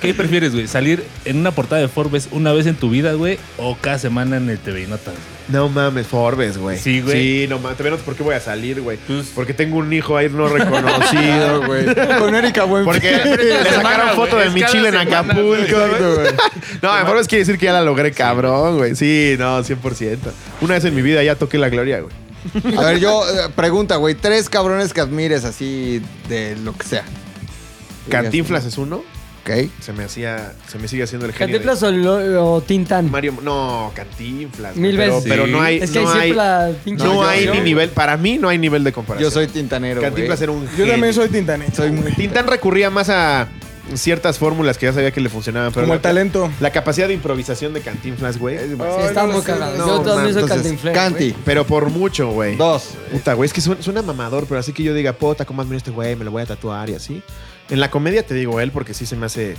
S4: ¿Qué prefieres, güey? ¿Salir en una portada de Forbes una vez en tu vida, güey? ¿O cada semana en el TV Notas?
S5: No mames, Forbes, güey.
S4: Sí, güey.
S5: Sí, no mames. Te verás por qué voy a salir, güey. Porque tengo un hijo ahí no reconocido, güey.
S3: Con Erika, güey.
S5: Porque le sacaron
S4: Semana,
S5: foto
S4: güey.
S5: de
S4: Es
S5: mi
S4: cada
S5: chile en
S4: semana,
S5: Acapulco,
S4: güey.
S5: güey. No, en Forbes quiere decir que ya la logré, cabrón, güey. Sí, no, 100%. Una vez en mi vida ya toqué la gloria, güey.
S3: A ver, yo, eh, pregunta, güey. Tres cabrones que admires así de lo que sea.
S5: Cantinflas es uno.
S3: Ok.
S5: Se me hacía. Se me sigue haciendo el genio. de-
S6: ¿Cantinflas o, lo- o Tintán?
S5: Mario, no, Cantinflas. güey,
S6: Mil
S5: pero,
S6: veces.
S5: Pero no hay.
S6: Es que
S5: no
S6: hay
S5: hay,
S6: siempre la pinche
S5: no hay
S6: canción.
S5: ni nivel. Para mí no hay nivel de comparación.
S3: Yo soy tintanero, güey.
S5: Cantinflas era un.
S8: Yo también
S5: genio.
S8: soy tintanero.
S3: Soy muy...
S5: Tintán recurría más a ciertas fórmulas que ya sabía que le funcionaban. Pero
S8: Como
S5: la-
S8: el talento.
S5: La capacidad de improvisación de Cantinflas, güey.
S6: Sí, está muy cagado. Yo también soy Cantinflas.
S3: Canti.
S5: Pero por mucho, güey.
S3: Dos.
S5: Puta, güey, es que suena, suena mamador, pero así que yo diga, puta, ¿cómo admiro a este güey? Me lo voy a tatuar y así. En la comedia te digo él porque sí se me hace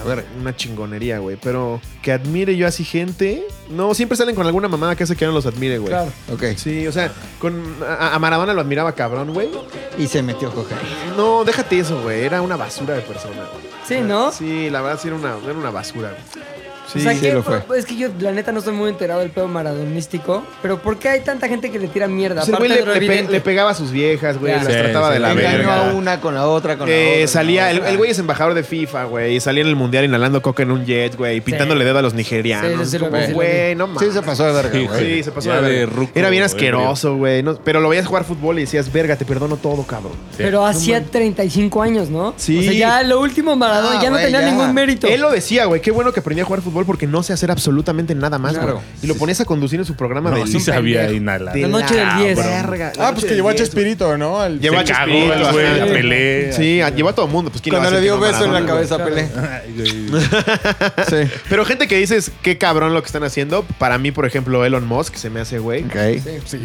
S5: a ver, una chingonería, güey. Pero que admire yo así gente. No, siempre salen con alguna mamada que hace que no los admire, güey.
S6: Claro.
S3: Ok.
S5: Sí, o sea, con, a, a Maradona lo admiraba cabrón, güey.
S3: Y se metió coca.
S5: No, déjate eso, güey. Era una basura de persona. güey.
S6: Sí, ¿no?
S5: Sí, la verdad sí era una, era una basura, güey. Sí,
S6: O sea,
S5: sí
S6: que-
S5: lo fue.
S6: Es que yo, la neta, no estoy muy enterado del pedo maradonístico. Pero ¿por qué hay tanta gente que le tira mierda?
S5: Pues el
S6: Aparte
S5: güey
S6: de
S5: le,
S6: lo
S5: le pe-
S6: evidente.
S5: le pegaba a sus viejas, güey.
S6: Ya.
S5: Las
S4: Sí,
S5: trataba
S4: sí,
S5: de la
S4: le
S5: verga.
S3: Engañó a una con la otra, con la
S5: Eh,
S3: otra.
S5: salía, el, el güey es embajador de FIFA, güey. y Salía en el mundial inhalando coca en un jet, güey. Pintándole dedo a los
S6: Sí,
S5: nigerianos.
S6: sí, sí, lo
S5: Como,
S6: vi, sí, lo
S5: güey,
S6: vi.
S5: no mames.
S3: Sí, se pasó de verga,
S4: Sí,
S3: güey.
S5: Sí, se pasó
S4: Ya
S5: de
S4: de
S5: verga.
S4: ruco,
S5: Era bien
S4: güey,
S5: asqueroso, güey. no- pero lo veías jugar fútbol y decías, verga, te perdono todo, cabrón.
S6: Pero hacía 35 años, ¿no?
S5: Sí.
S6: O sea, ya lo último Maradona
S3: Ah,
S6: ya no
S3: güey,
S6: tenía
S3: ya.
S6: ningún mérito.
S5: Él lo decía, güey. Qué bueno que aprendí a jugar fútbol porque no sé hacer absolutamente nada más, güey.
S3: Claro.
S5: Y lo ponías a conducir en su programa de
S4: No, sí
S5: Liga.
S4: sabía inhalar.
S5: De
S6: La noche del 10.
S5: verga. La
S8: Ah,
S5: noche
S8: pues que
S5: del
S8: llevó a
S5: 10, güey.
S8: Chespirito, ¿no? Al-
S5: Llevó a
S4: Se cagó,
S5: Chespirito,
S4: güey,
S5: ajá.
S4: la pelea.
S5: Sí, a- llevó a todo el mundo. Pues, ¿quién le va a
S3: Cuando le dio
S5: decir que no,
S3: beso en la
S5: Maradona, güey?
S3: cabeza
S4: Ay,
S3: a Pelé.
S4: güey.
S3: Sí.
S5: Pero gente que dices, qué cabrón lo que están haciendo. Para mí, por ejemplo, Elon Musk se me hace güey.
S3: Ok.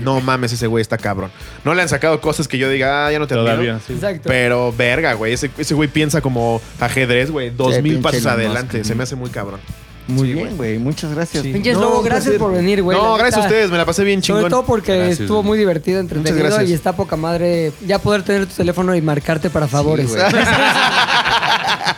S5: No mames, ese güey está cabrón. No le han sacado cosas que yo diga, ah, ya no te admiro".
S4: Todavía, sí.
S6: Exacto.
S5: Pero verga, güey. Ese, ese güey piensa como ajedrez, güey. Dos
S3: Sí,
S5: mil
S3: pinche
S5: pasos
S3: Elon
S5: adelante.
S3: Musk.
S5: Se me hace muy cabrón.
S3: Muy bien, güey. Muchas gracias.
S6: Pinches Lobo, gracias por venir, güey.
S5: No,
S6: La
S5: gracias a
S6: neta.
S5: ustedes, me la pasé bien chingón.
S6: Sobre todo porque
S5: Gracias,
S6: estuvo
S5: güey.
S6: muy divertido, entretenido
S5: gracias.
S6: y está poca madre ya poder tener tu teléfono y marcarte para favores.
S3: güey.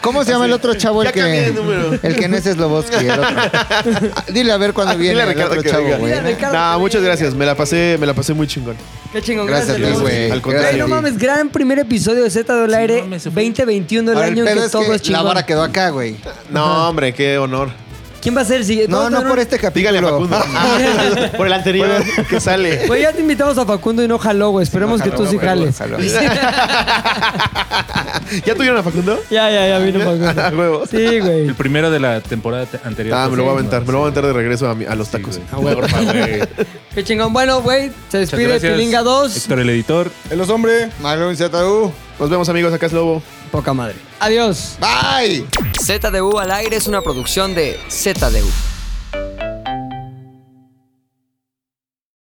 S3: ¿Cómo se llama el otro chavo el
S6: Ya cambié
S3: que,
S6: de número.
S3: el que no es Slobotsky? El otro. Dile a ver cuándo
S5: Ah,
S3: viene
S5: dile a
S3: el
S5: Ricardo
S3: otro
S5: que
S3: chavo,
S5: venga.
S3: güey.
S6: Dile a Ricardo
S5: No, muchas gracias, me la pasé, me la pasé muy chingón.
S6: Qué chingón,
S5: Gracias
S6: gracias,
S5: a ti,
S6: Lobo.
S5: güey. Al contrario.
S6: Güey, No mames, gran primer episodio de Z del Aire 2021, el
S3: Ahora, el
S6: año en
S3: pedo
S6: que
S3: es
S6: todo
S3: que
S6: es chingón.
S3: la vara quedó acá, güey.
S5: No, hombre, qué honor.
S6: ¿Quién va a ser? el siguiente?
S3: No,
S6: Vamos a
S3: no
S6: tener
S3: por
S6: un-
S3: este
S5: Dígale a
S3: capítulo.
S5: Facundo. Por el anterior que sale.
S6: Güey, ya te invitamos a Facundo y no jaló, güey. Esperemos que tú sí jales.
S5: ¿Ya tuvieron a Facundo?
S6: Ya, ya, ya vino Facundo. Sí, güey.
S4: El primero de la temporada te- anterior. pues
S5: Ah, me lo voy a
S4: Sí,
S5: aventar, me lo voy a aventar de regreso a, mi- a los tacos.
S4: Porfa, güey.
S6: Qué chingón. Bueno, güey, se despide
S5: gracias.
S6: Pilinga 2.
S5: Héctor, el editor.
S8: El los hombres.
S3: Marlon ZU.
S5: Nos vemos, amigos. Acá es Lobo.
S6: Poca madre. Adiós.
S3: Bye.
S1: ZDU al aire es una producción de ZDU.